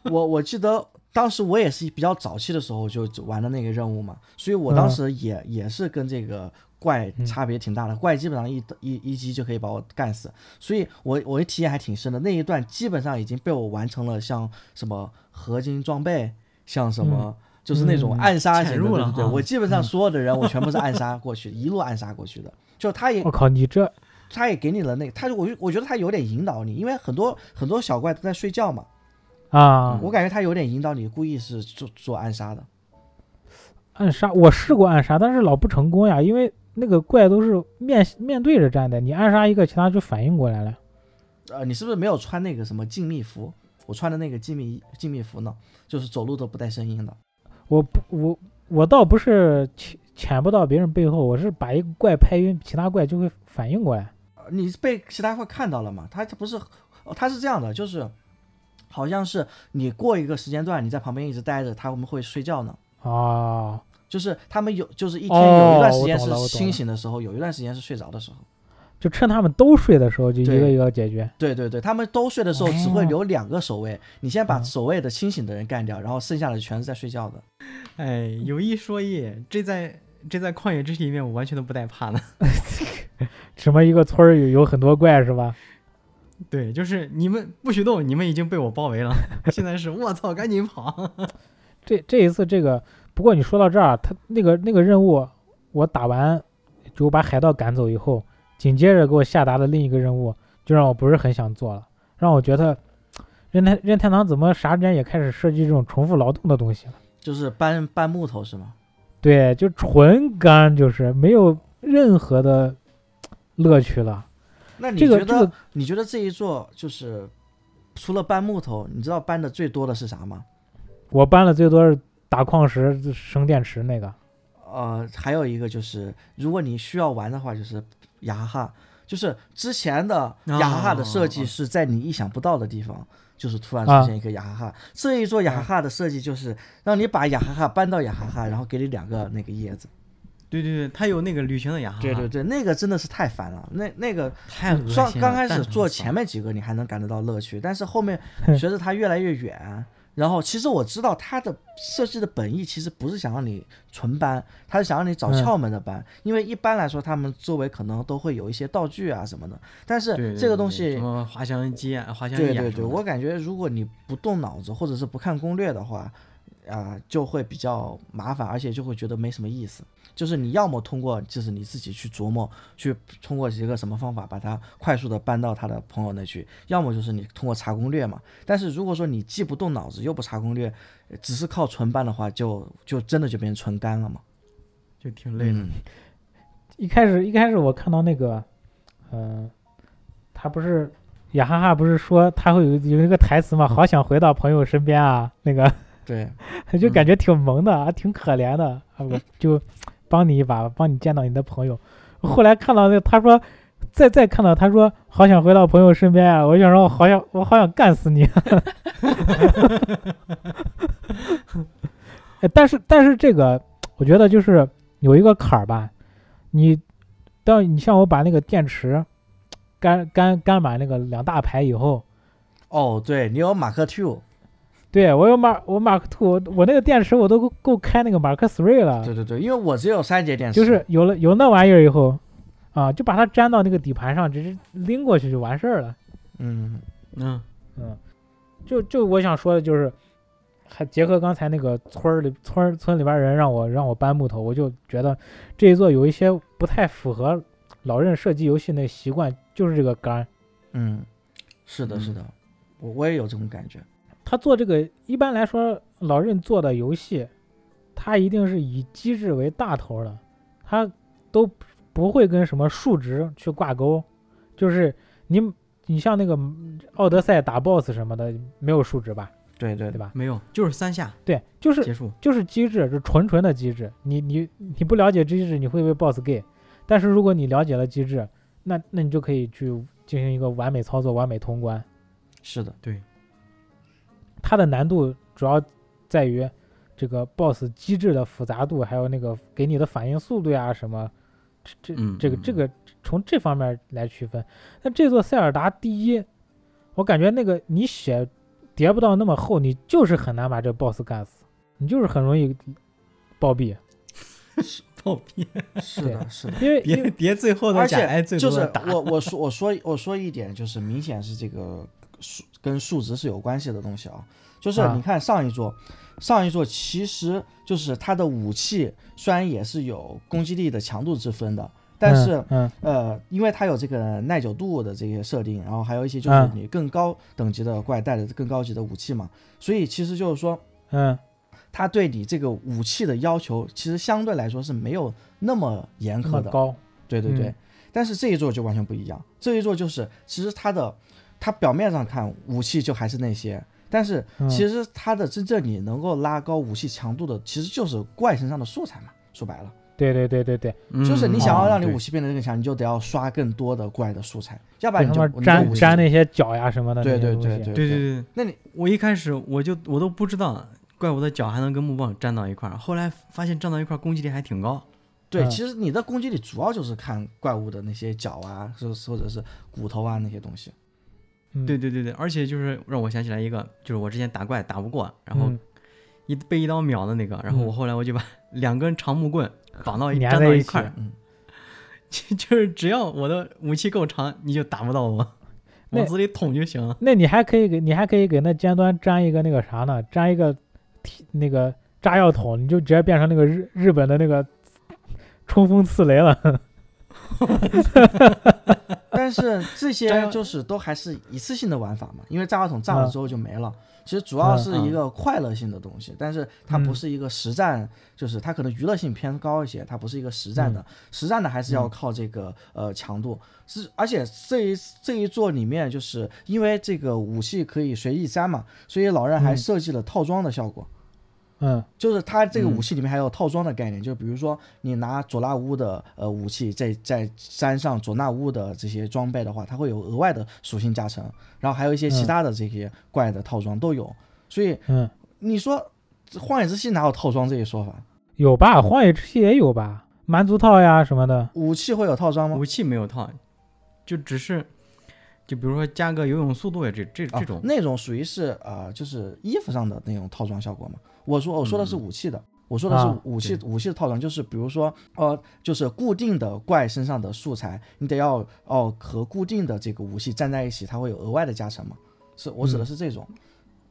S3: 我我记得当时我也是比较早期的时候就玩的那个任务嘛，所以我
S2: 嗯
S3: 当时也、也是跟这个怪差别挺大的，怪基本上一一一击就可以把我干死，所以我我的体验还挺深的。那一段基本上已经被我完成了，像什么合金装备，像什么、就是那种
S1: 嗯
S3: 暗杀型
S2: 潜
S3: 的，
S2: 入
S3: 对
S2: 了
S3: 对对，
S2: 哈嗯
S3: 我基本上所有的人我全部是暗杀过去，一路暗杀过去的。就他也
S2: 哦
S1: 我靠，你这
S3: 他也给你了那个，他就我就我觉得他有点引导你，因为很多很多小怪都在睡觉嘛，
S1: 啊，
S3: 我感觉他有点引导你，故意是做做暗杀的。
S1: 暗杀我试过暗杀，但是老不成功呀，因为那个怪都是面面对着站的，你暗杀一个，其他就反应过来了。
S3: 呃，你是不是没有穿那个什么静谧服？我穿的那个静谧静谧服呢，就是走路都不带声音的。
S1: 我不我我倒不是潜潜不到别人背后，我是把一个怪拍晕，其他怪就会反应过来。
S3: 呃你被其他怪看到了嘛？他他不是，哦他是这样的，就是好像是你过一个时间段，你在旁边一直待着，他们会睡觉呢。
S1: 哦
S3: 就是他们有，就是一天有一段
S1: 哦
S3: 时间
S1: 我懂了我懂
S3: 是
S1: 了
S3: 清醒的时候，有一段时间是睡着的时候。
S1: 就趁他们都睡的时候，就一
S3: 对
S1: 个一个解决。
S3: 对对对，他们都睡的时候只会
S1: 哦
S3: 留两个守卫，你先把
S1: 嗯
S3: 守卫的清醒的人干掉，然后剩下的全是在睡觉的。
S2: 哎，有一说一，这在这在旷野之息里面，我完全都不带怕的。
S1: 什么一个村儿有有很多怪是吧？
S2: 对，就是你们不许动，你们已经被我包围了。 现在是我操，赶紧跑！
S1: 这这一次这个，不过你说到这儿啊，他那个那个任务，我打完就把海盗赶走以后，紧接着给我下达的另一个任务，就让我不是很想做了，让我觉得任天任天堂怎么啥时间也开始设计这种重复劳动的东西了？
S3: 就是搬搬木头是吗？
S1: 对，就纯干，就是没有任何的乐趣了。
S3: 那你
S1: 这
S3: 觉
S1: 个
S3: 得、
S1: 这个
S3: 你觉得这一座就是除了搬木头，你知道搬的最多的是啥吗？
S1: 我搬的最多是打矿石省电池那个。
S3: 呃，还有一个就是，如果你需要玩的话，就是雅哈哈，就是之前的
S1: 哦
S3: 雅哈哈的设计
S2: 哦
S3: 是在你意想不到的地方，就是突然
S1: 啊
S3: 出现一个雅哈哈。这一座雅哈哈的设计就是让你把雅哈哈搬到雅哈哈，然后给你两个那个叶子。
S2: 对对对，他有那个旅行的牙哈哈，
S3: 对对对，那个真的是太烦了，那那个
S2: 太恶心啊
S3: 上
S2: 了。
S3: 刚开
S2: 蛋
S3: 始
S2: 疼
S3: 做
S2: 死
S3: 前
S2: 了，
S3: 面几个你还能感得到乐趣，但是后面随着它越来越远，然后其实我知道它的设计的本意其实不是想让你纯搬，它是想让你找
S1: 嗯
S3: 窍门的搬，因为一般来说他们周围可能都会有一些道具啊什么的，但
S2: 对对
S3: 是
S2: 对
S3: 这个东
S2: 对
S3: 西
S2: 什么滑翔机啊、滑翔翼啊
S3: 对对
S2: 什
S3: 对，
S2: 么的
S3: 我感觉如果你不动脑子或者是不看攻略的话，啊、就会比较麻烦，而且就会觉得没什么意思。就是你要么通过就是你自己去琢磨，去通过一个什么方法把它快速的搬到他的朋友那去，要么就是你通过查攻略嘛。但是如果说你既不动脑子又不查攻略，呃只是靠纯搬的话，就就真的就变成纯干了嘛。
S2: 就挺累的。
S3: 嗯
S1: 一开始一开始我看到那个，嗯、他不是雅哈哈不是说他会有有一个台词嘛，好想回到朋友身边啊，那个
S3: 对，
S1: 就感觉挺萌的啊，挺可怜的，啊、我就帮你一把，帮你见到你的朋友。后来看到那他说。再再看到他说好想回到朋友身边啊！我想说，我好想我好想干死你。 哎但是但是这个我觉得就是有一个坎儿吧，你到你像我把那个电池干干干满那个两大排以后，
S3: 哦，对你有马克 two，
S1: 对我有马我马克兔，我我那个电池我都够够开那个马克 three 了
S3: 对，对对，因为我只有三节电池，
S1: 就是有了有那玩意儿以后，啊，就把它粘到那个底盘上，直接拎过去就完事儿了。
S3: 嗯，
S2: 嗯，
S1: 嗯，就就我想说的就是，还结合刚才那个村儿里村儿村里边儿人让我让我搬木头，我就觉得这一座有一些不太符合老任射击游戏那习惯，就是这个杆。
S3: 嗯，是的，是的，我我也有这种感觉。
S1: 他做这个一般来说，老任做的游戏，他一定是以机制为大头的，他都不会跟什么数值去挂钩，就是你你像那个奥德赛打 BOSS 什么的，没有数值吧，
S3: 对对
S1: 对吧？
S2: 没有，就是三下
S1: 对，就是
S2: 结束。
S1: 就是机制，是纯纯的机制。你你你不了解机制，你会被 BOSS 给。但是如果你了解了机制，那那你就可以去进行一个完美操作、完美通关。
S3: 是的，
S1: 它的难度主要在于这个 BOSS 机制的复杂度，还有那个给你的反应速度呀什么，这这
S2: 嗯
S1: 这个
S2: 嗯
S1: 这个从这方面来区分。那这座塞尔达第一，我感觉那个你写叠不到那么厚，你就是很难把这个 boss 干死，你就是很容易暴毙，
S2: 暴毙，
S3: 是的，是的。
S1: 因为因
S2: 叠
S1: 为
S2: 叠最后的
S3: 而
S2: 甲
S3: 且
S2: 挨哎最
S3: 就
S2: 多
S3: 是
S2: 的打，
S3: 我我说我说我说一点，就是明显是这个数跟数值是有关系的东西啊。就是
S1: 啊
S3: 你看上一座，上一座其实就是它的武器虽然也是有攻击力的强度之分的，但是、
S1: 嗯嗯
S3: 呃，因为它有这个耐久度的这些设定，然后还有一些就是
S1: 嗯
S3: 你更高等级的怪带的更高级的武器嘛，所以其实就是说
S1: 嗯
S3: 它对你这个武器的要求其实相对来说是没有那么严
S1: 那
S3: 苛
S1: 么
S3: 的。
S1: 高，
S3: 对对对。
S1: 嗯
S3: 但是这一座就完全不一样，这一座就是其实它的，它表面上看武器就还是那些，但是
S1: 嗯
S3: 其实它的真正你能够拉高武器强度的，其实就是怪身上的素材嘛。说白了，
S1: 对对对对对，
S3: 就是你
S1: 哦
S3: 想要让你武
S2: 器，
S3: 器变得更强，你就得要刷更多的怪的素材，要不
S1: 被
S3: 然
S1: 他
S3: 你就
S1: 们
S3: 你就
S1: 粘
S3: 武器
S1: 粘那些脚呀什么的那
S3: 对
S1: 些
S3: 对
S1: 东西，
S3: 对对
S2: 对对对，
S3: 那你
S2: 我一开始我就我都不知道怪物的脚还能跟木棒站到一块儿，后来发现站到一块儿攻击力还挺高。
S3: 对，
S1: 嗯
S3: 其实你的攻击力主要就是看怪物的那些脚啊，或或者是骨头啊那些东西。
S1: 嗯
S2: 对对对对，而且就是让我想起来一个，就是我之前打怪打不过，然后
S1: 嗯
S2: 一被一刀秒的那个，然后我
S1: 嗯
S2: 后来我就把 两根长木棍绑到一
S1: 粘
S2: 粘
S1: 在
S2: 到
S1: 一
S2: 块儿
S1: 起，啊
S2: 就
S3: 嗯
S2: 就是只要我的武器够长，你就打不到我，
S1: 那
S2: 往死里捅就行了。
S1: 那你还可以给你还可以给那尖端粘一个那个啥呢？粘一个提那个炸药桶，你就直接变成那个日日本的那个冲锋刺雷了。
S3: 但是这
S2: 炸
S3: 些
S2: 药
S3: 就是都还是一次性的玩法嘛，因为炸药桶炸了之后就没了。其实主要是一个快乐性的东西，但是它不是一个实战，就是它可能娱乐性偏高一些，它不是一个实战的。实战的还是要靠这个、呃强度。是，而且这一这一座里面，就是因为这个武器可以随意粘嘛，所以老任还
S1: 嗯
S3: 设计了套装的效果。
S1: 嗯
S3: 就是它这个
S2: 嗯
S3: 武器里面还有套装的概念，就比如说你拿佐纳乌的呃武器再再沾上佐纳乌的这些装备的话，它会有额外的属性加成，然后还有一些其
S1: 嗯
S3: 他的这些怪的套装都有。所以
S1: 嗯，
S3: 你说《荒野之息》哪有套装这一说法？
S1: 有吧？荒野之息也有吧？蛮族套呀什么的。
S3: 武器会有套装吗？
S2: 武器没有套，就只是就比如说加个游泳速度呀，这这
S3: 啊
S2: 这种。
S3: 那种属于是呃，就是衣服上的那种套装效果嘛。我说我
S2: 嗯
S3: 说的是武器的，我说的
S1: 啊
S3: 是武器、武器的套装，就是比如说呃，就是固定的怪身上的素材，你得要哦和固定的这个武器站在一起，它会有额外的加成嘛。是
S2: 嗯
S3: 我指的是这种，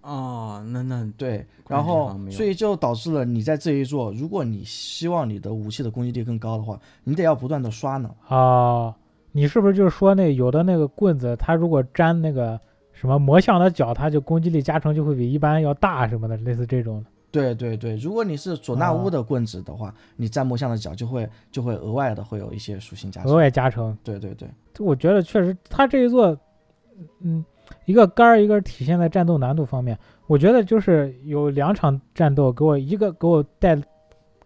S2: 哦，那那
S3: 对，
S2: 怪身
S3: 然后
S2: 上没有
S3: 所以就导致了你在这一座，如果你希望你的武器的攻击力更高的话，你得要不断的刷呢。
S1: 哦，你是不是就是说那有的那个棍子，它如果粘那个什么魔像的脚，它就攻击力加成就会比一般要大什么的，类似这种的。
S3: 对对对，如果你是佐纳
S2: 啊
S3: 乌的棍子的话，你站木像的脚就会就会额外的会有一些属性加成。
S1: 额外加成。
S3: 对对对。
S1: 我觉得确实，它这一座，嗯，一个杆儿，一个体现在战斗难度方面。我觉得就是有两场战斗给我一个给我带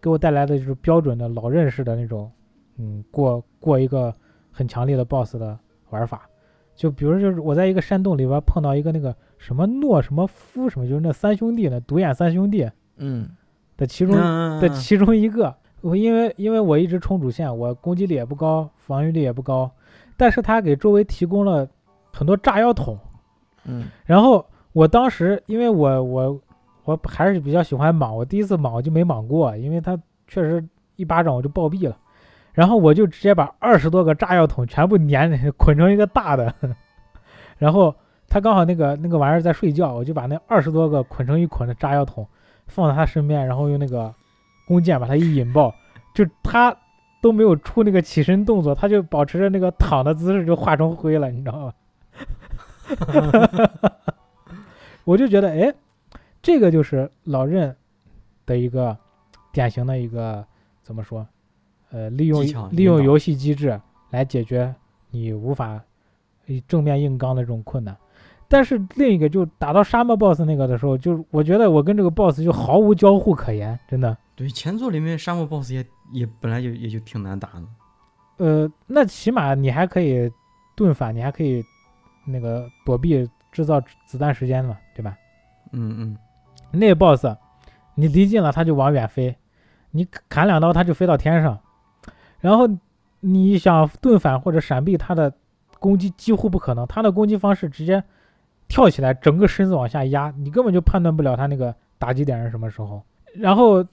S1: 给我带来的就是标准的老认识的那种，嗯，过过一个很强烈的 BOSS 的玩法。就比如就是我在一个山洞里边碰到一个那个什么诺什么夫什么，就是那三兄弟呢，独眼三兄弟
S3: 嗯，
S1: 的其中
S2: 那
S1: 的其中一个。我因为因为我一直冲主线，我攻击力也不高，防御力也不高，但是他给周围提供了很多炸药桶。
S3: 嗯
S1: 然后我当时因为我我我还是比较喜欢莽，我第一次莽我就没莽过，因为他确实一巴掌我就暴毙了。然后我就直接把二十多个炸药桶全部粘 捆成一个大的， 然后他刚好那个那个玩意儿在睡觉，我就把那二十多个捆成一捆的炸药桶放在他身边，然后用那个弓箭把他一引爆，就他都没有出那个起身动作，他就保持着那个躺的姿势就化成灰了，你知道吗？ 我就觉得，哎，这个就是老任的一个典型的一个怎么说？呃，利用
S2: 技巧
S1: 利用
S2: 引导
S1: 游戏机制来解决你无法以正面硬刚的这种困难。但是另一个，就打到沙漠 BOSS 那个的时候，就是我觉得我跟这个 BOSS 就毫无交互可言，真的。
S2: 对前作里面沙漠 BOSS 也也本来就也就挺难打的。
S1: 呃，那起码你还可以盾法，你还可以那个躲避制造子弹时间嘛，对吧？
S2: 嗯嗯，
S1: 那 boss，你离近了它就往远飞，你砍两刀它就飞到天上，然后你想盾反或者闪避它的攻击几乎不可能，它的攻击方式直接跳起来，整个身子往下压，你根本就判断不了他那个打击点是什么时候。然后，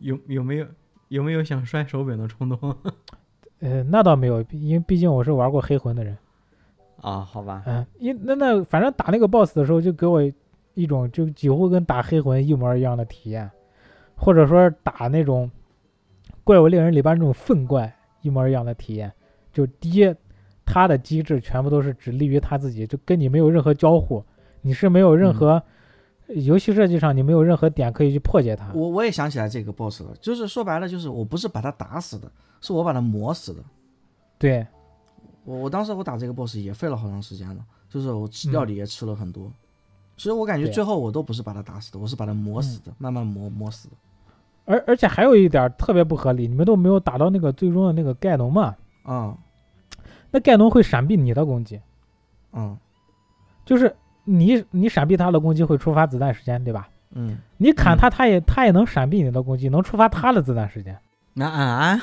S2: 有有没有有没有想摔手柄的冲动
S1: 呃，那倒没有，因为毕竟我是玩过黑魂的人，
S2: 啊？好吧，
S1: 嗯，因那那反正打那个 BOSS 的时候，就给我一种就几乎跟打黑魂一模一样的体验，或者说打那种怪物猎人里边那种粪怪一模一样的体验。就第一，它的机制全部都是只利于他自己，就跟你没有任何交互，你是没有任
S2: 嗯
S1: 何、游戏设计上你没有任何点可以去破解它。
S3: 我我也想起来这个 boss 了，就是说白了，就是我不是把他打死的，是我把他磨死的。
S1: 对，
S3: 我我当时我打这个 boss 也费了好长时间了，就是我
S1: 嗯
S3: 吃料理也吃了很多。其实我感觉
S1: 对
S3: 最后我都不是把他打死的，我是把他磨死的，慢慢磨磨死的。
S1: 而而且还有一点儿特别不合理，你们都没有打到那个最终的那个盖农嘛？
S3: 啊、
S1: 那盖农会闪避你的攻击，
S3: 嗯
S1: 就是你你闪避他的攻击会触发子弹时间，对吧？
S3: 嗯
S1: 你砍他，他也他也能闪避你的攻击，能触发他的子弹时间。
S2: 那啊，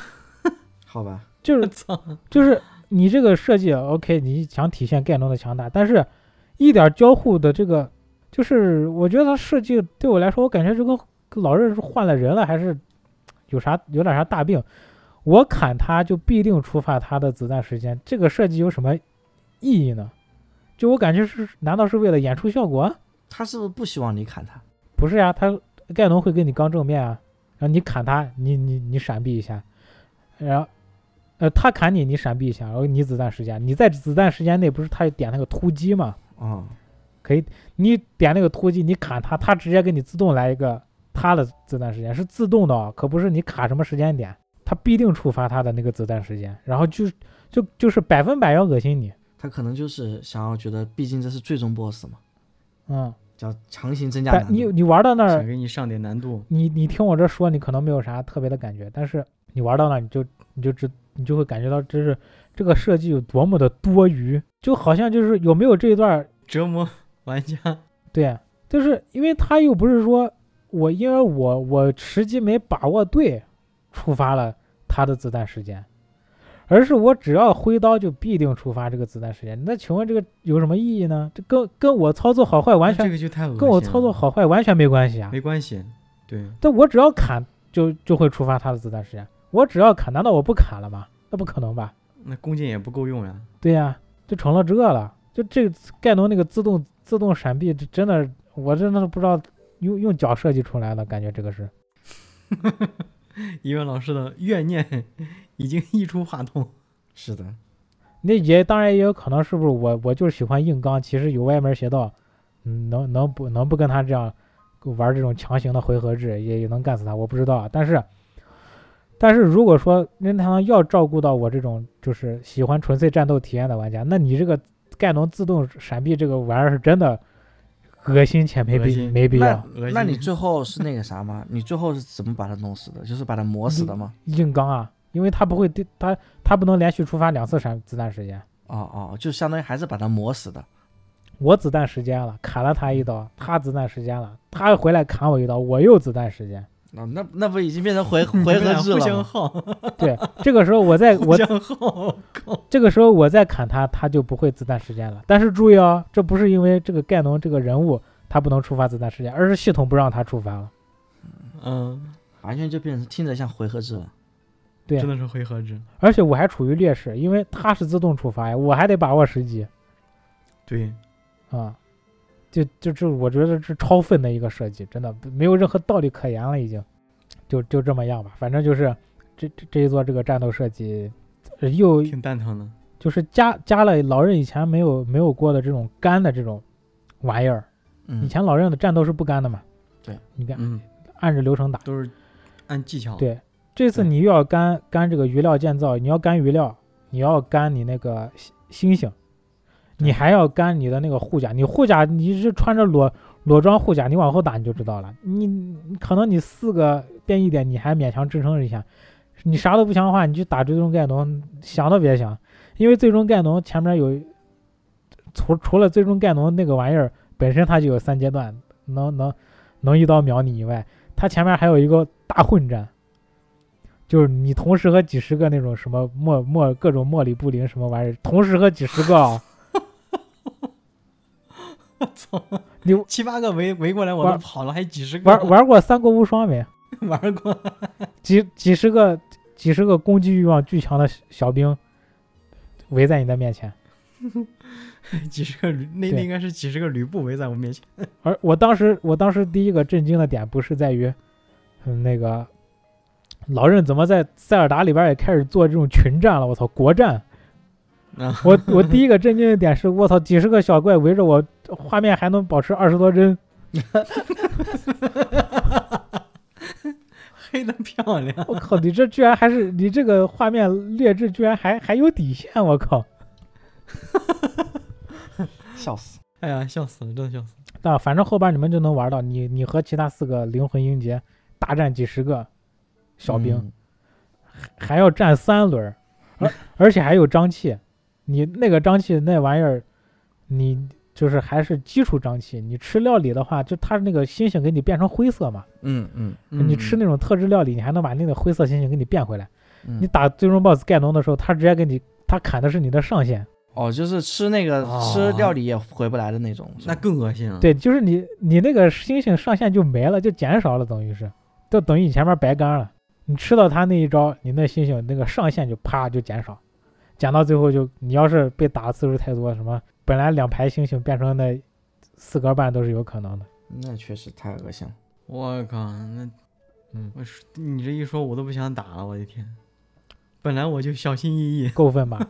S3: 好吧，
S1: 就
S2: 我
S1: 是
S2: 操，
S1: 就是你这个设计，OK，你想体现盖农的强大，但是一点交互的这个，就是我觉得它设计对我来说，我感觉这个老任是换了人了，还是有啥有点啥大病。我砍他就必定触发他的子弹时间，这个设计有什么意义呢？就我感觉是，难道是为了演出效果啊？
S3: 他是不是不希望你砍他？
S1: 不是呀、他盖农会跟你刚正面啊，然后你砍他，你你你闪避一下，然后呃他砍你，你闪避一下，然后你子弹时间，你在子弹时间内不是他点那个突击嘛？
S3: 啊、
S1: 可以，你点那个突击，你砍他，他直接给你自动来一个他的子弹时间，是自动的哦，可不是你卡什么时间点，他必定触发他的那个子弹时间，然后就就就是百分百要恶心你，
S3: 他可能就是想要觉得，毕竟这是最终 boss 嘛，
S1: 嗯，
S3: 叫强行增加难
S1: 但
S3: 度。
S1: 你你玩到那儿
S2: 想，给你上点难度，
S1: 你你听我这说，你可能没有啥特别的感觉，但是你玩到那儿，你就你就知你就会感觉到这是这个设计有多么的多余，就好像就是有没有这一段儿，
S2: 折磨玩家。
S1: 对，就是因为他又不是说我因为我我时机没把握对，触发了他的子弹时间，而是我只要挥刀就必定触发这个子弹时间。那请问这个有什么意义呢？这跟跟我操作好坏完
S2: 那这
S1: 全
S2: 个就太恶心了，
S1: 跟我操
S2: 啊
S1: 作好坏完全没关系啊！
S2: 没关系，对，
S1: 但我只要砍就就会触发他的子弹时间。我只要砍，难道我不砍了吗？那不可能吧？
S2: 那弓箭也不够用呀。
S1: 对呀、就成了这了。就这盖农那个自动自动闪避，这真的我真的是不知道用用脚设计出来的，感觉这个是
S2: 一位老师的怨念已经溢出话筒，
S3: 是的，
S1: 那也当然也有可能是不是我我就是喜欢硬刚，其实有歪门邪道，嗯能能不能不跟他这样玩这种强行的回合制也也能干死他，我不知道啊。但是但是如果说任天堂要照顾到我这种就是喜欢纯粹战斗体验的玩家，那你这个盖农自动闪避这个玩意儿是真的恶心且没
S2: 恶
S1: 必
S2: 心
S1: 没必
S3: 那
S1: 要
S2: 恶心
S3: 那你最后是那个啥 吗？你最后是怎么把他弄死的？就是把他磨死的吗？
S1: 硬刚啊，因为他不会对他他不能连续触发两次闪子弹时间。
S3: 哦哦，就相当于还是把他磨死的。
S1: 我子弹时间了，砍了他一刀，他子弹时间了，他回来砍我一刀，我又子弹时间。
S3: 那哦那那不已经变成回
S2: 你
S3: 回
S2: 们俩
S3: 合制
S2: 互
S3: 了
S2: 相
S3: 吗？
S2: 耗，
S1: 对，这个时候我再
S2: 互
S1: 我
S2: 相耗，靠，
S1: 这个时候我再砍他，他就不会子弹时间了。但是注意哦，这不是因为这个盖农这个人物他不能触发子弹时间，而是系统不让他触发了。
S2: 嗯，
S3: 完全就变成听着像回合制了。
S1: 对
S2: 真的是回合制，
S1: 而且我还处于劣势，因为他是自动触发呀，我还得把握时机
S2: 对，
S1: 啊、就就这，我觉得是超分的一个设计，真的没有任何道理可言了，已经。就就这么样吧，反正就是这这这一座这个战斗设计，呃又
S2: 挺蛋疼的。
S1: 就是加加了老任以前没有没有过的这种干的这种玩意儿。以
S3: 嗯，
S1: 前老任的战斗是不干的嘛？
S3: 对，
S1: 你看
S2: 嗯，
S1: 按着流程打。
S2: 都是按技巧。
S1: 对，这次
S2: 对
S1: 你又要干干这个鱼料建造，你要干鱼料，你要干你那个星星星，你还要干你的那个护甲。你护甲你是穿着裸裸装护甲，你往后打你就知道了。你你可能你四个变异点你还勉强支撑一下，你啥都不想的话，你去打最终盖农，想都别想，因为最终盖农前面有除除了最终盖农那个玩意儿本身它就有三阶段，能能能一刀秒你以外，它前面还有一个大混战。就是你同时和几十个那种什么莫莫各种莫里布林什么玩意儿，同时和几十个啊、你
S2: 七八个围围过来，我都
S1: 玩
S2: 跑了，还几十个
S1: 玩玩过《三国无双》没？
S2: 玩过，
S1: 几几十个几十个攻击欲望巨强的小小兵围在你的面前，
S2: 几十个吕
S1: 对
S2: 那那应该是几十个吕布围在我面前。
S1: 而我当时我当时第一个震惊的点不是在于，嗯，那个老任怎么在塞尔达里边也开始做这种群战了？我操，国战！
S2: 啊
S1: 我我第一个震惊的点是，我操，几十个小怪围着我，画面还能保持二十多帧，
S2: 黑的漂亮，
S1: 我靠，你这居然还是你这个画面劣质，居然还还有底线，我靠！
S3: 笑死！
S2: 哎呀，笑死了，真的笑死了。
S1: 但反正后边你们就能玩到，你你和其他四个灵魂英杰大战几十个小兵，
S3: 嗯
S1: 还要战三轮儿，而而且还有瘴气，你那个瘴气那玩意儿，你就是还是基础瘴气，你吃料理的话，就它那个星星给你变成灰色嘛，
S3: 嗯嗯
S1: 哎你吃那种特制料理，你还能把那个灰色星星给你变回来。
S3: 嗯，
S1: 你打最终 BOSS 盖农的时候，他直接给你，他砍的是你的上限。
S3: 哦，就是吃那个、
S1: 啊
S2: 哦
S3: 吃料理也回不来的那种，是
S2: 那
S3: 吧
S2: 更恶心了。
S1: 对，就是你你那个星星上限就没了，就减少了，等于是，就等于你前面白干了。你吃到他那一招，你那星星那个上限就啪就减少，减到最后就你要是被打的次数太多，什么本来两排星星变成那四格半都是有可能的。
S3: 那确实太恶心了。
S2: 我靠，那
S1: 嗯，
S2: 我说你这一说，我都不想打了，我的天！本来我就小心翼翼，
S1: 够分吧？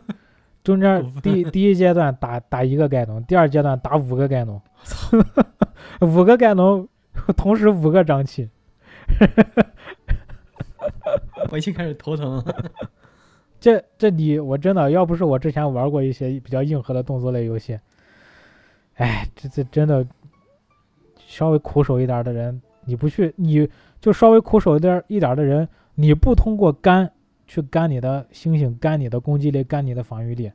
S1: 中间
S2: 够
S1: 第第一阶段打打一个盖农，第二阶段打五个盖农， 五个盖农同时五个瘴气，
S2: 我已经开始头疼了。
S1: 这这你我真的要不是我之前玩过一些比较硬核的动作类游戏，哎，这这真的稍微苦手一点儿的人，你不去，你就稍微苦手一点儿一点儿的人，你不通过干去干你的星星，干你的攻击力，干你的防御力，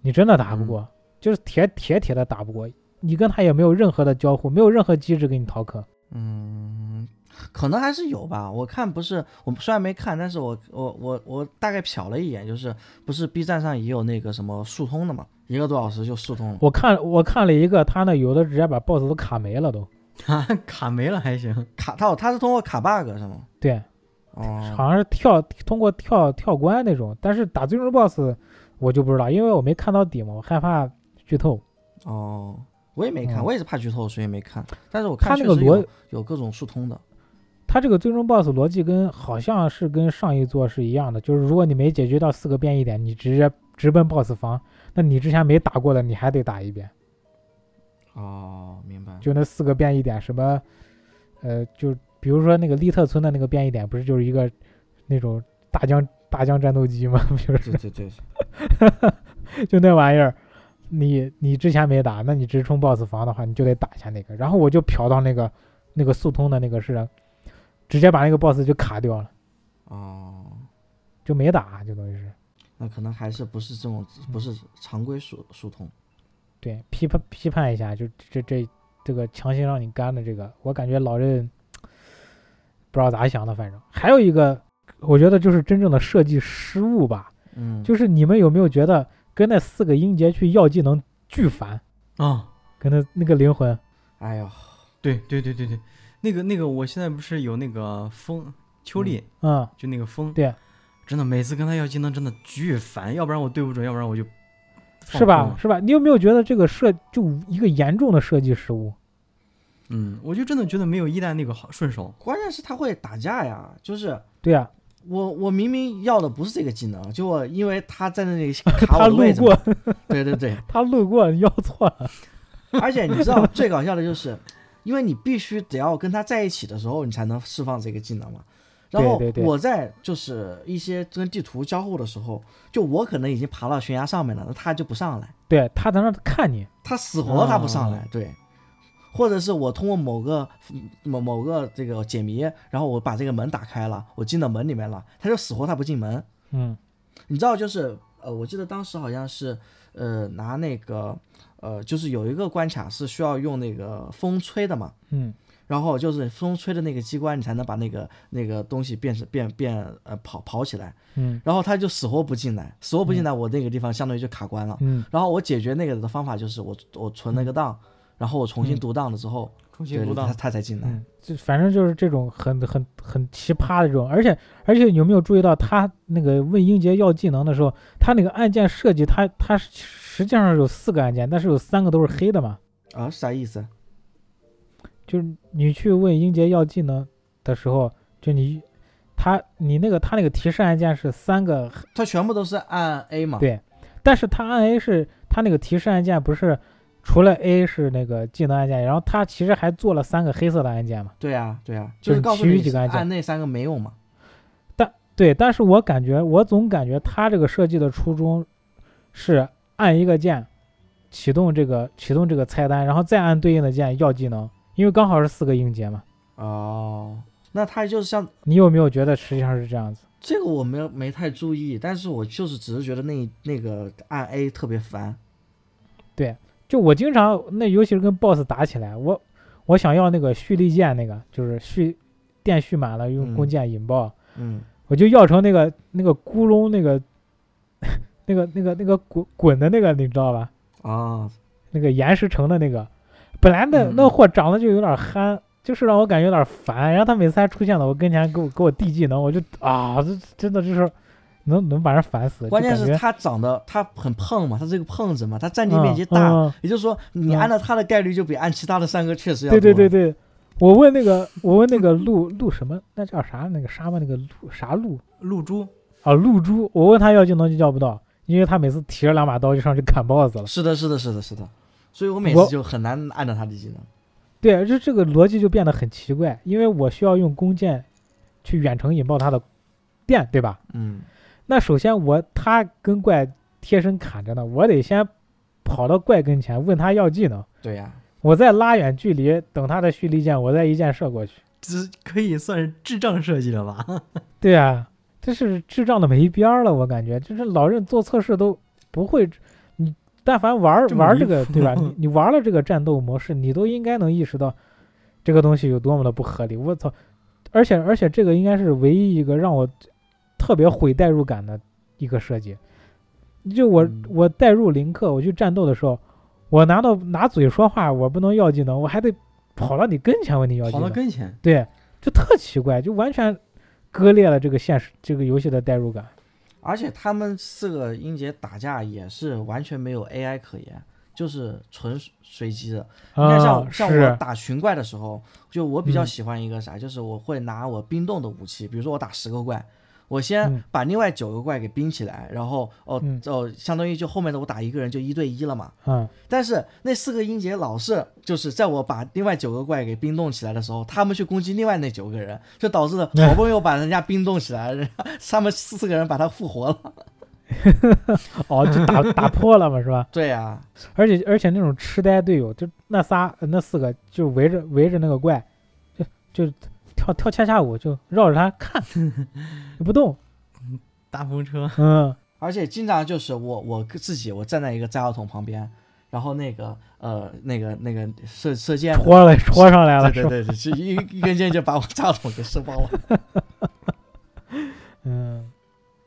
S1: 你真的打不过，就是铁铁铁的打不过，你跟他也没有任何的交互，没有任何机制给你逃课。
S3: 嗯，可能还是有吧。我看不是，我虽然没看，但是我我我我大概瞟了一眼，就是不是 B 站上也有那个什么速通的嘛，一个多小时就速通了。
S1: 我看我看了一个，他那有的直接把 BOSS 都卡没了都，
S2: 啊，卡没了还行，
S3: 卡他他是通过卡 bug 是吗？
S1: 对。
S3: 哦，
S1: 好像是跳通过跳跳关那种，但是打最终 BOSS 我就不知道，因为我没看到底嘛，我害怕剧透。
S3: 哦，我也没看，
S1: 嗯
S3: 我也是怕剧透，所以没看。但是我
S1: 他
S3: 看
S1: 那
S3: 确
S1: 个
S3: 实
S1: 逻
S3: 有有各种速通的。
S1: 它这个最终 BOSS 逻辑跟好像是跟上一座是一样的，就是如果你没解决到四个变异点，你直接直奔 BOSS 房，那你之前没打过的你还得打一遍，
S3: 哦，明白。
S1: 就那四个变异点什么，呃，就比如说那个利特村的那个变异点，不是就是一个那种大疆大疆战斗机吗？ 比如
S3: 对对对，
S1: 就那玩意儿，你你之前没打，那你直冲 BOSS 房的话，你就得打一下那个。然后我就瞟到那个那个速通的那个是，直接把那个 BOSS 就卡掉了，
S3: 哦，
S1: 就没打，就等于是
S3: 那可能还是不是这种，不是常规速速通。
S1: 对批判批判一下，就这这这个强行让你干的这个，我感觉老任不知道咋想的，反正还有一个，我觉得就是真正的设计失误吧，
S3: 嗯，
S1: 就是你们有没有觉得跟那四个音节去要技能巨烦，
S2: 啊、
S1: 跟那那个灵魂。
S3: 哎呦，
S2: 对对对对对，那个那个，我现在不是有那个风秋丽，
S1: 嗯，
S2: 就那个风，
S1: 对，
S2: 真的每次跟他要技能真的巨烦，要不然我对不准，要不然我就放
S1: 是
S2: 空
S1: 吧？
S2: 了？
S1: 是吧？你有没有觉得这个设就一个严重的设计失误？
S2: 嗯，我就真的觉得没有一代那个好顺手。
S3: 关键是他会打架呀，就是
S1: 对啊，
S3: 我我明明要的不是这个技能，结果因为他在 那里卡
S1: 他
S3: 我的
S1: 路
S3: 位置嘛，
S1: 过，
S3: 对对对，
S1: 他路过要错了。
S3: 而且你知道最搞笑的就是，因为你必须得要跟他在一起的时候，你才能释放这个技能嘛。然后
S1: 对对对
S3: 我在就是一些跟地图交互的时候，就我可能已经爬到悬崖上面了，那他就不上来，
S1: 对他在那儿看你，
S3: 他死活他不上来，
S2: 啊
S3: 对。或者是我通过某个某某个这个解谜，然后我把这个门打开了，我进到门里面了，他就死活他不进门，
S1: 嗯，
S3: 你知道，就是呃，我记得当时好像是呃拿那个呃，就是有一个关卡是需要用那个风吹的嘛，
S1: 嗯，
S3: 然后就是风吹的那个机关，你才能把那个那个东西变成变变呃跑跑起来，
S1: 嗯，
S3: 然后他就死活不进来，死活不进来，我那个地方相当于就卡关了。
S1: 嗯，
S3: 然后我解决那个的方法就是我我存了个档，然后我重新
S1: 嗯
S3: 读档了之后，
S2: 重
S3: 对
S2: 新读
S3: 他
S2: 档，
S3: 他才进来。
S1: 嗯，就反正就是这种很很很奇葩的这种，而且而且有没有注意到他那个问英杰要技能的时候，他那个按键设计，他他实际上有四个按键，但是有三个都是黑的嘛，
S3: 啊，啥意思？
S1: 就是你去问英杰要技能的时候，就你他你那个他那个提示按键是三个，
S3: 他全部都是按 A 嘛？
S1: 对但是他按 A 是他那个提示按键不是除了 A 是那个技能按键，然后他其实还做了三个黑色的按键嘛。
S3: 对啊，对啊，
S1: 就是
S3: 是告
S1: 其
S3: 诉你
S1: 余几个按键
S3: 按那三个没用嘛。
S1: 对，但是我感觉，我总感觉他这个设计的初衷是按一个键启动这个启动这个菜单，然后再按对应的键要技能，因为刚好是四个音节嘛。
S3: 哦，那他就是像
S1: 你有没有觉得实际上是这样子？
S3: 这个我没有没太注意，但是我就是只是觉得那那个按 A 特别烦。
S1: 就我经常那，尤其是跟 BOSS 打起来，我我想要那个蓄力键，那个就是蓄电蓄满了用弓
S3: 嗯
S1: 箭引爆，
S3: 嗯，
S1: 我就要成那个那个咕噜那个 那个那个那个滚滚的那个，你知道吧？
S3: 哦，
S1: 那个岩石城的那个，本来那
S3: 嗯
S1: 那货长得就有点憨，就是让我感觉有点烦。然后他每次还出现到我跟前给我给我递技能，我就啊，这真的就是能能把人烦死。
S3: 关键
S1: 就感
S3: 是
S1: 觉
S3: 他长得他很胖嘛，他是个胖子嘛，他占地面积大，
S1: 嗯嗯
S3: 也就是说你
S1: 嗯
S3: 按照他的概率就比按其他的三个确实要
S1: 对对对
S3: 多
S1: 对，我问那个我问那个露露什么，那叫啥那个沙漠那个露啥露
S2: 露珠
S1: 啊露珠，我问他要技能就要不到，因为他每次提着两把刀就上去砍 BOSS 了。
S3: 是的，是的，是的，是的，所以我每
S1: 我
S3: 次就很难按照他的技能。
S1: 对，就这个逻辑就变得很奇怪，因为我需要用弓箭去远程引爆他的电，对吧？
S3: 嗯，
S1: 那首先我他跟怪贴身砍着呢，我得先跑到怪跟前问他要技能，
S3: 对呀、
S1: 我再拉远距离等他的蓄力箭，我再一箭射过去。
S2: 这可以算是智障设计了吧？
S1: 对啊，这是智障的没边儿了，我感觉就是老任做测试都不会。你但凡玩
S2: 这么
S1: 玩
S2: 离
S1: 这个对 吧？你你玩了这个战斗模式，你都应该能意识到这个东西有多么的不合理。我操！而且而且这个应该是唯一一个让我特别毁代入感的一个设计。就我
S3: 嗯
S1: 我代入林克，我去战斗的时候，我拿到拿嘴说话，我不能要技能，我还得跑到你跟前问你要技
S2: 跑
S1: 能
S2: 到。跟前，
S1: 对，就特奇怪，就完全割裂了这个现实这个游戏的代入感。
S3: 而且他们四个英杰打架也是完全没有 AI 可言，就是纯随机的。你看像、
S1: 啊、
S3: 像我
S1: 是，
S3: 打群怪的时候，就我比较
S1: 嗯
S3: 喜欢一个啥，就是我会拿我冰冻的武器，比如说我打十个怪。我先
S1: 嗯
S3: 把另外九个怪给冰起来，然后哦、
S1: 嗯
S3: 哦，相当于就后面的我打一个人就一对一了嘛。
S1: 嗯，
S3: 但是那四个英杰老是就是在我把另外九个怪给冰冻起来的时候，他们去攻击另外那九个人，就导 致了好不容易我把人家冰冻起来，人家他们四个人把他复活了。
S1: 哦，就 打打破了嘛，是吧？
S3: 对呀、
S1: 而且而且那种痴呆队友，就那仨呃那四个就围着围着那个怪，就就跳跳恰恰舞，就绕着他 看，不动。
S2: 大风车，
S1: 嗯，
S3: 而且经常就是我我自己我站在一个炸药桶旁边，然后那个呃那个那个射射箭的，
S1: 戳了戳上来了，
S3: 哎对
S1: 是吧？
S3: 对对，是一一根箭就把我 炸药桶给射爆了。
S1: 嗯，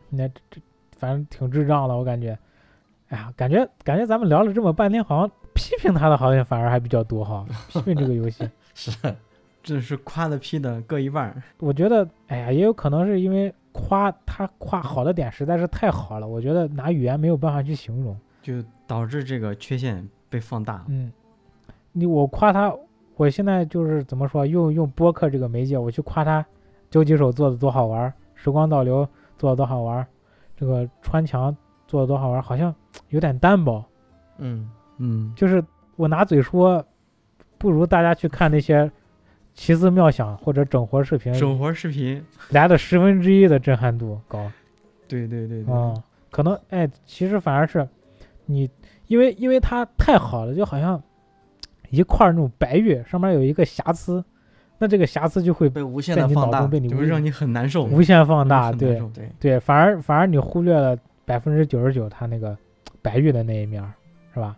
S1: 那这这反正挺智障的，我感觉。哎呀，感觉感觉咱们聊了这么半天，好像批评他的好像反而还比较多哈，批评这个游戏。
S3: 是，
S2: 这是夸的批的各一半儿。
S1: 我觉得，哎呀，也有可能是因为夸他夸好的点实在是太好了，我觉得拿语言没有办法去形容。
S2: 就导致这个缺陷被放大。
S1: 嗯，你我夸他，我现在就是怎么说，用用播客这个媒介，我去夸他究极手做的多好玩儿，时光倒流做的多好玩儿，这个穿墙做的多好玩儿，好像有点单薄。
S3: 嗯，
S2: 嗯，
S1: 就是我拿嘴说，不如大家去看那些奇思妙想或者整活视频
S2: 整活视频，
S1: 来的十分之一的震撼度高。
S2: 对对对对，
S1: 哦，可能哎，其实反而是你，因为因为它太好了，就好像一块儿那种白玉，上面有一个瑕疵，那这个瑕疵就会
S3: 被无限
S1: 在
S3: 的
S1: 你脑
S3: 放
S1: 中
S3: 大。
S1: 被你
S2: 就
S1: 无
S2: 会让你很难受，
S1: 无限放大，
S2: 很难
S1: 对
S2: 受
S3: 对，
S1: 对，反而反而你忽略了百分之九十九它那个白玉的那一面儿，是吧？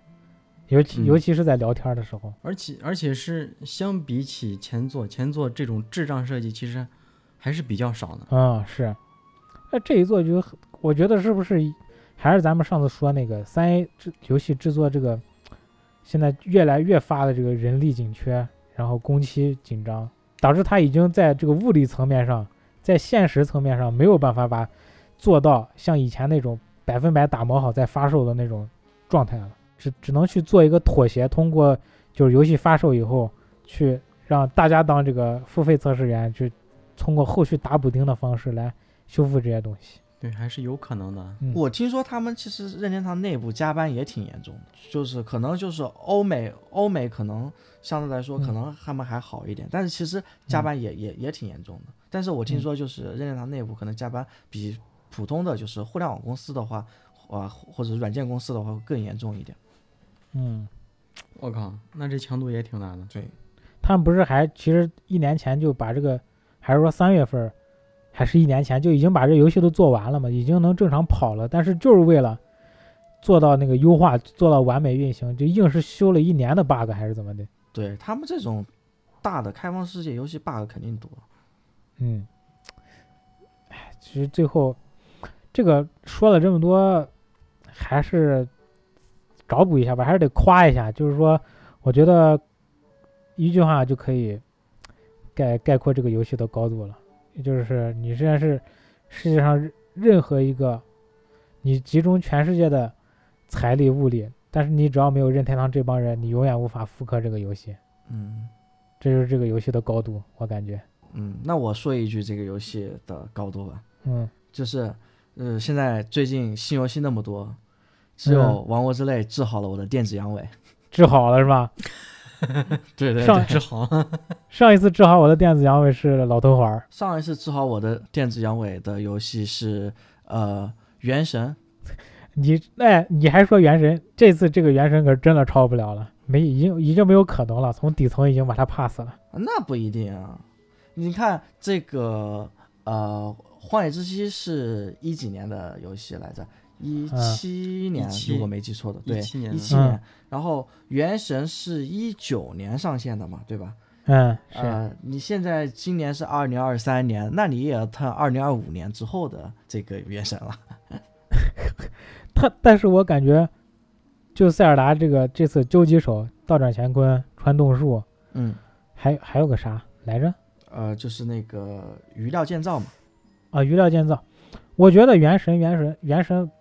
S1: 尤其、
S2: 嗯
S1: 尤其是在聊天儿的时候，
S2: 而且而且是相比起前作，前作这种智障设计其实还是比较少的。
S1: 嗯，是。那这一座就很，我觉得是不是还是咱们上次说那个三 A 制游戏制作这个现在越来越发的这个人力紧缺，然后工期紧张，导致它已经在这个物理层面上，在现实层面上没有办法把做到像以前那种百分百打磨好再发售的那种状态了，只只能去做一个妥协，通过就是游戏发售以后，去让大家当这个付费测试员，去通过后续打补丁的方式来修复这些东西。
S2: 对，还是有可能的。
S1: 嗯
S3: 我听说他们其实任天堂内部加班也挺严重的，就是可能就是欧美欧美可能相对来说
S1: 嗯
S3: 可能他们还好一点，但是其实加班也、也也挺严重的。但是我听说就是任天堂内部可能加班比普通的就是互联网公司的话，啊或者软件公司的话会更严重一点。
S1: 嗯，
S2: 我靠，那这强度也挺大的。
S3: 对，
S1: 他们不是还其实一年前就把这个，还是说三月份儿，还是一年前就已经把这游戏都做完了嘛，已经能正常跑了，但是就是为了做到那个优化，做到完美运行，就硬是修了一年的 bug 还是怎么的？
S3: 对他们这种大的开放世界游戏 bug 肯定多。
S1: 嗯，哎，其实最后这个说了这么多，还是找补一下吧，还是得夸一下。就是说，我觉得一句话就可以概概括这个游戏的高度了，也就是你现在是世界上任任何一个你集中全世界的财力物力，但是你只要没有任天堂这帮人，你永远无法复刻这个游戏。
S3: 嗯
S1: 这就是这个游戏的高度，我感觉。
S3: 嗯，那我说一句这个游戏的高度吧。
S1: 嗯，
S3: 就是，呃，现在最近新游戏那么多，只有《
S1: 嗯
S3: 王国之泪》治好了我的电子阳痿。
S1: 治好了是吧？
S2: 对对
S1: 上
S2: 对，志豪，
S1: 上一次治好我的电子阳痿是老头环儿，
S3: 上一次治好我的电子阳痿的游戏是呃《原神
S1: 你哎，你还说原神，这次这个原神可是真的超不了了，没已经已经没有可能了，从底层已经把它 pass 了。》，
S3: 那不一定啊。你看这个呃，《荒野之息》是一几年的游戏来着？一嗯七年，
S2: 17
S3: 如果没记错的，对，
S2: 17年
S3: 一七
S1: 嗯
S3: 年。然后《原神》是一九年上线的嘛，对吧？
S1: 嗯，是，
S3: 呃，你现在今年是二零二三年，那你也要看二零二五年之后的这个原神了。
S1: 他但是我感觉，就塞尔达这个这次究极手、倒转乾坤、传动术，
S3: 嗯，
S1: 还还有个啥来着？
S3: 呃，就是那个鱼料建造嘛。
S1: 啊，鱼料建造，我觉得原神、原神、原神、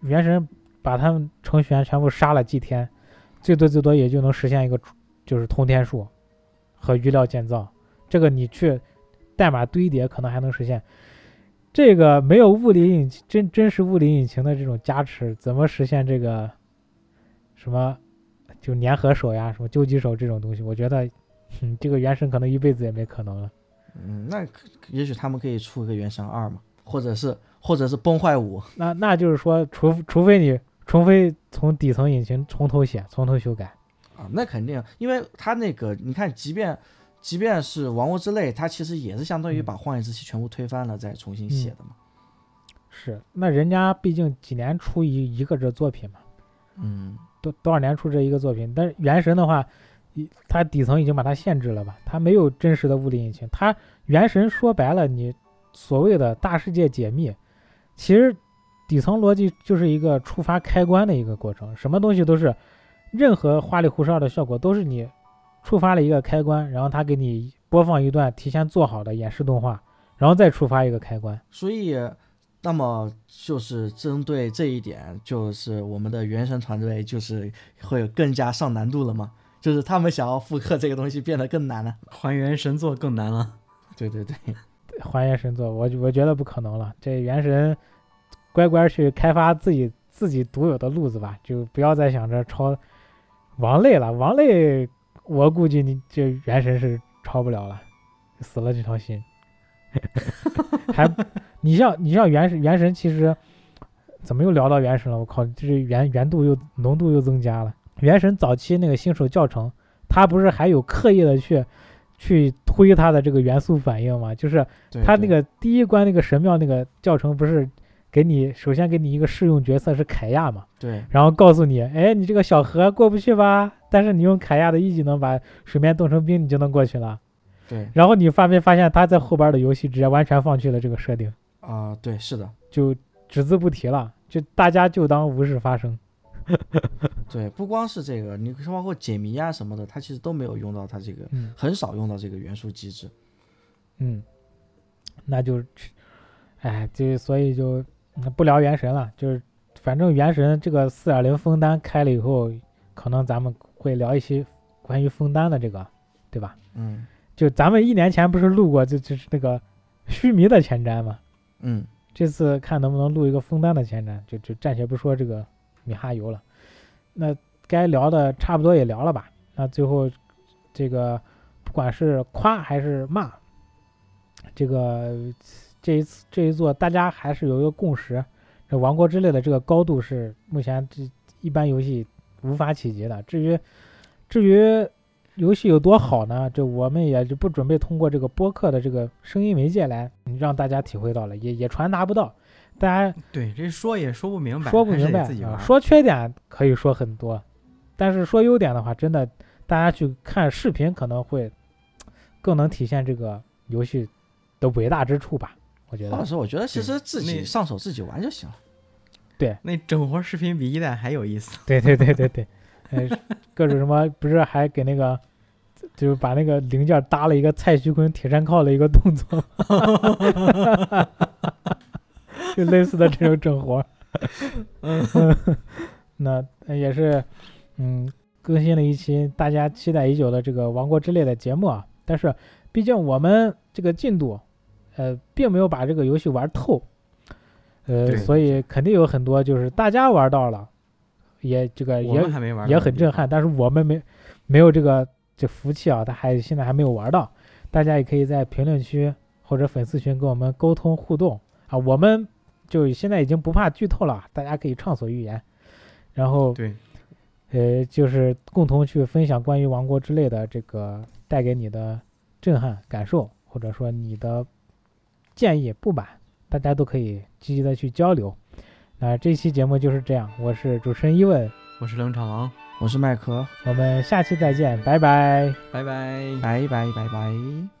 S1: 原神把他们程序员全部杀了祭天，最多最多也就能实现一个就是通天术和鱼料建造，这个你去代码堆叠可能还能实现。这个没有物理引擎真真实物理引擎的这种加持，怎么实现这个什么就粘合手呀、什么究极手这种东西？我觉得，嗯，这个原神可能一辈子也没可能了。
S3: 嗯，那可也许他们可以出一个原神二嘛，或者是或者是崩坏五。
S1: 那那就是说，除除非你，除非从底层引擎从头写，从头修改。
S3: 啊，那肯定，因为它那个，你看，即便即便是《王国之泪》，它其实也是相当于把《荒野之息》全部推翻了，再重新写的嘛。
S1: 是，那人家毕竟几年出一一个这作品嘛，
S3: 嗯，
S1: 多多少年出这一个作品。但是原神的话，一它底层已经把它限制了吧？它没有真实的物理引擎。它原神说白了，你所谓的大世界解密，其实底层逻辑就是一个触发开关的一个过程。什么东西都是，任何花里胡哨的效果都是你触发了一个开关，然后它给你播放一段提前做好的演示动画，然后再触发一个开关。
S3: 所以，那么就是针对这一点，就是我们的原神团队就是会更加上难度了吗？就是他们想要复刻这个东西变得更难了。
S2: 还原神作更难了。
S3: 对对对，
S1: 还原神作，我我觉得不可能了。这原神乖乖去开发自己自己独有的路子吧，就不要再想着抄王类了。王类，我估计你这原神是抄不了了，死了这条心。 还，你像你像原神，原神其实怎么又聊到原神了？我靠，这原原度又浓度又增加了。原神早期那个新手教程，它不是还有刻意的去去推它的这个元素反应吗？就是
S3: 对
S1: 他那
S3: 对
S1: 个第一关那个神庙那个教程不是给你首先给你一个试用角色是凯亚嘛，
S3: 对
S1: 然后告诉你，哎，你这个小河过不去吧？但是你用凯亚的一技能把水面冻成冰，你就能过去了。
S3: 对
S1: 然后你发没发现他在后边的游戏直接完全放弃了这个设定，
S3: 啊、对，是的，
S1: 就只字不提了，就大家就当无事发生。
S3: 对，不光是这个，你包括解谜啊什么的，它其实都没有用到它这个，
S1: 嗯
S3: 很少用到这个元素机制。
S1: 嗯，那就去，哎，就所以就嗯不聊原神了，就是反正原神这个四点零封单开了以后，可能咱们会聊一些关于封单的这个，对吧？
S3: 嗯
S1: 就咱们一年前不是录过就就是那个须弥的前瞻嘛，
S3: 嗯，
S1: 这次看能不能录一个封单的前瞻，就就暂且不说这个米哈游了，那该聊的差不多也聊了吧？那最后这个不管是夸还是骂，这个这一次这一座大家还是有一个共识，这《王国之泪》的这个高度是目前这一般游戏无法企及的。至于至于游戏有多好呢？这我们也就不准备通过这个播客的这个声音媒介来让大家体会到了，也也传达不到。大家
S2: 对，这说也说不明白，
S1: 说不
S2: 还是
S1: 明
S2: 得
S1: 白
S2: 自己玩
S1: 啊，
S2: 儿。
S1: 说缺点可以说很多，但是说优点的话，真的大家去看视频可能会更能体现这个游戏的伟大之处吧。我觉
S3: 或者
S1: 得，
S3: 是我觉得其实自己
S2: 那
S3: 上手自己玩就行了。
S2: 那整活视频比一代还有意 思。
S1: 对对对对对，呃，各种什么不是还给那个，就是把那个零件搭了一个蔡徐坤铁山靠的一个动作吗， 就类似的这种整活儿。 那呃也是，嗯，更新了一期大家期待已久的这个《王国之泪》的节目啊。但是，毕竟我们这个进度，呃，并没有把这个游戏玩透，呃，
S2: 对
S1: 所以肯定有很多就是大家玩到了，也这个呃
S2: 我
S1: 也
S2: 们还没玩儿，
S1: 也很震撼，。但是我们没没有这个这福气啊，他还现在还没有玩到。大家也可以在评论区或者粉丝群跟我们沟通互动啊，我们就现在已经不怕剧透了，大家可以畅所欲言。然后
S2: 对，
S1: 呃，就是共同去分享关于《王国之泪》的这个带给你的震撼感受，或者说你的建议不满，大家都可以积极的去交流。那、这期节目就是这样，我是主持人伊问，
S2: 我是冷场王，
S3: 我是麦克，
S1: 我们下期再见，拜拜。
S2: 拜拜。
S3: 拜拜拜拜。